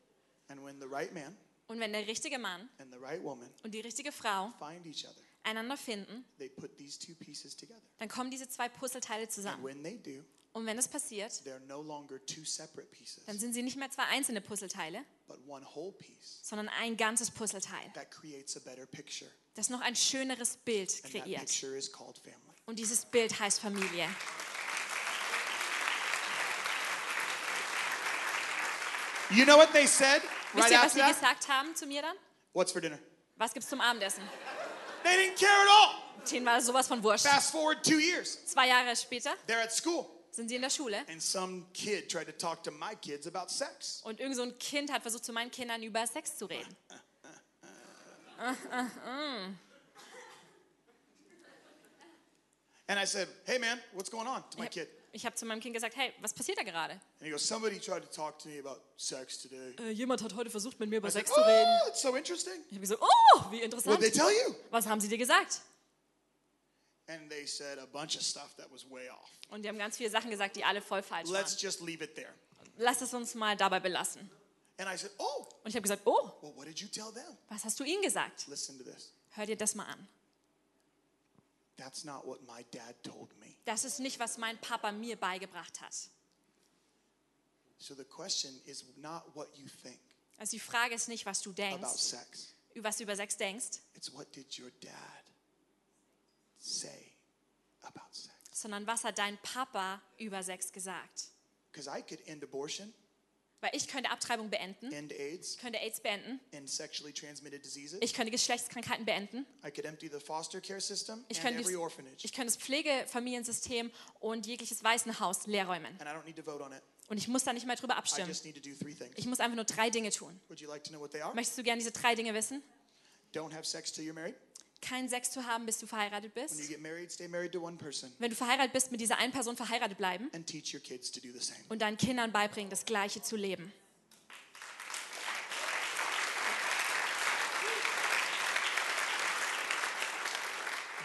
[SPEAKER 2] And when the right man
[SPEAKER 3] Und wenn der richtige Mann
[SPEAKER 2] and the right woman
[SPEAKER 3] und die richtige Frau
[SPEAKER 2] find each other,
[SPEAKER 3] einander finden,
[SPEAKER 2] they put these two pieces together.
[SPEAKER 3] dann kommen diese zwei Puzzleteile
[SPEAKER 2] And
[SPEAKER 3] zusammen.
[SPEAKER 2] when they do,
[SPEAKER 3] Und wenn das passiert,
[SPEAKER 2] they're no longer two separate pieces,
[SPEAKER 3] dann sind sie nicht mehr zwei einzelne Puzzleteile,
[SPEAKER 2] but one whole piece
[SPEAKER 3] sondern ein ganzes Puzzleteil,
[SPEAKER 2] that creates a better picture.
[SPEAKER 3] das noch ein schöneres Bild
[SPEAKER 2] And that
[SPEAKER 3] kreiert.
[SPEAKER 2] picture is called family.
[SPEAKER 3] Und dieses Bild heißt Familie.
[SPEAKER 2] You know what they said
[SPEAKER 3] Wisst
[SPEAKER 2] right
[SPEAKER 3] ihr, was
[SPEAKER 2] after
[SPEAKER 3] sie
[SPEAKER 2] that?
[SPEAKER 3] gesagt haben zu mir dann?
[SPEAKER 2] What's for dinner?
[SPEAKER 3] Was gibt's zum Abendessen?
[SPEAKER 2] They didn't care at all.
[SPEAKER 3] Denen war sowas von wurscht.
[SPEAKER 2] Fast forward two years,
[SPEAKER 3] Zwei Jahre später
[SPEAKER 2] they're at school,
[SPEAKER 3] sind sie in der Schule
[SPEAKER 2] and some kid tried to talk to my kids about sex.
[SPEAKER 3] und irgend so ein Kind hat versucht, zu meinen Kindern über Sex zu reden.
[SPEAKER 2] And I said, Hey man, what's going on to my
[SPEAKER 3] Ich
[SPEAKER 2] kid?
[SPEAKER 3] hab- Ich habe zu meinem Kind gesagt, hey, was passiert da gerade?
[SPEAKER 2] And he goes, Somebody tried to talk to me about sex today.
[SPEAKER 3] Äh, jemand hat heute versucht, mit mir über
[SPEAKER 2] I said,
[SPEAKER 3] Sex zu reden.
[SPEAKER 2] oh, it's so interesting.
[SPEAKER 3] Ich habe gesagt, oh, wie
[SPEAKER 2] What
[SPEAKER 3] interessant.
[SPEAKER 2] did they tell you?
[SPEAKER 3] Was haben sie dir gesagt?
[SPEAKER 2] And they said a bunch of stuff that was way off.
[SPEAKER 3] Und die haben ganz viele Sachen gesagt, die alle voll falsch
[SPEAKER 2] Let's
[SPEAKER 3] waren.
[SPEAKER 2] just leave it there.
[SPEAKER 3] Lass es uns mal dabei belassen.
[SPEAKER 2] And I said, Oh,
[SPEAKER 3] Und ich habe gesagt, oh,
[SPEAKER 2] well, what did you tell them?
[SPEAKER 3] was hast du ihnen gesagt?
[SPEAKER 2] Listen to this.
[SPEAKER 3] Hör dir das mal an.
[SPEAKER 2] That's not what my dad told me.
[SPEAKER 3] Das ist nicht, was mein Papa mir beigebracht hat.
[SPEAKER 2] So the question is not what you think
[SPEAKER 3] Also die Frage ist nicht, was du
[SPEAKER 2] about
[SPEAKER 3] denkst,
[SPEAKER 2] sex,
[SPEAKER 3] über was du über Sex denkst,
[SPEAKER 2] it's what did your dad say about sex?
[SPEAKER 3] sondern was hat dein Papa über Sex gesagt?
[SPEAKER 2] Because I could end abortion,
[SPEAKER 3] Weil ich könnte Abtreibung beenden,
[SPEAKER 2] end AIDS,
[SPEAKER 3] ich könnte AIDS beenden,
[SPEAKER 2] end sexually transmitted diseases.
[SPEAKER 3] ich könnte Geschlechtskrankheiten beenden,
[SPEAKER 2] I could empty the foster care system
[SPEAKER 3] ich
[SPEAKER 2] and
[SPEAKER 3] könnte,
[SPEAKER 2] every
[SPEAKER 3] dies-
[SPEAKER 2] orphanage.
[SPEAKER 3] ich könnte das Pflegefamiliensystem und jegliches Waisenhaus leerräumen.
[SPEAKER 2] And I don't need to vote on it.
[SPEAKER 3] Und ich muss da nicht mehr drüber
[SPEAKER 2] I
[SPEAKER 3] abstimmen.
[SPEAKER 2] just need to do three things.
[SPEAKER 3] Ich muss einfach nur drei Dinge tun.
[SPEAKER 2] Would you like to know what they are?
[SPEAKER 3] Möchtest du gerne diese drei Dinge wissen?
[SPEAKER 2] Don't have sex till you're married.
[SPEAKER 3] Keinen Sex zu haben, bis du verheiratet
[SPEAKER 2] When you
[SPEAKER 3] bist.
[SPEAKER 2] get married, stay married to one person
[SPEAKER 3] Wenn du verheiratet bist, mit dieser einen Person verheiratet bleiben
[SPEAKER 2] and teach your kids to do the same.
[SPEAKER 3] und deinen Kindern beibringen, das Gleiche zu leben.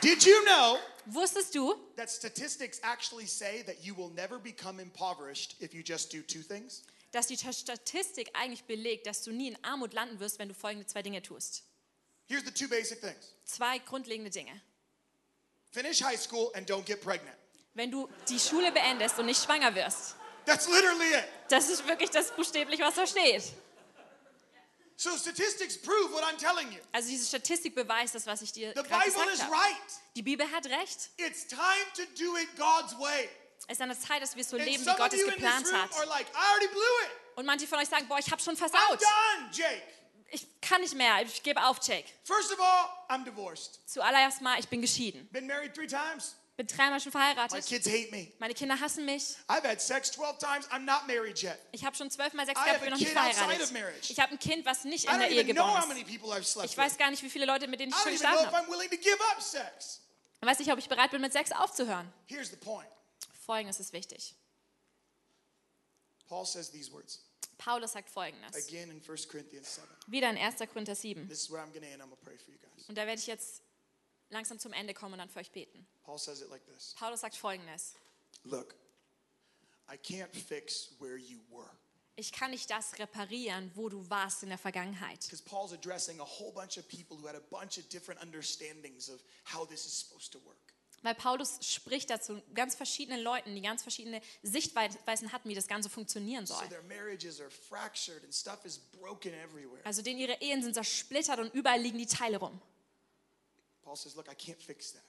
[SPEAKER 2] Did you know
[SPEAKER 3] Wusstest du,
[SPEAKER 2] that statistics actually say that you will never become impoverished if you just do two things?
[SPEAKER 3] dass die Statistik eigentlich belegt, dass du nie in Armut landen wirst, wenn du folgende zwei Dinge tust?
[SPEAKER 2] Here's the two basic things
[SPEAKER 3] Zwei grundlegende Dinge.
[SPEAKER 2] finish high school and don't get pregnant.
[SPEAKER 3] Wenn du die Schule beendest und nicht schwanger wirst.
[SPEAKER 2] That's literally it.
[SPEAKER 3] Das ist wirklich das buchstäblich, was da steht.
[SPEAKER 2] So statistics prove what I'm telling you.
[SPEAKER 3] Also diese Statistik beweist das, was ich dir
[SPEAKER 2] The
[SPEAKER 3] gerade
[SPEAKER 2] Bible
[SPEAKER 3] gesagt
[SPEAKER 2] is
[SPEAKER 3] habe.
[SPEAKER 2] right.
[SPEAKER 3] Die Bibel hat recht.
[SPEAKER 2] It's time to do it God's way.
[SPEAKER 3] Es ist an der Zeit, dass wir es so
[SPEAKER 2] And
[SPEAKER 3] leben, wie
[SPEAKER 2] some
[SPEAKER 3] Gott
[SPEAKER 2] of
[SPEAKER 3] es
[SPEAKER 2] you in this
[SPEAKER 3] geplant
[SPEAKER 2] room
[SPEAKER 3] hat.
[SPEAKER 2] are like, I already blew it.
[SPEAKER 3] Und manche von euch sagen, boah, ich habe schon
[SPEAKER 2] I'm
[SPEAKER 3] versaut.
[SPEAKER 2] done, Jake.
[SPEAKER 3] Ich kann nicht mehr, ich gebe auf, Jake.
[SPEAKER 2] First of all, I'm divorced.
[SPEAKER 3] Zuallererst mal, ich bin geschieden.
[SPEAKER 2] Been married three times.
[SPEAKER 3] Bin dreimal schon
[SPEAKER 2] My
[SPEAKER 3] verheiratet.
[SPEAKER 2] kids hate me.
[SPEAKER 3] Meine Kinder hassen mich.
[SPEAKER 2] I've had sex 12 times. I'm not married yet.
[SPEAKER 3] Ich habe schon zwölfmal Sex
[SPEAKER 2] I
[SPEAKER 3] gehabt,
[SPEAKER 2] have
[SPEAKER 3] bin
[SPEAKER 2] a
[SPEAKER 3] noch nicht
[SPEAKER 2] kid outside
[SPEAKER 3] verheiratet.
[SPEAKER 2] of marriage.
[SPEAKER 3] Ich habe ein Kind, was nicht
[SPEAKER 2] I
[SPEAKER 3] in der
[SPEAKER 2] don't
[SPEAKER 3] Ehe
[SPEAKER 2] even know
[SPEAKER 3] geboren
[SPEAKER 2] how
[SPEAKER 3] ist.
[SPEAKER 2] many people I've slept
[SPEAKER 3] Ich
[SPEAKER 2] with.
[SPEAKER 3] weiß gar nicht, wie viele Leute, mit denen ich
[SPEAKER 2] I
[SPEAKER 3] schon
[SPEAKER 2] don't even know
[SPEAKER 3] geschlafen
[SPEAKER 2] if
[SPEAKER 3] habe.
[SPEAKER 2] I'm willing to give up sex.
[SPEAKER 3] Ich weiß nicht, ob ich bereit bin, mit Sex aufzuhören.
[SPEAKER 2] Here's the point.
[SPEAKER 3] Folgendes ist wichtig.
[SPEAKER 2] Paul says these words
[SPEAKER 3] Paulus sagt Folgendes.
[SPEAKER 2] again in 1 Corinthians 7.
[SPEAKER 3] Wieder in 1. Korinther 7.
[SPEAKER 2] This is where I'm going to end. I'm going to pray for you guys.
[SPEAKER 3] Und da werde ich jetzt langsam zum Ende kommen und dann für euch beten.
[SPEAKER 2] Paul says it like this
[SPEAKER 3] Paulus sagt folgendes:
[SPEAKER 2] Look, I can't fix where you were.
[SPEAKER 3] Ich kann nicht das reparieren, wo du warst in der Vergangenheit.
[SPEAKER 2] Because Paul's addressing a whole bunch of people who had a bunch of different understandings of how this is supposed to work.
[SPEAKER 3] Weil Paulus spricht dazu ganz verschiedenen Leuten, die ganz verschiedene Sichtweisen hatten, wie das Ganze funktionieren
[SPEAKER 2] So
[SPEAKER 3] soll.
[SPEAKER 2] their marriages are fractured and stuff is broken everywhere.
[SPEAKER 3] Also denen ihre Ehen sind zersplittert und überall liegen die Teile rum.
[SPEAKER 2] Paul says, Look, I can't fix that.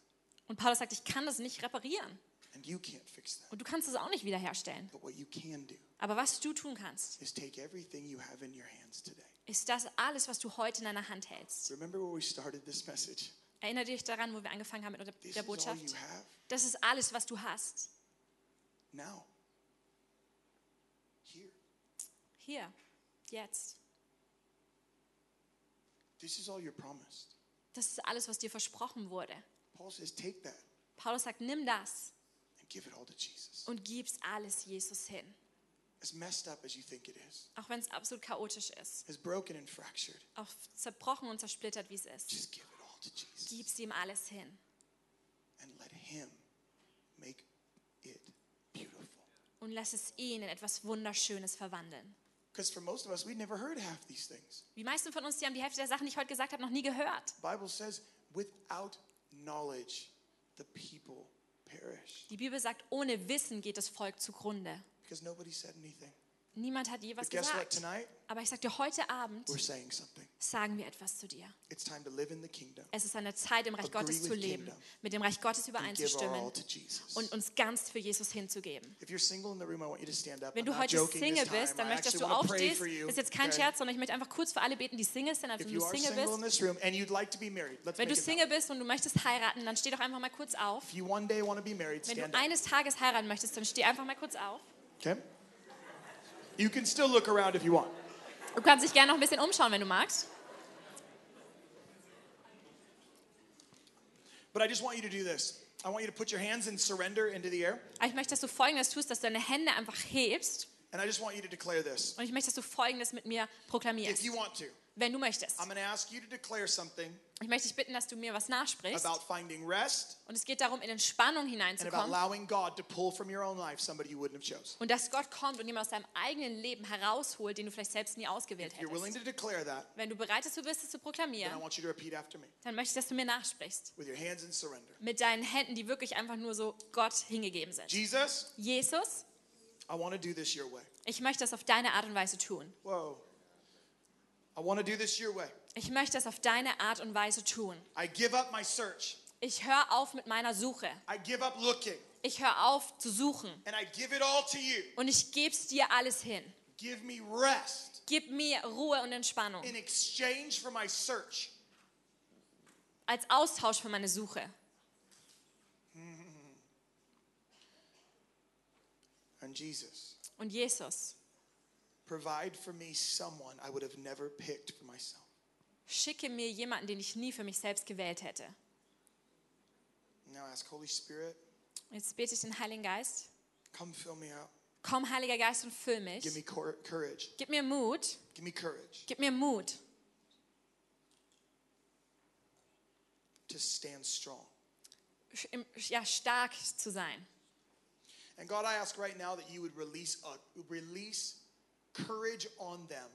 [SPEAKER 3] Und Paulus sagt, ich kann das nicht reparieren.
[SPEAKER 2] And you can't fix that.
[SPEAKER 3] Und du kannst es auch nicht wiederherstellen.
[SPEAKER 2] But what you can do
[SPEAKER 3] Aber was du tun kannst,
[SPEAKER 2] is take everything you have in your hands today.
[SPEAKER 3] ist das alles, was du heute in deiner Hand hältst.
[SPEAKER 2] Remember where we started this message?
[SPEAKER 3] Erinnere dich daran, wo wir angefangen haben mit der-
[SPEAKER 2] This
[SPEAKER 3] der
[SPEAKER 2] is all
[SPEAKER 3] Botschaft.
[SPEAKER 2] you have
[SPEAKER 3] Das ist alles, was du hast.
[SPEAKER 2] now. Here.
[SPEAKER 3] Hier, jetzt.
[SPEAKER 2] This is all you're promised.
[SPEAKER 3] Das ist alles, was dir versprochen wurde.
[SPEAKER 2] Paul says, Take that
[SPEAKER 3] Paulus sagt, nimm das
[SPEAKER 2] and give it all to Jesus.
[SPEAKER 3] und gib's alles Jesus hin.
[SPEAKER 2] As messed up as you think it is,
[SPEAKER 3] Auch wenn es absolut chaotisch ist.
[SPEAKER 2] as broken and fractured,
[SPEAKER 3] Auch zerbrochen und zersplittert, wie es ist.
[SPEAKER 2] just give it all to Jesus
[SPEAKER 3] Gib's ihm alles hin.
[SPEAKER 2] and let Him make it beautiful.
[SPEAKER 3] Und lass es ihn in etwas Wunderschönes verwandeln.
[SPEAKER 2] Because for most of us, we'd never heard half these things.
[SPEAKER 3] Die meisten von uns, die haben die Hälfte der Sachen, die ich heute gesagt habe, noch nie gehört.
[SPEAKER 2] The Bible says, without knowledge, the people perish.
[SPEAKER 3] Die Bibel sagt, ohne Wissen geht das Volk zugrunde.
[SPEAKER 2] Because nobody said anything.
[SPEAKER 3] Niemand hat je was
[SPEAKER 2] But guess what?
[SPEAKER 3] gesagt.
[SPEAKER 2] Tonight,
[SPEAKER 3] Aber ich sag dir, heute Abend
[SPEAKER 2] we're saying something.
[SPEAKER 3] sagen wir etwas zu dir.
[SPEAKER 2] It's time to live in the kingdom
[SPEAKER 3] Es ist an der Zeit, im Reich
[SPEAKER 2] Agree
[SPEAKER 3] Gottes zu
[SPEAKER 2] with
[SPEAKER 3] leben,
[SPEAKER 2] kingdom.
[SPEAKER 3] mit dem Reich Gottes
[SPEAKER 2] and give our all
[SPEAKER 3] übereinzustimmen
[SPEAKER 2] to Jesus.
[SPEAKER 3] und uns ganz für Jesus hinzugeben.
[SPEAKER 2] If you're single in the room, I want you to stand up.
[SPEAKER 3] Wenn
[SPEAKER 2] I'm
[SPEAKER 3] du
[SPEAKER 2] not
[SPEAKER 3] heute
[SPEAKER 2] joking
[SPEAKER 3] Single
[SPEAKER 2] this time.
[SPEAKER 3] bist, dann
[SPEAKER 2] I
[SPEAKER 3] möchte ich, dass
[SPEAKER 2] actually
[SPEAKER 3] du
[SPEAKER 2] wanna pray
[SPEAKER 3] aufstehst.
[SPEAKER 2] for you,
[SPEAKER 3] Das ist jetzt kein
[SPEAKER 2] okay?
[SPEAKER 3] Scherz, sondern ich möchte einfach kurz für alle beten, die Single sind, also
[SPEAKER 2] If
[SPEAKER 3] wenn
[SPEAKER 2] you
[SPEAKER 3] du
[SPEAKER 2] are
[SPEAKER 3] Single
[SPEAKER 2] single in
[SPEAKER 3] bist.
[SPEAKER 2] this room and you'd like to be married, let's
[SPEAKER 3] Wenn
[SPEAKER 2] make
[SPEAKER 3] du
[SPEAKER 2] it
[SPEAKER 3] Single
[SPEAKER 2] happen.
[SPEAKER 3] bist und du möchtest heiraten, dann steh doch einfach mal kurz auf.
[SPEAKER 2] If you one day want to be married,
[SPEAKER 3] Wenn
[SPEAKER 2] stand
[SPEAKER 3] du
[SPEAKER 2] up.
[SPEAKER 3] eines Tages heiraten möchtest, dann steh einfach mal kurz auf.
[SPEAKER 2] Okay? You can still look around if you want.
[SPEAKER 3] Du kannst dich gerne noch ein bisschen umschauen, wenn du magst.
[SPEAKER 2] But I just want you to do this. I want you to put your hands in surrender into the air.
[SPEAKER 3] Aber ich möchte, dass du Folgendes tust, dass du deine Hände einfach hebst.
[SPEAKER 2] And I just want you to declare this.
[SPEAKER 3] Und ich möchte, dass du Folgendes mit mir
[SPEAKER 2] If
[SPEAKER 3] proklamierst,
[SPEAKER 2] you Um, want to,
[SPEAKER 3] wenn du möchtest.
[SPEAKER 2] I'm going to ask you to declare something
[SPEAKER 3] Ich möchte dich bitten, dass du mir was nachsprichst.
[SPEAKER 2] about finding rest
[SPEAKER 3] Und es geht darum, in Entspannung
[SPEAKER 2] and about
[SPEAKER 3] hineinzukommen.
[SPEAKER 2] allowing God to pull from your own life somebody you wouldn't have chose.
[SPEAKER 3] Und dass Gott kommt und jemand aus deinem eigenen Leben herausholt, den du vielleicht selbst nie ausgewählt
[SPEAKER 2] If you're willing
[SPEAKER 3] hättest.
[SPEAKER 2] to declare that,
[SPEAKER 3] Wenn du bereit dazu bist, es zu
[SPEAKER 2] then I
[SPEAKER 3] proklamieren,
[SPEAKER 2] want you to repeat after me
[SPEAKER 3] dann möchte ich, dass du mir nachsprichst.
[SPEAKER 2] with your hands in surrender.
[SPEAKER 3] Mit deinen Händen, die wirklich einfach nur so Gott hingegeben sind.
[SPEAKER 2] Jesus,
[SPEAKER 3] Jesus,
[SPEAKER 2] I want to do this your way.
[SPEAKER 3] ich möchte das auf deine Art und Weise tun.
[SPEAKER 2] Whoa. I want to do this your way.
[SPEAKER 3] Ich möchte das auf deine Art und Weise tun.
[SPEAKER 2] I give up my search.
[SPEAKER 3] Ich höre auf mit meiner Suche.
[SPEAKER 2] I give up looking.
[SPEAKER 3] Ich höre auf zu suchen.
[SPEAKER 2] And I give it all to you.
[SPEAKER 3] Und ich gebe es dir alles hin.
[SPEAKER 2] Give me rest
[SPEAKER 3] Gib mir Ruhe und Entspannung
[SPEAKER 2] in exchange for my search.
[SPEAKER 3] als Austausch für meine Suche.
[SPEAKER 2] And Jesus,
[SPEAKER 3] Und Jesus,
[SPEAKER 2] provide for me someone I would have never picked for myself.
[SPEAKER 3] schicke mir jemanden, den ich nie für mich selbst gewählt hätte.
[SPEAKER 2] Now ask Holy Spirit,
[SPEAKER 3] Jetzt bete ich den Heiligen Geist.
[SPEAKER 2] come fill me up.
[SPEAKER 3] Komm, Heiliger Geist, und füll mich.
[SPEAKER 2] Give me cor- courage.
[SPEAKER 3] Gib mir Mut.
[SPEAKER 2] Give me courage
[SPEAKER 3] Gib mir Mut,
[SPEAKER 2] to stand strong.
[SPEAKER 3] sch- im- ja, stark zu sein.
[SPEAKER 2] And God, I ask right now that you would release a, release courage on them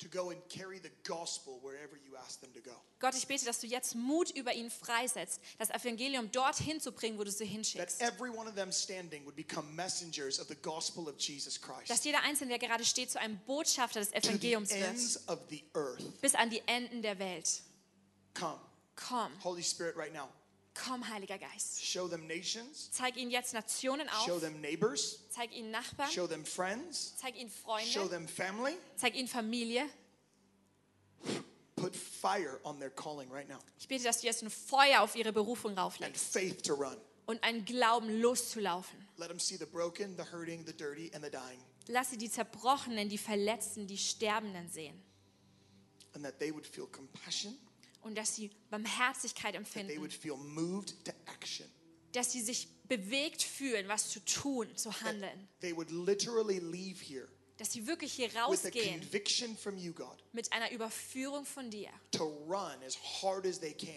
[SPEAKER 2] to go and carry the gospel wherever you ask them to go.
[SPEAKER 3] Gott, ich bete, dass du jetzt Mut über ihn freisetzt, das Evangelium dorthin zu bringen, wo du sie
[SPEAKER 2] That
[SPEAKER 3] hinschickst.
[SPEAKER 2] every one of them standing would become messengers of the gospel of Jesus
[SPEAKER 3] Dass
[SPEAKER 2] Christ
[SPEAKER 3] jeder Einzelne, der gerade steht, zu einem Botschafter des
[SPEAKER 2] to the
[SPEAKER 3] Evangeliums
[SPEAKER 2] ends
[SPEAKER 3] wird.
[SPEAKER 2] of the earth.
[SPEAKER 3] Bis an die Enden der Welt.
[SPEAKER 2] Come,
[SPEAKER 3] Komm,
[SPEAKER 2] Holy Spirit, right now.
[SPEAKER 3] komm, Heiliger Geist.
[SPEAKER 2] Show them nations,
[SPEAKER 3] Zeig ihnen jetzt Nationen
[SPEAKER 2] show
[SPEAKER 3] auf.
[SPEAKER 2] them neighbors,
[SPEAKER 3] Zeig ihnen Nachbarn.
[SPEAKER 2] show them friends,
[SPEAKER 3] Zeig ihnen
[SPEAKER 2] show
[SPEAKER 3] Freunde.
[SPEAKER 2] them family.
[SPEAKER 3] Zeig ihnen Familie.
[SPEAKER 2] Put fire on their calling right now
[SPEAKER 3] Ich bete, dass du jetzt ein Feuer auf ihre Berufung
[SPEAKER 2] and
[SPEAKER 3] rauflegst
[SPEAKER 2] faith to run.
[SPEAKER 3] und einen Glauben loszulaufen.
[SPEAKER 2] Let them see the broken, the hurting, the dirty, and the dying,
[SPEAKER 3] Lass sie die Zerbrochenen, die Verletzten, die Sterbenden sehen.
[SPEAKER 2] and that they would feel compassion
[SPEAKER 3] Und dass sie Barmherzigkeit
[SPEAKER 2] that they
[SPEAKER 3] empfinden.
[SPEAKER 2] would feel moved to action.
[SPEAKER 3] Dass sie sich bewegt fühlen, was zu tun, zu
[SPEAKER 2] That
[SPEAKER 3] handeln.
[SPEAKER 2] they would literally leave here
[SPEAKER 3] Dass sie wirklich hier
[SPEAKER 2] with a
[SPEAKER 3] rausgehen
[SPEAKER 2] conviction from you, God,
[SPEAKER 3] mit einer Überführung von dir.
[SPEAKER 2] to run as hard as they can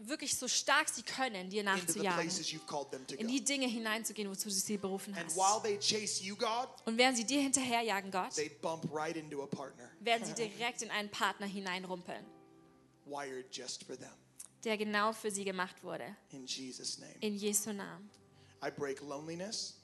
[SPEAKER 3] wirklich so stark sie können, dir
[SPEAKER 2] into the
[SPEAKER 3] nachzujagen,
[SPEAKER 2] places you've called them to
[SPEAKER 3] in
[SPEAKER 2] go.
[SPEAKER 3] die Dinge hineinzugehen, wozu du sie berufen
[SPEAKER 2] And
[SPEAKER 3] hast.
[SPEAKER 2] while they chase you, God,
[SPEAKER 3] Und während sie dir hinterherjagen, Gott,
[SPEAKER 2] they bump right into a partner
[SPEAKER 3] werden sie direkt in einen Partner hineinrumpeln,
[SPEAKER 2] wired just for them.
[SPEAKER 3] der genau für sie gemacht wurde.
[SPEAKER 2] In Jesus' name.
[SPEAKER 3] In Jesu Namen.
[SPEAKER 2] I break loneliness.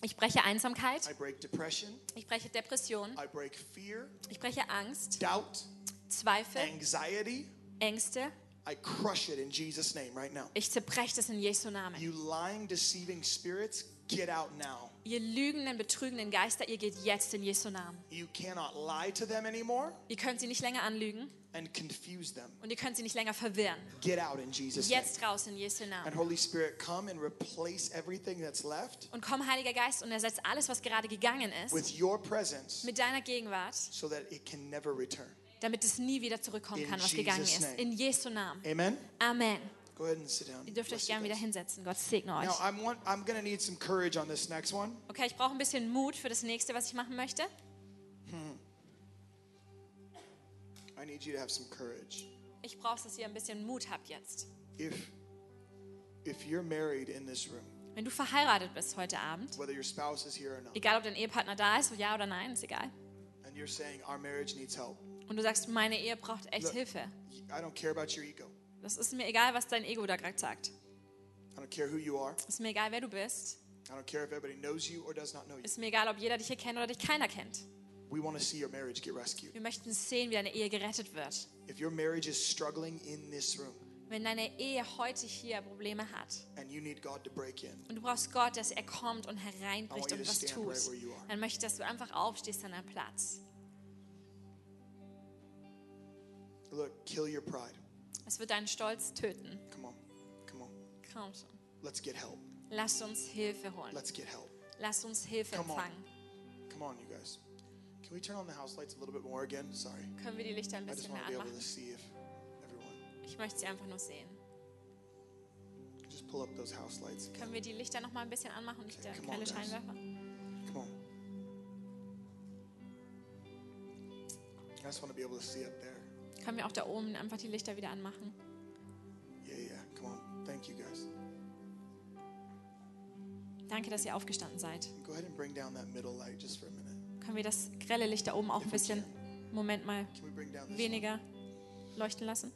[SPEAKER 3] Ich breche
[SPEAKER 2] I
[SPEAKER 3] Einsamkeit,
[SPEAKER 2] break depression.
[SPEAKER 3] ich breche Depression,
[SPEAKER 2] I break fear,
[SPEAKER 3] ich breche Angst,
[SPEAKER 2] doubt,
[SPEAKER 3] Zweifel,
[SPEAKER 2] anxiety.
[SPEAKER 3] Ängste.
[SPEAKER 2] I crush it in Jesus' name right now.
[SPEAKER 3] Ich zerbreche das in Jesu Namen.
[SPEAKER 2] You lying, deceiving spirits, get out now.
[SPEAKER 3] Ihr lügenden, betrügenden Geister, ihr geht jetzt in Jesu Namen.
[SPEAKER 2] You cannot lie to them anymore
[SPEAKER 3] Ihr könnt sie nicht länger anlügen
[SPEAKER 2] and confuse them.
[SPEAKER 3] und ihr könnt sie nicht länger verwirren.
[SPEAKER 2] Get out in Jesus' name.
[SPEAKER 3] Jetzt raus in Jesu
[SPEAKER 2] And
[SPEAKER 3] Namen.
[SPEAKER 2] Holy Spirit, come and replace everything that's left
[SPEAKER 3] Und komm, Heiliger Geist, und ersetz alles, was gerade gegangen ist,
[SPEAKER 2] with your presence
[SPEAKER 3] mit deiner Gegenwart,
[SPEAKER 2] so that it can never return.
[SPEAKER 3] damit es nie wieder zurückkommen
[SPEAKER 2] In
[SPEAKER 3] kann, was
[SPEAKER 2] Jesus'
[SPEAKER 3] gegangen ist.
[SPEAKER 2] name.
[SPEAKER 3] In Jesu Namen.
[SPEAKER 2] Amen.
[SPEAKER 3] Amen.
[SPEAKER 2] Go ahead and sit down.
[SPEAKER 3] Ihr dürft euch
[SPEAKER 2] Bless
[SPEAKER 3] gern
[SPEAKER 2] you
[SPEAKER 3] wieder
[SPEAKER 2] guys.
[SPEAKER 3] hinsetzen. Gott segne euch.
[SPEAKER 2] Now I'm want, I'm gonna need some courage on this next one.
[SPEAKER 3] Okay, ich brauche ein bisschen Mut für das nächste, was ich machen möchte.
[SPEAKER 2] I need you to have some courage.
[SPEAKER 3] Ich brauche, dass ihr ein bisschen Mut habt jetzt.
[SPEAKER 2] If if you're married in this room,
[SPEAKER 3] Wenn du verheiratet bist heute Abend,
[SPEAKER 2] whether your spouse is here or not,
[SPEAKER 3] egal ob dein Ehepartner da ist, ja oder nein, ist egal.
[SPEAKER 2] and you're saying our marriage needs help,
[SPEAKER 3] Und du sagst, meine Ehe braucht echt
[SPEAKER 2] Look.
[SPEAKER 3] Hilfe.
[SPEAKER 2] I don't care about your ego.
[SPEAKER 3] Das ist mir egal, was dein Ego da gerade sagt.
[SPEAKER 2] I don't care who you are.
[SPEAKER 3] Ist mir egal, wer du bist.
[SPEAKER 2] I don't care if everybody knows you or does not know you.
[SPEAKER 3] Ist mir egal, ob jeder dich hier kennt oder dich keiner kennt.
[SPEAKER 2] We want to see your marriage get rescued.
[SPEAKER 3] Wir möchten sehen, wie deine Ehe gerettet wird.
[SPEAKER 2] If your marriage is struggling in this room
[SPEAKER 3] Wenn deine Ehe heute hier Probleme hat
[SPEAKER 2] and you need God to break in,
[SPEAKER 3] und du brauchst Gott, dass er kommt und
[SPEAKER 2] I want
[SPEAKER 3] hereinbricht
[SPEAKER 2] you
[SPEAKER 3] und
[SPEAKER 2] to
[SPEAKER 3] was
[SPEAKER 2] stand
[SPEAKER 3] tut,
[SPEAKER 2] right where you are.
[SPEAKER 3] dann möchte ich, dass du einfach aufstehst an deinem Platz.
[SPEAKER 2] look, kill your pride.
[SPEAKER 3] Es wird deinen Stolz töten.
[SPEAKER 2] Come on, come on.
[SPEAKER 3] Komm schon.
[SPEAKER 2] Let's get help.
[SPEAKER 3] Lasst uns Hilfe holen.
[SPEAKER 2] Let's get help.
[SPEAKER 3] Lasst uns Hilfe
[SPEAKER 2] Come on.
[SPEAKER 3] empfangen.
[SPEAKER 2] Come on, you guys. Can we turn on the house lights a little bit more again? Sorry.
[SPEAKER 3] Können wir die Lichter ein
[SPEAKER 2] I just
[SPEAKER 3] bisschen
[SPEAKER 2] want
[SPEAKER 3] mehr
[SPEAKER 2] to be able to
[SPEAKER 3] anmachen?
[SPEAKER 2] see if everyone
[SPEAKER 3] Ich möchte sie einfach nur sehen.
[SPEAKER 2] can just pull up those house lights. again.
[SPEAKER 3] Können wir die Lichter noch mal ein bisschen anmachen? Nicht der
[SPEAKER 2] come on,
[SPEAKER 3] kleine
[SPEAKER 2] guys.
[SPEAKER 3] Scheinwerfer.
[SPEAKER 2] Come on. I just want to be able to see up there.
[SPEAKER 3] Können wir auch da oben einfach die Lichter wieder anmachen?
[SPEAKER 2] Yeah, yeah. Come on. Thank you, guys.
[SPEAKER 3] Danke, dass ihr aufgestanden seid.
[SPEAKER 2] Go ahead and bring down that middle light just for a minute.
[SPEAKER 3] Können wir das grelle Licht da oben auch ein bisschen, Moment mal,
[SPEAKER 2] Can we bring down this? one?
[SPEAKER 3] weniger leuchten lassen?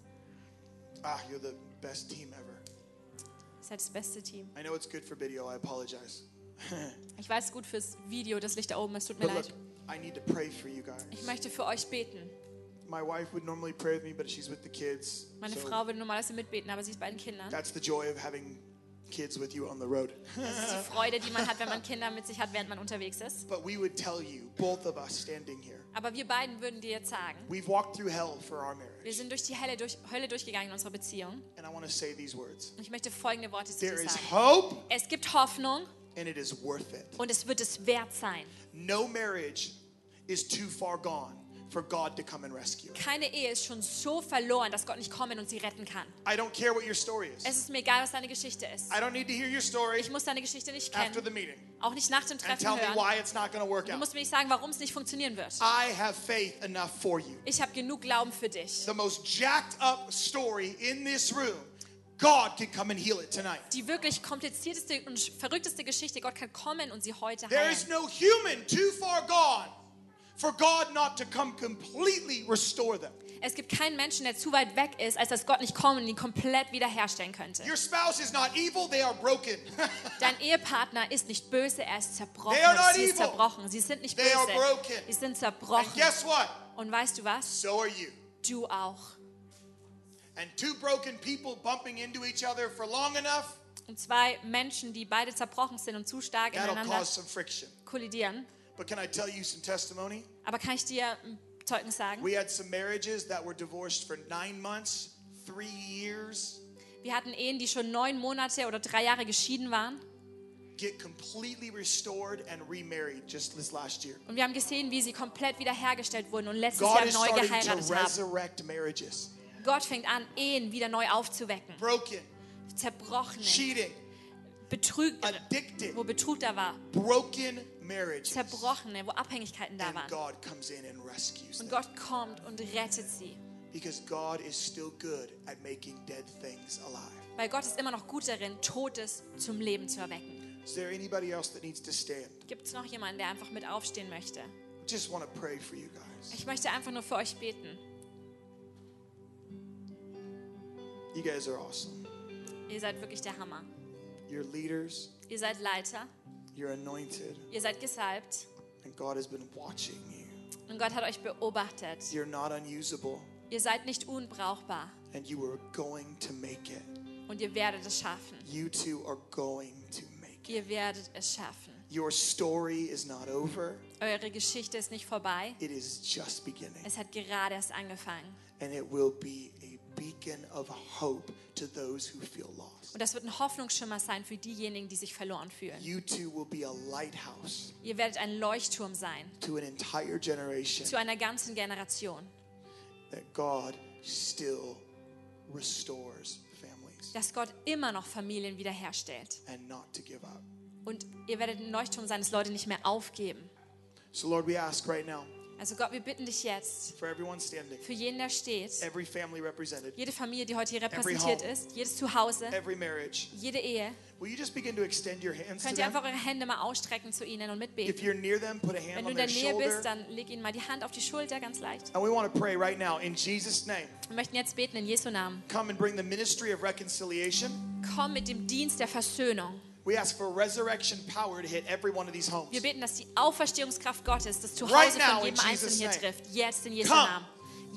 [SPEAKER 2] Ah, you're the best team ever.
[SPEAKER 3] Ihr seid halt das beste Team.
[SPEAKER 2] I know it's good for video. I apologize.
[SPEAKER 3] Ich weiß gut fürs Video, das Licht da oben, es tut mir
[SPEAKER 2] But look,
[SPEAKER 3] leid.
[SPEAKER 2] I need to pray for you guys.
[SPEAKER 3] Ich möchte für euch beten.
[SPEAKER 2] My wife would normally pray with me, but she's with the kids.
[SPEAKER 3] Meine
[SPEAKER 2] so
[SPEAKER 3] Frau würde normalerweise mitbeten, aber sie ist bei den Kindern.
[SPEAKER 2] that's the joy of having kids with you on the road.
[SPEAKER 3] Das ist die Freude, die man hat, wenn man Kinder mit sich hat, während man unterwegs ist.
[SPEAKER 2] But we would tell you, both of us standing here,
[SPEAKER 3] Aber wir beiden würden dir jetzt sagen,
[SPEAKER 2] we've walked through hell for our
[SPEAKER 3] wir
[SPEAKER 2] marriage.
[SPEAKER 3] sind durch die Hölle, durch, Hölle durchgegangen in unserer Beziehung.
[SPEAKER 2] And I want to say these words
[SPEAKER 3] Und ich möchte folgende Worte zu
[SPEAKER 2] There
[SPEAKER 3] dir
[SPEAKER 2] is
[SPEAKER 3] sagen.
[SPEAKER 2] hope,
[SPEAKER 3] Es gibt Hoffnung
[SPEAKER 2] and it is worth it.
[SPEAKER 3] und es wird es wert sein.
[SPEAKER 2] No marriage is too far gone for God to come and rescue.
[SPEAKER 3] Keine Ehe ist schon so verloren, dass Gott nicht kommen und sie retten kann.
[SPEAKER 2] I don't care what your story is,
[SPEAKER 3] Es ist mir egal, was deine Geschichte ist.
[SPEAKER 2] I don't need to hear your story
[SPEAKER 3] Ich muss deine Geschichte nicht
[SPEAKER 2] after the
[SPEAKER 3] kennen,
[SPEAKER 2] meeting
[SPEAKER 3] auch nicht nach dem
[SPEAKER 2] and
[SPEAKER 3] Treffen
[SPEAKER 2] tell me
[SPEAKER 3] hören.
[SPEAKER 2] why it's not going to work
[SPEAKER 3] Du
[SPEAKER 2] out.
[SPEAKER 3] musst mir nicht sagen, warum es nicht funktionieren wird.
[SPEAKER 2] I have faith enough for you.
[SPEAKER 3] Ich habe genug Glauben für dich.
[SPEAKER 2] the most jacked up story in this room, God can come and heal it tonight.
[SPEAKER 3] Die wirklich komplizierteste und verrückteste Geschichte, Gott kann kommen und sie heute
[SPEAKER 2] There
[SPEAKER 3] heilen.
[SPEAKER 2] is no human too far gone for God not to come completely restore them.
[SPEAKER 3] Es gibt keinen Menschen, der zu weit weg ist, als dass Gott nicht kommen und ihn komplett wiederherstellen könnte.
[SPEAKER 2] Your spouse is not evil, they are broken.
[SPEAKER 3] Dein Ehepartner ist nicht böse, er ist zerbrochen.
[SPEAKER 2] They are not
[SPEAKER 3] Sie ist
[SPEAKER 2] evil.
[SPEAKER 3] zerbrochen. Sie sind nicht
[SPEAKER 2] They are
[SPEAKER 3] böse.
[SPEAKER 2] broken.
[SPEAKER 3] Sie sind
[SPEAKER 2] and
[SPEAKER 3] zerbrochen.
[SPEAKER 2] guess what?
[SPEAKER 3] Und weißt du was?
[SPEAKER 2] So are you.
[SPEAKER 3] Du auch.
[SPEAKER 2] And two broken people bumping into each other for long enough,
[SPEAKER 3] Und zwei Menschen, die beide zerbrochen sind und zu stark
[SPEAKER 2] that'll
[SPEAKER 3] ineinander
[SPEAKER 2] cause some friction.
[SPEAKER 3] kollidieren.
[SPEAKER 2] But can I tell you some testimony?
[SPEAKER 3] Aber kann ich dir ein Zeugnis sagen?
[SPEAKER 2] We had some marriages that were divorced for nine months, three years,
[SPEAKER 3] Wir hatten Ehen, die schon neun Monate oder drei Jahre geschieden waren.
[SPEAKER 2] get completely restored and remarried just this last year.
[SPEAKER 3] Und wir haben gesehen, wie sie komplett wiederhergestellt wurden und letztes
[SPEAKER 2] God
[SPEAKER 3] Jahr
[SPEAKER 2] is
[SPEAKER 3] neu
[SPEAKER 2] starting to
[SPEAKER 3] geheiratet haben.
[SPEAKER 2] resurrect marriages.
[SPEAKER 3] Gott fängt an, Ehen wieder neu aufzuwecken.
[SPEAKER 2] Broken,
[SPEAKER 3] Zerbrochene,
[SPEAKER 2] cheating,
[SPEAKER 3] Betrüg,
[SPEAKER 2] addicted,
[SPEAKER 3] wo Betrug da war.
[SPEAKER 2] broken marriages.
[SPEAKER 3] Zerbrochene, wo Abhängigkeiten da
[SPEAKER 2] And
[SPEAKER 3] waren.
[SPEAKER 2] God comes in and rescues
[SPEAKER 3] Und
[SPEAKER 2] them.
[SPEAKER 3] Gott kommt und rettet sie.
[SPEAKER 2] Because God is still good at making dead things alive.
[SPEAKER 3] Weil Gott ist immer noch gut darin, Totes zum Leben zu erwecken.
[SPEAKER 2] Is there anybody else that needs to stand?
[SPEAKER 3] Gibt es noch jemanden, der einfach mit aufstehen möchte?
[SPEAKER 2] Just want to pray for you guys.
[SPEAKER 3] Ich möchte einfach nur für euch beten.
[SPEAKER 2] You guys are awesome.
[SPEAKER 3] Ihr seid wirklich der Hammer.
[SPEAKER 2] You're leaders,
[SPEAKER 3] Ihr seid Leiter,
[SPEAKER 2] you're anointed,
[SPEAKER 3] ihr seid gesalbt
[SPEAKER 2] and God has been watching you.
[SPEAKER 3] und Gott hat euch beobachtet.
[SPEAKER 2] You're not unusable,
[SPEAKER 3] Ihr seid nicht unbrauchbar
[SPEAKER 2] and you are going to make it.
[SPEAKER 3] und ihr werdet es schaffen.
[SPEAKER 2] You two are going to make it.
[SPEAKER 3] Ihr werdet es schaffen.
[SPEAKER 2] Your story is not over,
[SPEAKER 3] Eure Geschichte ist nicht vorbei.
[SPEAKER 2] it is just beginning.
[SPEAKER 3] Es hat gerade erst angefangen.
[SPEAKER 2] and it will be a beacon of hope to those who feel lost.
[SPEAKER 3] Und das wird ein Hoffnungsschimmer sein für diejenigen, die sich verloren fühlen.
[SPEAKER 2] You two will be a lighthouse
[SPEAKER 3] Ihr werdet ein Leuchtturm sein
[SPEAKER 2] to an entire generation
[SPEAKER 3] zu einer ganzen Generation,
[SPEAKER 2] that God still restores families
[SPEAKER 3] dass Gott immer noch Familien wiederherstellt.
[SPEAKER 2] and not to give up.
[SPEAKER 3] Und ihr werdet ein Leuchtturm sein, dass Leute nicht mehr aufgeben.
[SPEAKER 2] So, Lord, we ask right now
[SPEAKER 3] Also Gott, wir bitten dich jetzt,
[SPEAKER 2] for everyone standing,
[SPEAKER 3] für jeden, der steht,
[SPEAKER 2] every family represented,
[SPEAKER 3] jede Familie, die heute hier repräsentiert
[SPEAKER 2] home.
[SPEAKER 3] ist, jedes Zuhause,
[SPEAKER 2] every marriage,
[SPEAKER 3] jede Ehe,
[SPEAKER 2] will you just begin to extend your hands to
[SPEAKER 3] könnt ihr
[SPEAKER 2] them?
[SPEAKER 3] einfach eure Hände mal ausstrecken zu ihnen und
[SPEAKER 2] If
[SPEAKER 3] mitbeten.
[SPEAKER 2] you're near them, put a
[SPEAKER 3] Wenn
[SPEAKER 2] hand
[SPEAKER 3] du
[SPEAKER 2] on
[SPEAKER 3] in der
[SPEAKER 2] their
[SPEAKER 3] Nähe
[SPEAKER 2] shoulder.
[SPEAKER 3] bist, dann leg ihnen mal die Hand auf die Schulter, ganz leicht.
[SPEAKER 2] And we want to pray right now in Jesus' name.
[SPEAKER 3] Wir möchten jetzt beten in Jesu Namen.
[SPEAKER 2] Come and bring the ministry of reconciliation.
[SPEAKER 3] Komm mit dem Dienst der Versöhnung.
[SPEAKER 2] We ask for resurrection power to hit every one of these homes.
[SPEAKER 3] Wir beten, dass die Auferstehungskraft Gottes das Zuhause
[SPEAKER 2] Right now,
[SPEAKER 3] von jedem
[SPEAKER 2] in Jesus'
[SPEAKER 3] Einzelnen hier
[SPEAKER 2] name.
[SPEAKER 3] trifft. Jetzt in Jesu
[SPEAKER 2] Come.
[SPEAKER 3] Namen.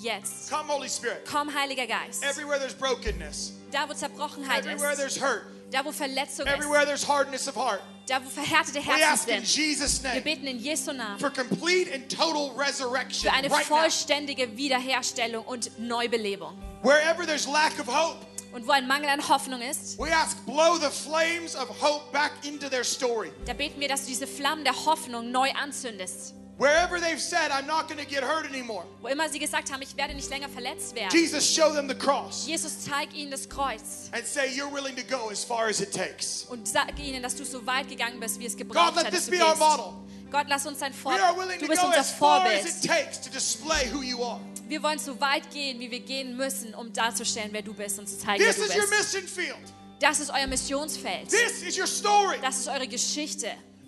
[SPEAKER 3] Jetzt.
[SPEAKER 2] Come, Holy Spirit.
[SPEAKER 3] Komm, Heiliger Geist.
[SPEAKER 2] Everywhere there's brokenness,
[SPEAKER 3] Da, wo Zerbrochenheit
[SPEAKER 2] everywhere
[SPEAKER 3] ist,
[SPEAKER 2] there's hurt,
[SPEAKER 3] da, wo Verletzung
[SPEAKER 2] everywhere there's hardness of heart,
[SPEAKER 3] ist, da, wo verhärtete
[SPEAKER 2] we
[SPEAKER 3] Herzen
[SPEAKER 2] ask in
[SPEAKER 3] sind.
[SPEAKER 2] Jesus'
[SPEAKER 3] Wir
[SPEAKER 2] name
[SPEAKER 3] beten in Jesu Namen
[SPEAKER 2] for complete and total resurrection
[SPEAKER 3] für eine
[SPEAKER 2] right now.
[SPEAKER 3] vollständige Wiederherstellung und Neubelebung.
[SPEAKER 2] Wherever there's lack of hope,
[SPEAKER 3] Und wo ein Mangel an Hoffnung ist,
[SPEAKER 2] we ask blow the flames of hope back into their story.
[SPEAKER 3] da beten wir, dass du diese Flammen der Hoffnung neu anzündest.
[SPEAKER 2] Wherever they've said, I'm not going to get hurt anymore,
[SPEAKER 3] Wo immer sie gesagt haben, ich werde nicht länger verletzt werden.
[SPEAKER 2] Jesus, show them the cross
[SPEAKER 3] Jesus, zeig ihnen das Kreuz
[SPEAKER 2] and say, You're willing to go as far as it takes.
[SPEAKER 3] und sag ihnen, dass du so weit gegangen bist, wie es gebraucht
[SPEAKER 2] God, let
[SPEAKER 3] hat.
[SPEAKER 2] this
[SPEAKER 3] dass du
[SPEAKER 2] be our
[SPEAKER 3] gehst.
[SPEAKER 2] model.
[SPEAKER 3] Gott, lass uns dein
[SPEAKER 2] We are
[SPEAKER 3] Vorbild.
[SPEAKER 2] willing
[SPEAKER 3] Du
[SPEAKER 2] to
[SPEAKER 3] bist
[SPEAKER 2] go
[SPEAKER 3] unser
[SPEAKER 2] as far as it
[SPEAKER 3] Vorbild.
[SPEAKER 2] takes to display who you are.
[SPEAKER 3] Wir wollen so weit gehen, wie wir gehen müssen, um darzustellen, wer du bist und zu zeigen, wer
[SPEAKER 2] This
[SPEAKER 3] du
[SPEAKER 2] is your
[SPEAKER 3] bist.
[SPEAKER 2] mission field.
[SPEAKER 3] Das ist euer Missionsfeld.
[SPEAKER 2] This is your story.
[SPEAKER 3] Das ist eure Geschichte.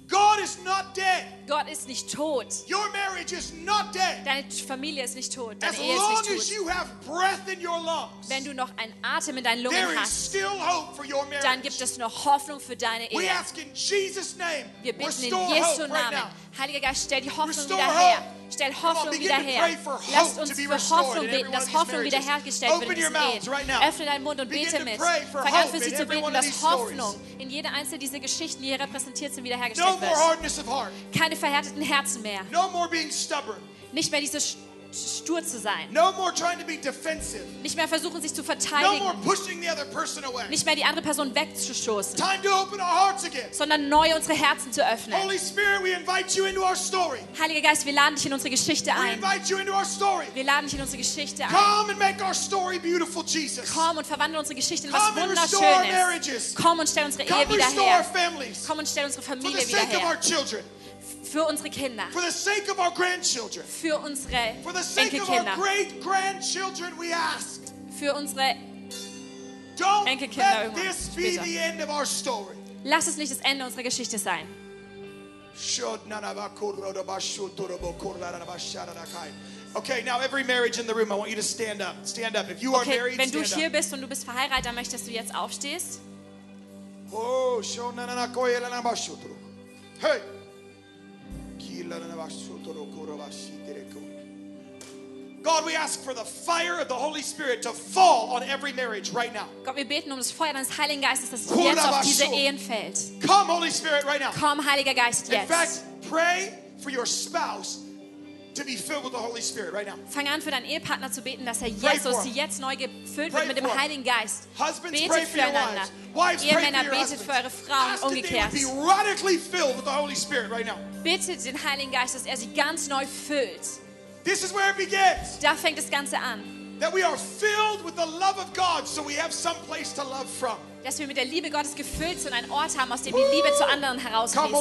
[SPEAKER 2] God is not dead.
[SPEAKER 3] Gott ist nicht tot.
[SPEAKER 2] Your marriage is not dead.
[SPEAKER 3] Deine Familie ist nicht tot. Deine
[SPEAKER 2] As
[SPEAKER 3] Ehe
[SPEAKER 2] long
[SPEAKER 3] ist
[SPEAKER 2] as
[SPEAKER 3] nicht tot.
[SPEAKER 2] you have breath in your lungs,
[SPEAKER 3] Wenn du noch einen Atem in deinen Lungen
[SPEAKER 2] there is
[SPEAKER 3] hast,
[SPEAKER 2] still hope for your
[SPEAKER 3] dann gibt
[SPEAKER 2] marriage.
[SPEAKER 3] es noch Hoffnung für deine
[SPEAKER 2] We
[SPEAKER 3] Ehe.
[SPEAKER 2] ask in Jesus' name,
[SPEAKER 3] Wir beten in
[SPEAKER 2] restore
[SPEAKER 3] Jesu
[SPEAKER 2] hope right
[SPEAKER 3] Namen.
[SPEAKER 2] now.
[SPEAKER 3] Heiliger Geist, stell die Hoffnung
[SPEAKER 2] Restore
[SPEAKER 3] wieder her.
[SPEAKER 2] hope.
[SPEAKER 3] Stell
[SPEAKER 2] Come on,
[SPEAKER 3] Hoffnung
[SPEAKER 2] begin
[SPEAKER 3] wieder
[SPEAKER 2] to
[SPEAKER 3] her.
[SPEAKER 2] pray for hope
[SPEAKER 3] Lasst
[SPEAKER 2] to
[SPEAKER 3] uns
[SPEAKER 2] be
[SPEAKER 3] für
[SPEAKER 2] restored
[SPEAKER 3] Hoffnung
[SPEAKER 2] in every one
[SPEAKER 3] beten,
[SPEAKER 2] of
[SPEAKER 3] dass
[SPEAKER 2] these
[SPEAKER 3] Hoffnung
[SPEAKER 2] marriages.
[SPEAKER 3] wiederhergestellt wird
[SPEAKER 2] Open
[SPEAKER 3] in diesen
[SPEAKER 2] your mouths
[SPEAKER 3] Ehen.
[SPEAKER 2] right now.
[SPEAKER 3] Öffne deinen Mund und
[SPEAKER 2] Begin
[SPEAKER 3] bete
[SPEAKER 2] to
[SPEAKER 3] mit.
[SPEAKER 2] pray for
[SPEAKER 3] Fang an
[SPEAKER 2] hope
[SPEAKER 3] für sie
[SPEAKER 2] in
[SPEAKER 3] zu
[SPEAKER 2] every
[SPEAKER 3] beten,
[SPEAKER 2] one of
[SPEAKER 3] dass
[SPEAKER 2] these
[SPEAKER 3] Hoffnung
[SPEAKER 2] stories.
[SPEAKER 3] in jeder einzelnen dieser Geschichten, die hier repräsentiert sind,
[SPEAKER 2] No
[SPEAKER 3] wiederhergestellt
[SPEAKER 2] more
[SPEAKER 3] wird.
[SPEAKER 2] hardness of heart.
[SPEAKER 3] Keine verhärteten Herzen mehr.
[SPEAKER 2] No more being stubborn.
[SPEAKER 3] Nicht mehr dieses stur zu sein.
[SPEAKER 2] No more trying to be defensive.
[SPEAKER 3] Nicht mehr versuchen, sich zu
[SPEAKER 2] No more
[SPEAKER 3] verteidigen.
[SPEAKER 2] pushing the other person away.
[SPEAKER 3] Nicht mehr die andere Person wegzustoßen,
[SPEAKER 2] Time to open our hearts again.
[SPEAKER 3] sondern neu unsere Herzen zu öffnen.
[SPEAKER 2] Holy Spirit, we invite you into our story.
[SPEAKER 3] Heiliger Geist, wir laden dich in unsere Geschichte
[SPEAKER 2] We
[SPEAKER 3] ein.
[SPEAKER 2] invite you into our story.
[SPEAKER 3] Wir laden dich in unsere Geschichte ein.
[SPEAKER 2] Come and make our story beautiful, Jesus.
[SPEAKER 3] Komm und verwandle unsere Geschichte in was
[SPEAKER 2] Come and restore our
[SPEAKER 3] Wunderschönes.
[SPEAKER 2] marriages.
[SPEAKER 3] Komm und stell unsere Ehe
[SPEAKER 2] Come
[SPEAKER 3] wieder
[SPEAKER 2] restore our
[SPEAKER 3] her.
[SPEAKER 2] families.
[SPEAKER 3] Komm und stell unsere
[SPEAKER 2] For the
[SPEAKER 3] Familie wieder
[SPEAKER 2] sake of our
[SPEAKER 3] her.
[SPEAKER 2] children.
[SPEAKER 3] Für unsere Kinder.
[SPEAKER 2] For the sake of our grandchildren.
[SPEAKER 3] Für unsere
[SPEAKER 2] For the sake of our
[SPEAKER 3] Enkelkinder.
[SPEAKER 2] great grandchildren, we ask.
[SPEAKER 3] Für unsere.
[SPEAKER 2] Don't
[SPEAKER 3] Enkelkinder
[SPEAKER 2] let
[SPEAKER 3] irgendwann
[SPEAKER 2] this be
[SPEAKER 3] später.
[SPEAKER 2] the end of our story.
[SPEAKER 3] Lass es nicht das Ende unserer Geschichte sein.
[SPEAKER 2] Okay, now every marriage in the room, I want you to stand up. Stand up. If you are
[SPEAKER 3] Okay,
[SPEAKER 2] married,
[SPEAKER 3] wenn du
[SPEAKER 2] stand
[SPEAKER 3] hier
[SPEAKER 2] up.
[SPEAKER 3] bist und du bist verheiratet, dann möchtest du jetzt aufstehst.
[SPEAKER 2] Oh, shonananakoyelanabashuturu. Hey. Kilanabashuturukurabashitereko. God, we ask for the fire of the Holy Spirit to fall on every marriage right now.
[SPEAKER 3] Gott, wir beten um das Feuer deines Heiligen Geistes, das
[SPEAKER 2] Hurra,
[SPEAKER 3] jetzt auf
[SPEAKER 2] was
[SPEAKER 3] diese
[SPEAKER 2] so.
[SPEAKER 3] Ehen fällt.
[SPEAKER 2] Come, Holy Spirit, right now.
[SPEAKER 3] Komm, Heiliger Geist,
[SPEAKER 2] In fact,
[SPEAKER 3] jetzt.
[SPEAKER 2] pray for your spouse to be filled with the Holy Spirit right now.
[SPEAKER 3] Fang an, für deinen Ehepartner zu beten, dass er jetzt,
[SPEAKER 2] for
[SPEAKER 3] dass sie
[SPEAKER 2] him.
[SPEAKER 3] jetzt neu gefüllt
[SPEAKER 2] Pray
[SPEAKER 3] wird mit
[SPEAKER 2] for
[SPEAKER 3] dem
[SPEAKER 2] him.
[SPEAKER 3] Heiligen Geist.
[SPEAKER 2] Husbands, pray
[SPEAKER 3] Betet
[SPEAKER 2] for your
[SPEAKER 3] füreinander.
[SPEAKER 2] wives. Wives, pray
[SPEAKER 3] Ehemänner,
[SPEAKER 2] for your
[SPEAKER 3] betet
[SPEAKER 2] husbands.
[SPEAKER 3] für eure
[SPEAKER 2] Ask
[SPEAKER 3] Frauen
[SPEAKER 2] that they would
[SPEAKER 3] umgekehrt.
[SPEAKER 2] be radically filled with the Holy Spirit right now.
[SPEAKER 3] Bittet den Heiligen Geist, dass er sie ganz neu füllt.
[SPEAKER 2] This is where it begins.
[SPEAKER 3] Da fängt das Ganze an,
[SPEAKER 2] That we are filled with the love of God so we have some place to love from.
[SPEAKER 3] dass wir mit der Liebe Gottes gefüllt sind, einen Ort haben, aus dem die Liebe zu anderen
[SPEAKER 2] Come, Holy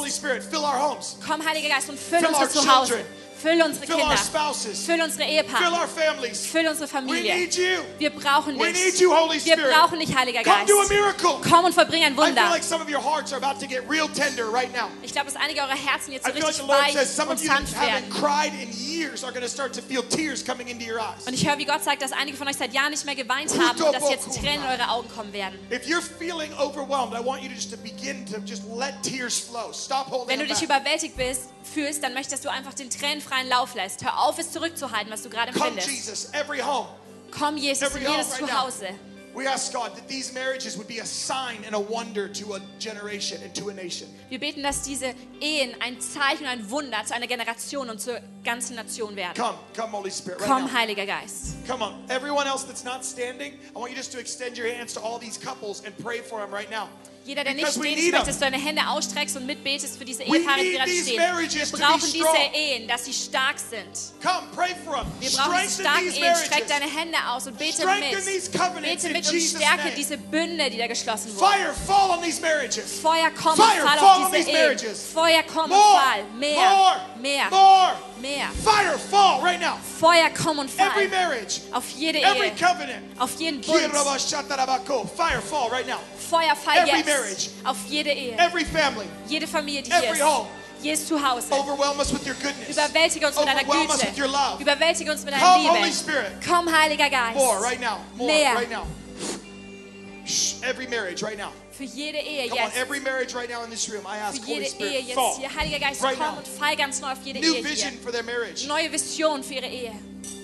[SPEAKER 3] herausfließt.
[SPEAKER 2] Spirit, fill our homes.
[SPEAKER 3] Komm, Heiliger Geist, und füll
[SPEAKER 2] Fill
[SPEAKER 3] unsere
[SPEAKER 2] our
[SPEAKER 3] Zuhause.
[SPEAKER 2] children.
[SPEAKER 3] Füll unsere
[SPEAKER 2] Fill our
[SPEAKER 3] Kinder.
[SPEAKER 2] spouses.
[SPEAKER 3] Füll unsere
[SPEAKER 2] Fill our
[SPEAKER 3] Ehepartner.
[SPEAKER 2] families.
[SPEAKER 3] Füll unsere
[SPEAKER 2] We
[SPEAKER 3] Familie.
[SPEAKER 2] need you.
[SPEAKER 3] Wir brauchen
[SPEAKER 2] We
[SPEAKER 3] dich.
[SPEAKER 2] need you, Holy
[SPEAKER 3] Wir
[SPEAKER 2] Spirit.
[SPEAKER 3] brauchen dich, Heiliger
[SPEAKER 2] Come
[SPEAKER 3] Geist.
[SPEAKER 2] do a miracle.
[SPEAKER 3] Komm und verbring ein
[SPEAKER 2] I feel
[SPEAKER 3] Wunder.
[SPEAKER 2] like some of your hearts are about to get real tender right now.
[SPEAKER 3] Ich glaube, dass einige eurer Herzen jetzt so
[SPEAKER 2] I feel like
[SPEAKER 3] richtig
[SPEAKER 2] the Lord says
[SPEAKER 3] weich
[SPEAKER 2] some
[SPEAKER 3] und
[SPEAKER 2] of you that
[SPEAKER 3] sanft
[SPEAKER 2] haven't
[SPEAKER 3] werden.
[SPEAKER 2] cried in years are going to start to feel tears coming into your eyes.
[SPEAKER 3] Und ich höre, wie Gott sagt, dass einige von euch seit Jahren nicht mehr geweint haben und dass jetzt Tränen in eure Augen kommen werden.
[SPEAKER 2] If you're feeling overwhelmed, I want you to just to begin to just let tears flow. Stop holding
[SPEAKER 3] Wenn du
[SPEAKER 2] them
[SPEAKER 3] dich
[SPEAKER 2] back.
[SPEAKER 3] überwältigt bist, fühlst, dann möchtest du einfach den Tränen freien Lauf lässt. Hör auf, es zurückzuhalten, was du gerade
[SPEAKER 2] Come,
[SPEAKER 3] empfindest.
[SPEAKER 2] Jesus, every home.
[SPEAKER 3] Komm, Jesus, in
[SPEAKER 2] Every home
[SPEAKER 3] jedes
[SPEAKER 2] right now.
[SPEAKER 3] Zuhause.
[SPEAKER 2] We ask God that these marriages would be a sign and a wonder to a generation and to a nation.
[SPEAKER 3] Wir beten, dass diese Ehen ein Zeichen und ein Wunder zu einer Generation und zur ganzen Nation werden.
[SPEAKER 2] Come, come, Holy Spirit, right
[SPEAKER 3] Komm,
[SPEAKER 2] now.
[SPEAKER 3] Heiliger Geist.
[SPEAKER 2] Come on. Everyone else that's not standing, I want you just to extend your hands to all these couples and pray for them right now.
[SPEAKER 3] Jeder, der nicht
[SPEAKER 2] Because we
[SPEAKER 3] steht,
[SPEAKER 2] need
[SPEAKER 3] ich möchte,
[SPEAKER 2] 'em.
[SPEAKER 3] dass du deine Hände ausstreckst und mitbetest für diese
[SPEAKER 2] We
[SPEAKER 3] Ehepaare, die
[SPEAKER 2] need
[SPEAKER 3] gerade
[SPEAKER 2] these
[SPEAKER 3] stehen.
[SPEAKER 2] marriages to
[SPEAKER 3] Wir
[SPEAKER 2] be
[SPEAKER 3] brauchen diese
[SPEAKER 2] strong.
[SPEAKER 3] Ehen, dass sie stark sind.
[SPEAKER 2] Come, pray for them.
[SPEAKER 3] Wir brauchen diese
[SPEAKER 2] Strengthen
[SPEAKER 3] starken
[SPEAKER 2] these
[SPEAKER 3] Ehen. Streck
[SPEAKER 2] marriages.
[SPEAKER 3] deine Hände aus und bete
[SPEAKER 2] Strengthen
[SPEAKER 3] mit.
[SPEAKER 2] these covenants
[SPEAKER 3] Bete
[SPEAKER 2] in
[SPEAKER 3] mit und
[SPEAKER 2] Jesus'
[SPEAKER 3] stärke
[SPEAKER 2] name.
[SPEAKER 3] diese Bünde, die da geschlossen wurden.
[SPEAKER 2] Fire, fall on these marriages.
[SPEAKER 3] Feuer komm und
[SPEAKER 2] Fire,
[SPEAKER 3] fall
[SPEAKER 2] fall on
[SPEAKER 3] auf diese
[SPEAKER 2] these
[SPEAKER 3] Ehen.
[SPEAKER 2] marriages.
[SPEAKER 3] Feuer komm und
[SPEAKER 2] More,
[SPEAKER 3] fall. Mehr,
[SPEAKER 2] more,
[SPEAKER 3] mehr,
[SPEAKER 2] more.
[SPEAKER 3] mehr.
[SPEAKER 2] Fire, fall right now.
[SPEAKER 3] Feuer komm und
[SPEAKER 2] Every
[SPEAKER 3] fall.
[SPEAKER 2] marriage,
[SPEAKER 3] Auf jede
[SPEAKER 2] every
[SPEAKER 3] Ehe,
[SPEAKER 2] covenant.
[SPEAKER 3] auf jeden Bund.
[SPEAKER 2] Kirabashatarabako. Fire, fall right now.
[SPEAKER 3] Feuer fall
[SPEAKER 2] every marriage.
[SPEAKER 3] jetzt. Auf jede Ehe,
[SPEAKER 2] Every family,
[SPEAKER 3] jede Familie, die
[SPEAKER 2] every
[SPEAKER 3] hier
[SPEAKER 2] home.
[SPEAKER 3] ist. Jedes Zuhause.
[SPEAKER 2] overwhelm us with your goodness.
[SPEAKER 3] Überwältige uns mit deiner
[SPEAKER 2] Overwhelm us
[SPEAKER 3] Güte.
[SPEAKER 2] with your love.
[SPEAKER 3] Überwältige uns mit deiner
[SPEAKER 2] Come,
[SPEAKER 3] Liebe.
[SPEAKER 2] Holy Spirit.
[SPEAKER 3] Komm, Heiliger Geist.
[SPEAKER 2] More right now. More
[SPEAKER 3] Mehr.
[SPEAKER 2] right now. Shh, every marriage right now.
[SPEAKER 3] Für jede Ehe
[SPEAKER 2] Come on,
[SPEAKER 3] jetzt.
[SPEAKER 2] every marriage right now in this room. I ask
[SPEAKER 3] Für
[SPEAKER 2] Holy
[SPEAKER 3] jede Ehe
[SPEAKER 2] Spirit,
[SPEAKER 3] jetzt
[SPEAKER 2] fall.
[SPEAKER 3] hier. Heiliger Geist,
[SPEAKER 2] right
[SPEAKER 3] komm
[SPEAKER 2] now.
[SPEAKER 3] und fall ganz neu auf jede
[SPEAKER 2] New
[SPEAKER 3] Ehe
[SPEAKER 2] vision
[SPEAKER 3] hier.
[SPEAKER 2] for their marriage.
[SPEAKER 3] Neue Vision für ihre Ehe.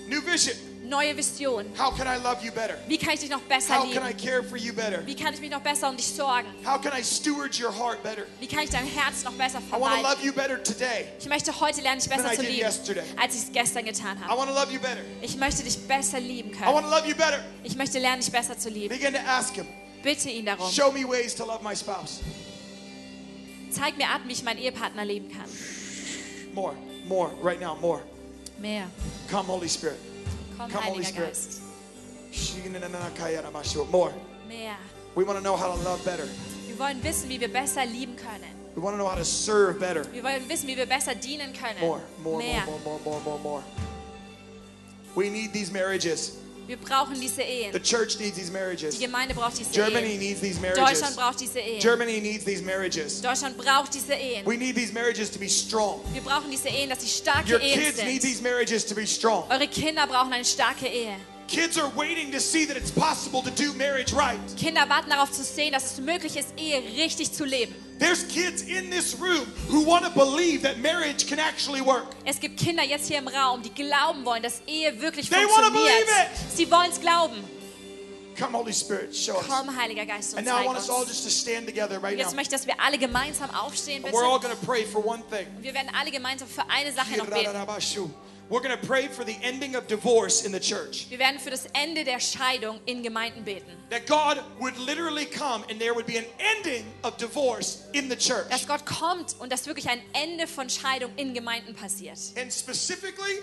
[SPEAKER 2] New vision.
[SPEAKER 3] Neue Vision.
[SPEAKER 2] How can I love you better?
[SPEAKER 3] Wie kann ich dich noch besser
[SPEAKER 2] How can I
[SPEAKER 3] lieben?
[SPEAKER 2] care for you better?
[SPEAKER 3] Wie kann ich mich noch besser um dich sorgen?
[SPEAKER 2] How can I steward your heart better?
[SPEAKER 3] Wie kann ich dein Herz noch besser
[SPEAKER 2] I want to
[SPEAKER 3] verwalten?
[SPEAKER 2] love you better today.
[SPEAKER 3] Ich möchte heute lernen, dich
[SPEAKER 2] Than
[SPEAKER 3] besser
[SPEAKER 2] I
[SPEAKER 3] zu
[SPEAKER 2] did
[SPEAKER 3] lieben,
[SPEAKER 2] yesterday.
[SPEAKER 3] als ich es gestern getan
[SPEAKER 2] I
[SPEAKER 3] habe.
[SPEAKER 2] want to love you better.
[SPEAKER 3] Ich möchte dich besser lieben
[SPEAKER 2] I want
[SPEAKER 3] können.
[SPEAKER 2] to love you better.
[SPEAKER 3] Ich möchte lernen, dich besser zu lieben.
[SPEAKER 2] Begin to ask Him.
[SPEAKER 3] Bitte ihn darum.
[SPEAKER 2] Show me ways to love my spouse.
[SPEAKER 3] Zeig mir an, wie ich meinen Ehepartner lieben kann.
[SPEAKER 2] More, more, right now, more.
[SPEAKER 3] Mehr.
[SPEAKER 2] Come, Holy Spirit.
[SPEAKER 3] Komm,
[SPEAKER 2] Come, Holy
[SPEAKER 3] Heiliger
[SPEAKER 2] Spirit.
[SPEAKER 3] Geist.
[SPEAKER 2] Shinanakayanamashua. More.
[SPEAKER 3] Mehr.
[SPEAKER 2] We want to know how to love better.
[SPEAKER 3] Wir wollen wissen, wie wir besser lieben können.
[SPEAKER 2] We want to know how to serve better.
[SPEAKER 3] Wir wollen wissen, wie wir besser dienen können.
[SPEAKER 2] More, more,
[SPEAKER 3] Mehr.
[SPEAKER 2] more, more, more, more, more, more. We need these marriages.
[SPEAKER 3] Wir brauchen diese
[SPEAKER 2] The
[SPEAKER 3] Ehen.
[SPEAKER 2] church needs these
[SPEAKER 3] Die
[SPEAKER 2] marriages.
[SPEAKER 3] Gemeinde braucht diese
[SPEAKER 2] Germany
[SPEAKER 3] Ehen.
[SPEAKER 2] needs these
[SPEAKER 3] Deutschland
[SPEAKER 2] marriages.
[SPEAKER 3] braucht diese Ehen.
[SPEAKER 2] Germany needs these marriages.
[SPEAKER 3] Deutschland braucht diese Ehen.
[SPEAKER 2] We need these marriages to be strong.
[SPEAKER 3] Wir brauchen diese Ehen, dass sie starke
[SPEAKER 2] Your
[SPEAKER 3] Ehen
[SPEAKER 2] kids need
[SPEAKER 3] sind.
[SPEAKER 2] these marriages to be strong.
[SPEAKER 3] Eure Kinder brauchen eine starke Ehe.
[SPEAKER 2] Kids are waiting to see that it's possible to do marriage right.
[SPEAKER 3] Kinder warten darauf zu sehen, dass es möglich ist, Ehe richtig zu leben.
[SPEAKER 2] There's kids in this room who want to believe that marriage can actually work.
[SPEAKER 3] Es gibt Kinder jetzt hier im Raum, die glauben wollen, dass Ehe wirklich
[SPEAKER 2] They wanna
[SPEAKER 3] funktioniert.
[SPEAKER 2] believe it.
[SPEAKER 3] Sie wollen es glauben.
[SPEAKER 2] Come, Holy Spirit, show us.
[SPEAKER 3] Komm, Heiliger Geist, und
[SPEAKER 2] And now I
[SPEAKER 3] zeig
[SPEAKER 2] want us all
[SPEAKER 3] uns.
[SPEAKER 2] just to stand together right now.
[SPEAKER 3] Jetzt möchte ich, dass wir alle gemeinsam aufstehen,
[SPEAKER 2] And
[SPEAKER 3] bitte.
[SPEAKER 2] we're all going to pray for one thing.
[SPEAKER 3] Und wir werden alle gemeinsam für eine Sache noch beten.
[SPEAKER 2] We're going to pray for the ending of divorce in the church.
[SPEAKER 3] Wir werden für das Ende der Scheidung in Gemeinden beten.
[SPEAKER 2] That God would literally come and there would be an ending of divorce in the church.
[SPEAKER 3] Dass Gott kommt und dass wirklich ein Ende von Scheidung in Gemeinden passiert.
[SPEAKER 2] And specifically,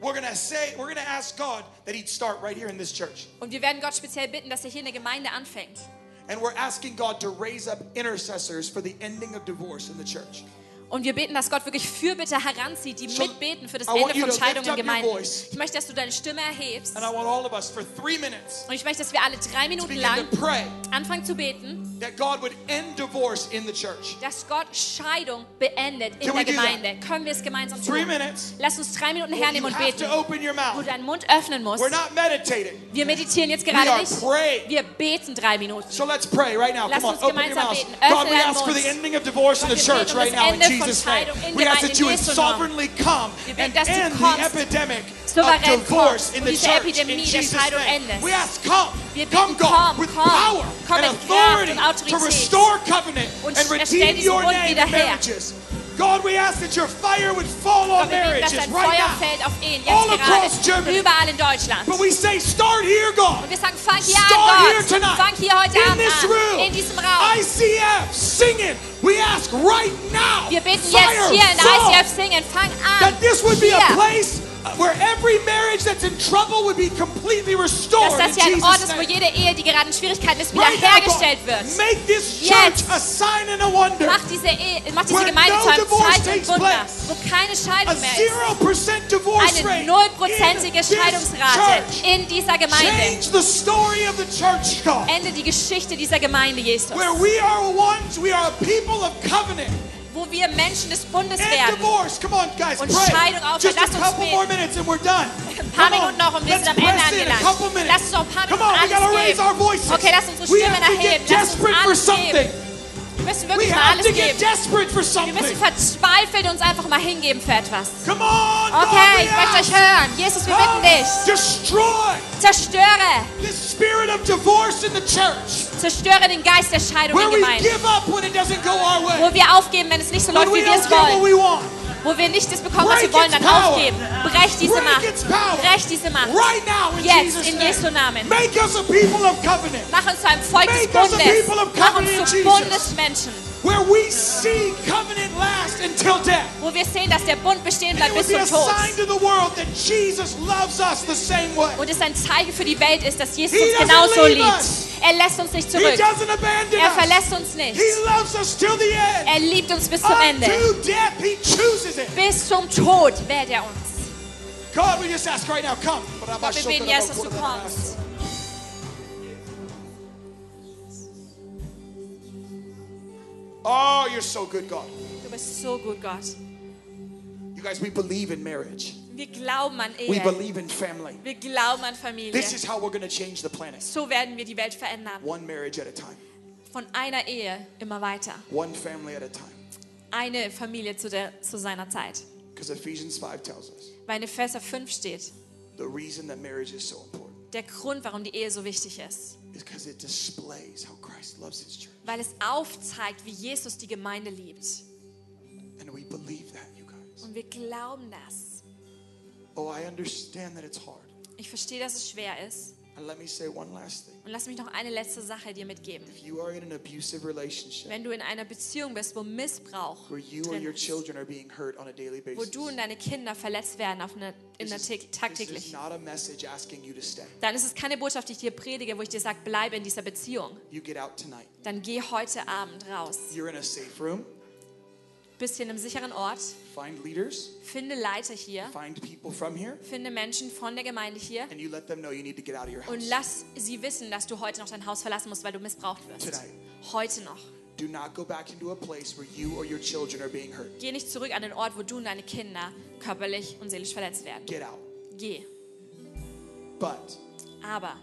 [SPEAKER 2] we're going to say, we're going to ask God that He'd start right here in this church.
[SPEAKER 3] Und wir werden Gott speziell bitten, dass er hier in der Gemeinde anfängt.
[SPEAKER 2] And we're asking God to raise up intercessors for the ending of divorce in the church.
[SPEAKER 3] Und wir beten, dass Gott wirklich Fürbitter heranzieht, die
[SPEAKER 2] So,
[SPEAKER 3] mitbeten für das
[SPEAKER 2] I want
[SPEAKER 3] Ende
[SPEAKER 2] you
[SPEAKER 3] von
[SPEAKER 2] to
[SPEAKER 3] Scheidungen
[SPEAKER 2] lift
[SPEAKER 3] in
[SPEAKER 2] up your
[SPEAKER 3] Gemeinden.
[SPEAKER 2] voice.
[SPEAKER 3] Ich möchte, dass du deine Stimme erhebst.
[SPEAKER 2] And I want all of us for three minutes
[SPEAKER 3] Und ich möchte, dass wir alle drei
[SPEAKER 2] to
[SPEAKER 3] Minuten
[SPEAKER 2] begin
[SPEAKER 3] lang
[SPEAKER 2] to pray
[SPEAKER 3] anfangen zu beten,
[SPEAKER 2] that God would end divorce in the church.
[SPEAKER 3] dass Gott Scheidung beendet in
[SPEAKER 2] Can we
[SPEAKER 3] der
[SPEAKER 2] do that?
[SPEAKER 3] Gemeinde. Können wir es gemeinsam
[SPEAKER 2] Three
[SPEAKER 3] tun?
[SPEAKER 2] minutes.
[SPEAKER 3] Lass uns drei Minuten
[SPEAKER 2] You
[SPEAKER 3] hernehmen und
[SPEAKER 2] have
[SPEAKER 3] beten,
[SPEAKER 2] to open your
[SPEAKER 3] wo du
[SPEAKER 2] mouth.
[SPEAKER 3] deinen Mund öffnen musst.
[SPEAKER 2] We're not meditating.
[SPEAKER 3] Wir meditieren jetzt
[SPEAKER 2] We
[SPEAKER 3] gerade
[SPEAKER 2] are
[SPEAKER 3] nicht.
[SPEAKER 2] praying.
[SPEAKER 3] Wir beten drei Minuten.
[SPEAKER 2] So let's pray right now.
[SPEAKER 3] Lass
[SPEAKER 2] Come on,
[SPEAKER 3] uns
[SPEAKER 2] open your
[SPEAKER 3] gemeinsam
[SPEAKER 2] mouth.
[SPEAKER 3] beten. Öffne
[SPEAKER 2] God, we
[SPEAKER 3] deinen
[SPEAKER 2] ask for
[SPEAKER 3] Mund.
[SPEAKER 2] the ending of divorce in the
[SPEAKER 3] Gott, wir
[SPEAKER 2] church
[SPEAKER 3] beten um
[SPEAKER 2] right
[SPEAKER 3] das
[SPEAKER 2] now in
[SPEAKER 3] Ende von
[SPEAKER 2] Jesus' name.
[SPEAKER 3] Scheidung in
[SPEAKER 2] We ask
[SPEAKER 3] Gemeinden
[SPEAKER 2] that you would
[SPEAKER 3] Jesu Namen.
[SPEAKER 2] sovereignly come
[SPEAKER 3] Wir beten,
[SPEAKER 2] and
[SPEAKER 3] dass du
[SPEAKER 2] end the
[SPEAKER 3] kommst,
[SPEAKER 2] epidemic of
[SPEAKER 3] souverän
[SPEAKER 2] divorce
[SPEAKER 3] kommst
[SPEAKER 2] in
[SPEAKER 3] und
[SPEAKER 2] the
[SPEAKER 3] diese
[SPEAKER 2] church
[SPEAKER 3] Epidemie
[SPEAKER 2] in
[SPEAKER 3] der
[SPEAKER 2] Jesus'
[SPEAKER 3] Scheidung
[SPEAKER 2] name.
[SPEAKER 3] endest.
[SPEAKER 2] We ask, come,
[SPEAKER 3] Wir
[SPEAKER 2] come,
[SPEAKER 3] beten,
[SPEAKER 2] God,
[SPEAKER 3] komm,
[SPEAKER 2] with
[SPEAKER 3] komm,
[SPEAKER 2] power
[SPEAKER 3] komm
[SPEAKER 2] and
[SPEAKER 3] mit Kraft
[SPEAKER 2] authority
[SPEAKER 3] und
[SPEAKER 2] to
[SPEAKER 3] Autorität.
[SPEAKER 2] restore covenant
[SPEAKER 3] Und
[SPEAKER 2] and
[SPEAKER 3] stell
[SPEAKER 2] redeem
[SPEAKER 3] diesen
[SPEAKER 2] your
[SPEAKER 3] Bund
[SPEAKER 2] name
[SPEAKER 3] wieder
[SPEAKER 2] in
[SPEAKER 3] her.
[SPEAKER 2] marriages. God, we ask that your fire would fall on
[SPEAKER 3] Gott, wir beten,
[SPEAKER 2] marriages
[SPEAKER 3] dass dein
[SPEAKER 2] right
[SPEAKER 3] Feuer
[SPEAKER 2] now.
[SPEAKER 3] fällt auf Ehen
[SPEAKER 2] All
[SPEAKER 3] jetzt
[SPEAKER 2] across Germany.
[SPEAKER 3] gerade. Überall in Deutschland.
[SPEAKER 2] But we say, start here, God.
[SPEAKER 3] Und wir sagen, fang hier
[SPEAKER 2] Start here
[SPEAKER 3] an, Gott.
[SPEAKER 2] tonight.
[SPEAKER 3] Fang hier heute
[SPEAKER 2] in
[SPEAKER 3] Abend
[SPEAKER 2] this room.
[SPEAKER 3] an. In diesem Raum.
[SPEAKER 2] ICF singing. We ask right now.
[SPEAKER 3] Wir beten
[SPEAKER 2] fire
[SPEAKER 3] jetzt hier in
[SPEAKER 2] fall,
[SPEAKER 3] ICF Singen. Fang an.
[SPEAKER 2] That this would be a
[SPEAKER 3] Hier.
[SPEAKER 2] place uh, where every marriage that's in trouble would be completely restored. in
[SPEAKER 3] dass das hier ein
[SPEAKER 2] Jesus'
[SPEAKER 3] Ort ist, wo
[SPEAKER 2] name.
[SPEAKER 3] jede Ehe, die gerade in Schwierigkeiten ist,
[SPEAKER 2] Right now, God,
[SPEAKER 3] wiederhergestellt wird.
[SPEAKER 2] Make this church
[SPEAKER 3] Jetzt.
[SPEAKER 2] a sign and a wonder.
[SPEAKER 3] Mach diese, Ehe, mach diese
[SPEAKER 2] Where
[SPEAKER 3] Gemeinde
[SPEAKER 2] no
[SPEAKER 3] zu einem
[SPEAKER 2] divorce
[SPEAKER 3] Zeichen
[SPEAKER 2] takes
[SPEAKER 3] und Wunder,
[SPEAKER 2] place.
[SPEAKER 3] wo keine
[SPEAKER 2] A
[SPEAKER 3] Scheidung mehr ist.
[SPEAKER 2] 0% divorce
[SPEAKER 3] Eine
[SPEAKER 2] rate. in
[SPEAKER 3] nullprozentige
[SPEAKER 2] this
[SPEAKER 3] Scheidungsrate
[SPEAKER 2] church.
[SPEAKER 3] in dieser Gemeinde.
[SPEAKER 2] Change the story of the church, God.
[SPEAKER 3] Ende die Geschichte dieser Gemeinde, Jesus.
[SPEAKER 2] Where we are ones, we are a people of covenant
[SPEAKER 3] Wo wir Menschen des Bundes
[SPEAKER 2] and
[SPEAKER 3] werden.
[SPEAKER 2] divorce. Come on, guys,
[SPEAKER 3] Und
[SPEAKER 2] pray.
[SPEAKER 3] Scheidung aufhören.
[SPEAKER 2] Just
[SPEAKER 3] Lasst
[SPEAKER 2] a
[SPEAKER 3] uns
[SPEAKER 2] couple
[SPEAKER 3] beten.
[SPEAKER 2] more minutes and we're done.
[SPEAKER 3] Ein paar
[SPEAKER 2] Come
[SPEAKER 3] Minuten noch und wir
[SPEAKER 2] let's
[SPEAKER 3] sind am Ende
[SPEAKER 2] press in a couple
[SPEAKER 3] angelangt.
[SPEAKER 2] minutes.
[SPEAKER 3] Lass uns noch ein paar
[SPEAKER 2] Come
[SPEAKER 3] Minuten
[SPEAKER 2] on, we gotta
[SPEAKER 3] alles
[SPEAKER 2] raise our
[SPEAKER 3] geben.
[SPEAKER 2] voices.
[SPEAKER 3] Okay, lass unsere
[SPEAKER 2] we
[SPEAKER 3] Stimmen
[SPEAKER 2] have to
[SPEAKER 3] erheben.
[SPEAKER 2] get
[SPEAKER 3] Lass uns
[SPEAKER 2] desperate for
[SPEAKER 3] alles
[SPEAKER 2] something.
[SPEAKER 3] geben. Wir müssen
[SPEAKER 2] We
[SPEAKER 3] wirklich mal
[SPEAKER 2] have
[SPEAKER 3] alles
[SPEAKER 2] to get
[SPEAKER 3] geben.
[SPEAKER 2] desperate for
[SPEAKER 3] Wir
[SPEAKER 2] something.
[SPEAKER 3] müssen verzweifelt uns einfach mal hingeben für etwas.
[SPEAKER 2] Come on, God,
[SPEAKER 3] Okay,
[SPEAKER 2] we
[SPEAKER 3] ich möchte
[SPEAKER 2] ask.
[SPEAKER 3] euch hören. Jesus, wir
[SPEAKER 2] Come,
[SPEAKER 3] bitten dich.
[SPEAKER 2] Destroy
[SPEAKER 3] Zerstöre.
[SPEAKER 2] the spirit of divorce in the church.
[SPEAKER 3] Zerstöre den Geist der Scheidung
[SPEAKER 2] Where
[SPEAKER 3] in
[SPEAKER 2] we
[SPEAKER 3] Gemeinden.
[SPEAKER 2] give up when it doesn't go our way.
[SPEAKER 3] Wo wir aufgeben, wenn es nicht so läuft,
[SPEAKER 2] When
[SPEAKER 3] wie
[SPEAKER 2] we
[SPEAKER 3] wir
[SPEAKER 2] don't
[SPEAKER 3] es
[SPEAKER 2] get what
[SPEAKER 3] wollen.
[SPEAKER 2] we want.
[SPEAKER 3] Wo wir nicht das bekommen, was
[SPEAKER 2] Break
[SPEAKER 3] wir wollen,
[SPEAKER 2] its
[SPEAKER 3] dann
[SPEAKER 2] power.
[SPEAKER 3] aufgeben. Brech diese
[SPEAKER 2] Break
[SPEAKER 3] Macht.
[SPEAKER 2] its power.
[SPEAKER 3] Brech diese Macht.
[SPEAKER 2] Right now in
[SPEAKER 3] Jetzt,
[SPEAKER 2] Jesus'
[SPEAKER 3] in
[SPEAKER 2] name.
[SPEAKER 3] Jesu Namen.
[SPEAKER 2] Make us a people of covenant.
[SPEAKER 3] Mach uns zu einem Volk des
[SPEAKER 2] Make us a
[SPEAKER 3] Bundes.
[SPEAKER 2] people of
[SPEAKER 3] Mach
[SPEAKER 2] covenant
[SPEAKER 3] uns zu
[SPEAKER 2] in Jesus.
[SPEAKER 3] Bundesmenschen.
[SPEAKER 2] Where we see covenant last until death.
[SPEAKER 3] Wo wir sehen, dass der Bund bestehen
[SPEAKER 2] It
[SPEAKER 3] bleibt
[SPEAKER 2] would
[SPEAKER 3] bis
[SPEAKER 2] be
[SPEAKER 3] zum
[SPEAKER 2] a
[SPEAKER 3] Tod.
[SPEAKER 2] sign to the world that Jesus loves us the same way.
[SPEAKER 3] Und es ein Zeichen für die Welt ist, dass Jesus
[SPEAKER 2] He
[SPEAKER 3] uns
[SPEAKER 2] doesn't
[SPEAKER 3] genauso
[SPEAKER 2] leave
[SPEAKER 3] liebt.
[SPEAKER 2] us.
[SPEAKER 3] Er lässt uns nicht
[SPEAKER 2] He
[SPEAKER 3] zurück.
[SPEAKER 2] doesn't abandon
[SPEAKER 3] Er
[SPEAKER 2] us.
[SPEAKER 3] verlässt uns nicht.
[SPEAKER 2] He loves us till the end.
[SPEAKER 3] Er liebt uns bis zum Ende.
[SPEAKER 2] Unto death, he chooses it.
[SPEAKER 3] Bis zum Tod wählt er uns.
[SPEAKER 2] God, we just ask right now, come.
[SPEAKER 3] Gott, wir beten jetzt, dass du kommst.
[SPEAKER 2] Oh, you're so good, God.
[SPEAKER 3] Du bist so gut, Gott.
[SPEAKER 2] You guys, we believe in marriage.
[SPEAKER 3] Wir glauben an
[SPEAKER 2] We
[SPEAKER 3] Ehe.
[SPEAKER 2] believe in family.
[SPEAKER 3] Wir glauben an Familie.
[SPEAKER 2] This is how we're going to change the planet.
[SPEAKER 3] So werden wir die Welt verändern.
[SPEAKER 2] One marriage at a time.
[SPEAKER 3] Von einer Ehe immer weiter.
[SPEAKER 2] One family at a time.
[SPEAKER 3] Eine Familie zu, der, zu seiner Zeit.
[SPEAKER 2] Because Ephesians 5 tells us
[SPEAKER 3] Weil in Epheser 5 steht,
[SPEAKER 2] the reason that marriage is so important
[SPEAKER 3] der Grund, warum die Ehe so wichtig ist.
[SPEAKER 2] is because it displays how Christ loves his church.
[SPEAKER 3] Weil es aufzeigt, wie Jesus die Gemeinde liebt.
[SPEAKER 2] And we believe that, you guys.
[SPEAKER 3] Und wir glauben das.
[SPEAKER 2] Oh, I understand that it's hard.
[SPEAKER 3] Ich verstehe, dass es schwer ist.
[SPEAKER 2] And let me say one last thing.
[SPEAKER 3] Und lass mich noch eine letzte Sache dir mitgeben.
[SPEAKER 2] If you are in an abusive relationship,
[SPEAKER 3] Wenn du in einer Beziehung bist, wo Missbrauch
[SPEAKER 2] where you or
[SPEAKER 3] drin
[SPEAKER 2] your
[SPEAKER 3] ist,
[SPEAKER 2] children are being hurt on a daily
[SPEAKER 3] wo
[SPEAKER 2] basis.
[SPEAKER 3] du und deine Kinder verletzt werden auf eine,
[SPEAKER 2] This
[SPEAKER 3] in der
[SPEAKER 2] is-
[SPEAKER 3] tä-
[SPEAKER 2] This is
[SPEAKER 3] tagtäglich,
[SPEAKER 2] not a message asking you to stay.
[SPEAKER 3] dann ist es keine Botschaft, die ich dir predige, wo ich dir sage, bleibe in dieser Beziehung.
[SPEAKER 2] You get out tonight.
[SPEAKER 3] Dann geh heute Abend raus.
[SPEAKER 2] You're in a safe room.
[SPEAKER 3] Bist hier in einem sicheren Ort,
[SPEAKER 2] Find leaders.
[SPEAKER 3] finde Leiter hier,
[SPEAKER 2] Find people from here,
[SPEAKER 3] finde Menschen von der Gemeinde hier
[SPEAKER 2] and you let them know you need to get out of your
[SPEAKER 3] und
[SPEAKER 2] house.
[SPEAKER 3] lass sie wissen, dass du heute noch dein Haus verlassen musst, weil du missbraucht wirst.
[SPEAKER 2] Tonight.
[SPEAKER 3] Heute noch.
[SPEAKER 2] Do not go back into a place where you or your children are being hurt.
[SPEAKER 3] Geh nicht zurück an den Ort, wo du und deine Kinder körperlich und seelisch verletzt werden.
[SPEAKER 2] Get out.
[SPEAKER 3] Geh.
[SPEAKER 2] But
[SPEAKER 3] Aber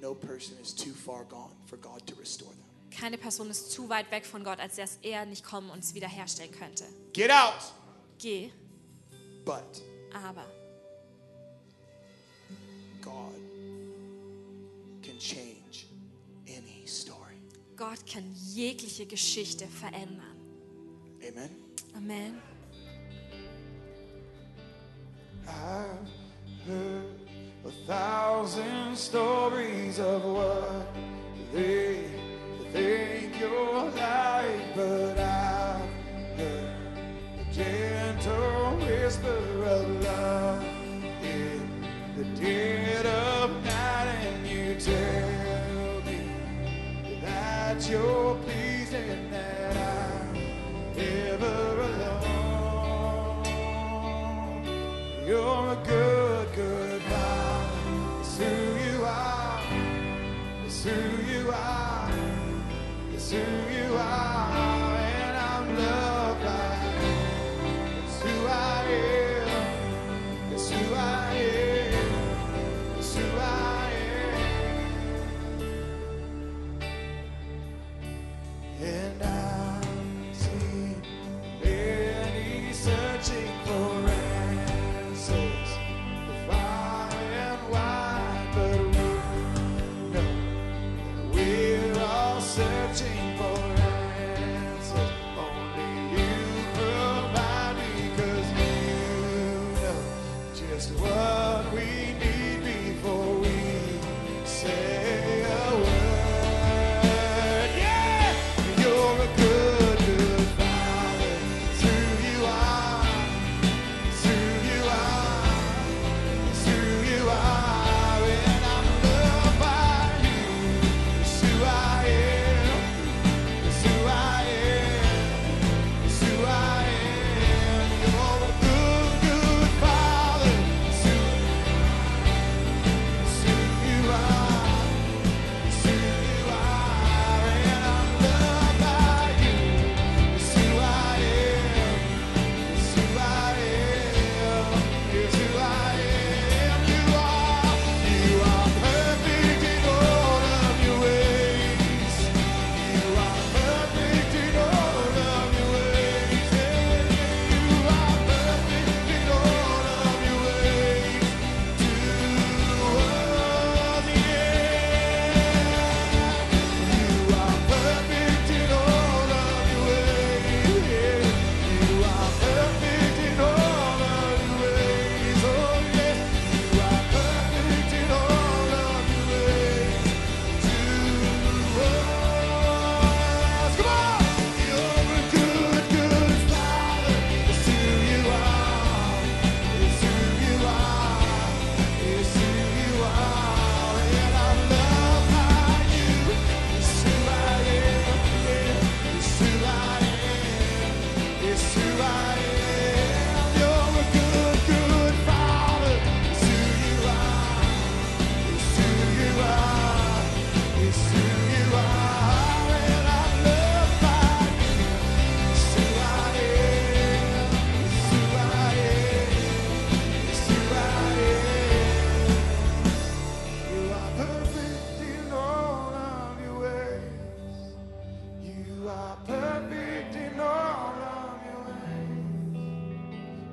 [SPEAKER 2] no person is too far gone for God to restore them.
[SPEAKER 3] keine Person ist zu weit weg von Gott, als dass er nicht kommen und es wiederherstellen könnte.
[SPEAKER 2] Get out.
[SPEAKER 3] Geh.
[SPEAKER 2] But
[SPEAKER 3] Aber
[SPEAKER 2] God can change any story.
[SPEAKER 3] Gott kann jegliche Geschichte verändern.
[SPEAKER 2] Amen.
[SPEAKER 3] Amen.
[SPEAKER 4] heard a thousand stories of what they think you're like, but I've heard the gentle whisper of love in the dead of night, and you tell me that you're pleased and that I'm ever alone. You're a good, good God. It's who you are. It's who you are. It's who you are. And I'm loved by you. It's who I am. It's who I am. It's who I am. And I've seen many searching for answers far and wide, but we know that we're all searching for perfect in all of your ways.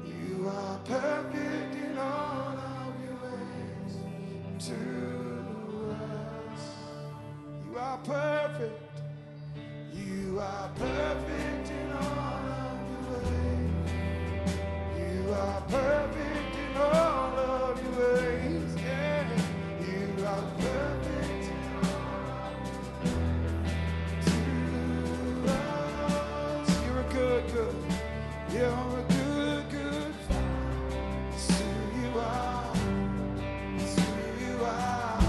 [SPEAKER 4] You are perfect in all of your ways to us. You are perfect. You are perfect in all of your ways. You are perfect in all of your ways. Yeah. You are perfect in all of your ways. You're a good, good. You're a good, good Father. It's who you are. It's who you are.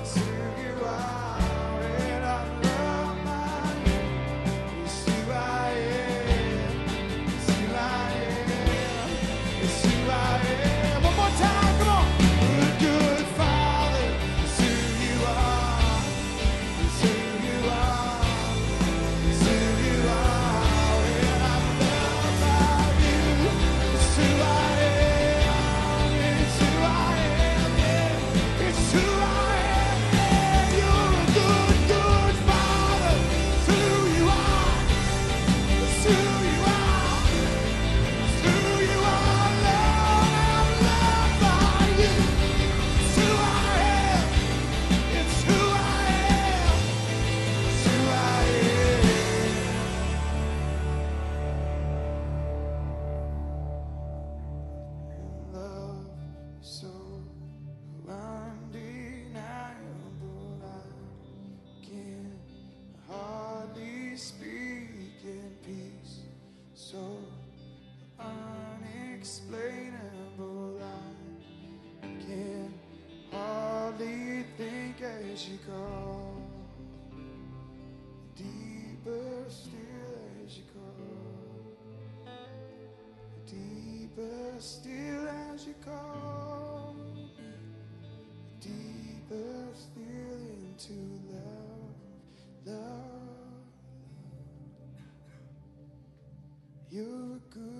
[SPEAKER 4] It's who you are. And I love my name. It's who I am. It's who I am. It's who I am. One more time, come on. Good, good Father, it's who you are. It's who you are. It's who you are. And I love my you. It's who I am. It's who I am. Yeah. It's who I am. Yeah. You're a good, good Father. It's who you are. It's who you are. It's who you are, Lord. I'm loved by you. It's who I am. It's who I am. It's who I am. Love so undeniable. I can hardly speak in peace. So unexplainable. I can hardly think as you go. Deeper still as you go. Deeper still as you call me. Deeper still into love, love. You're a good.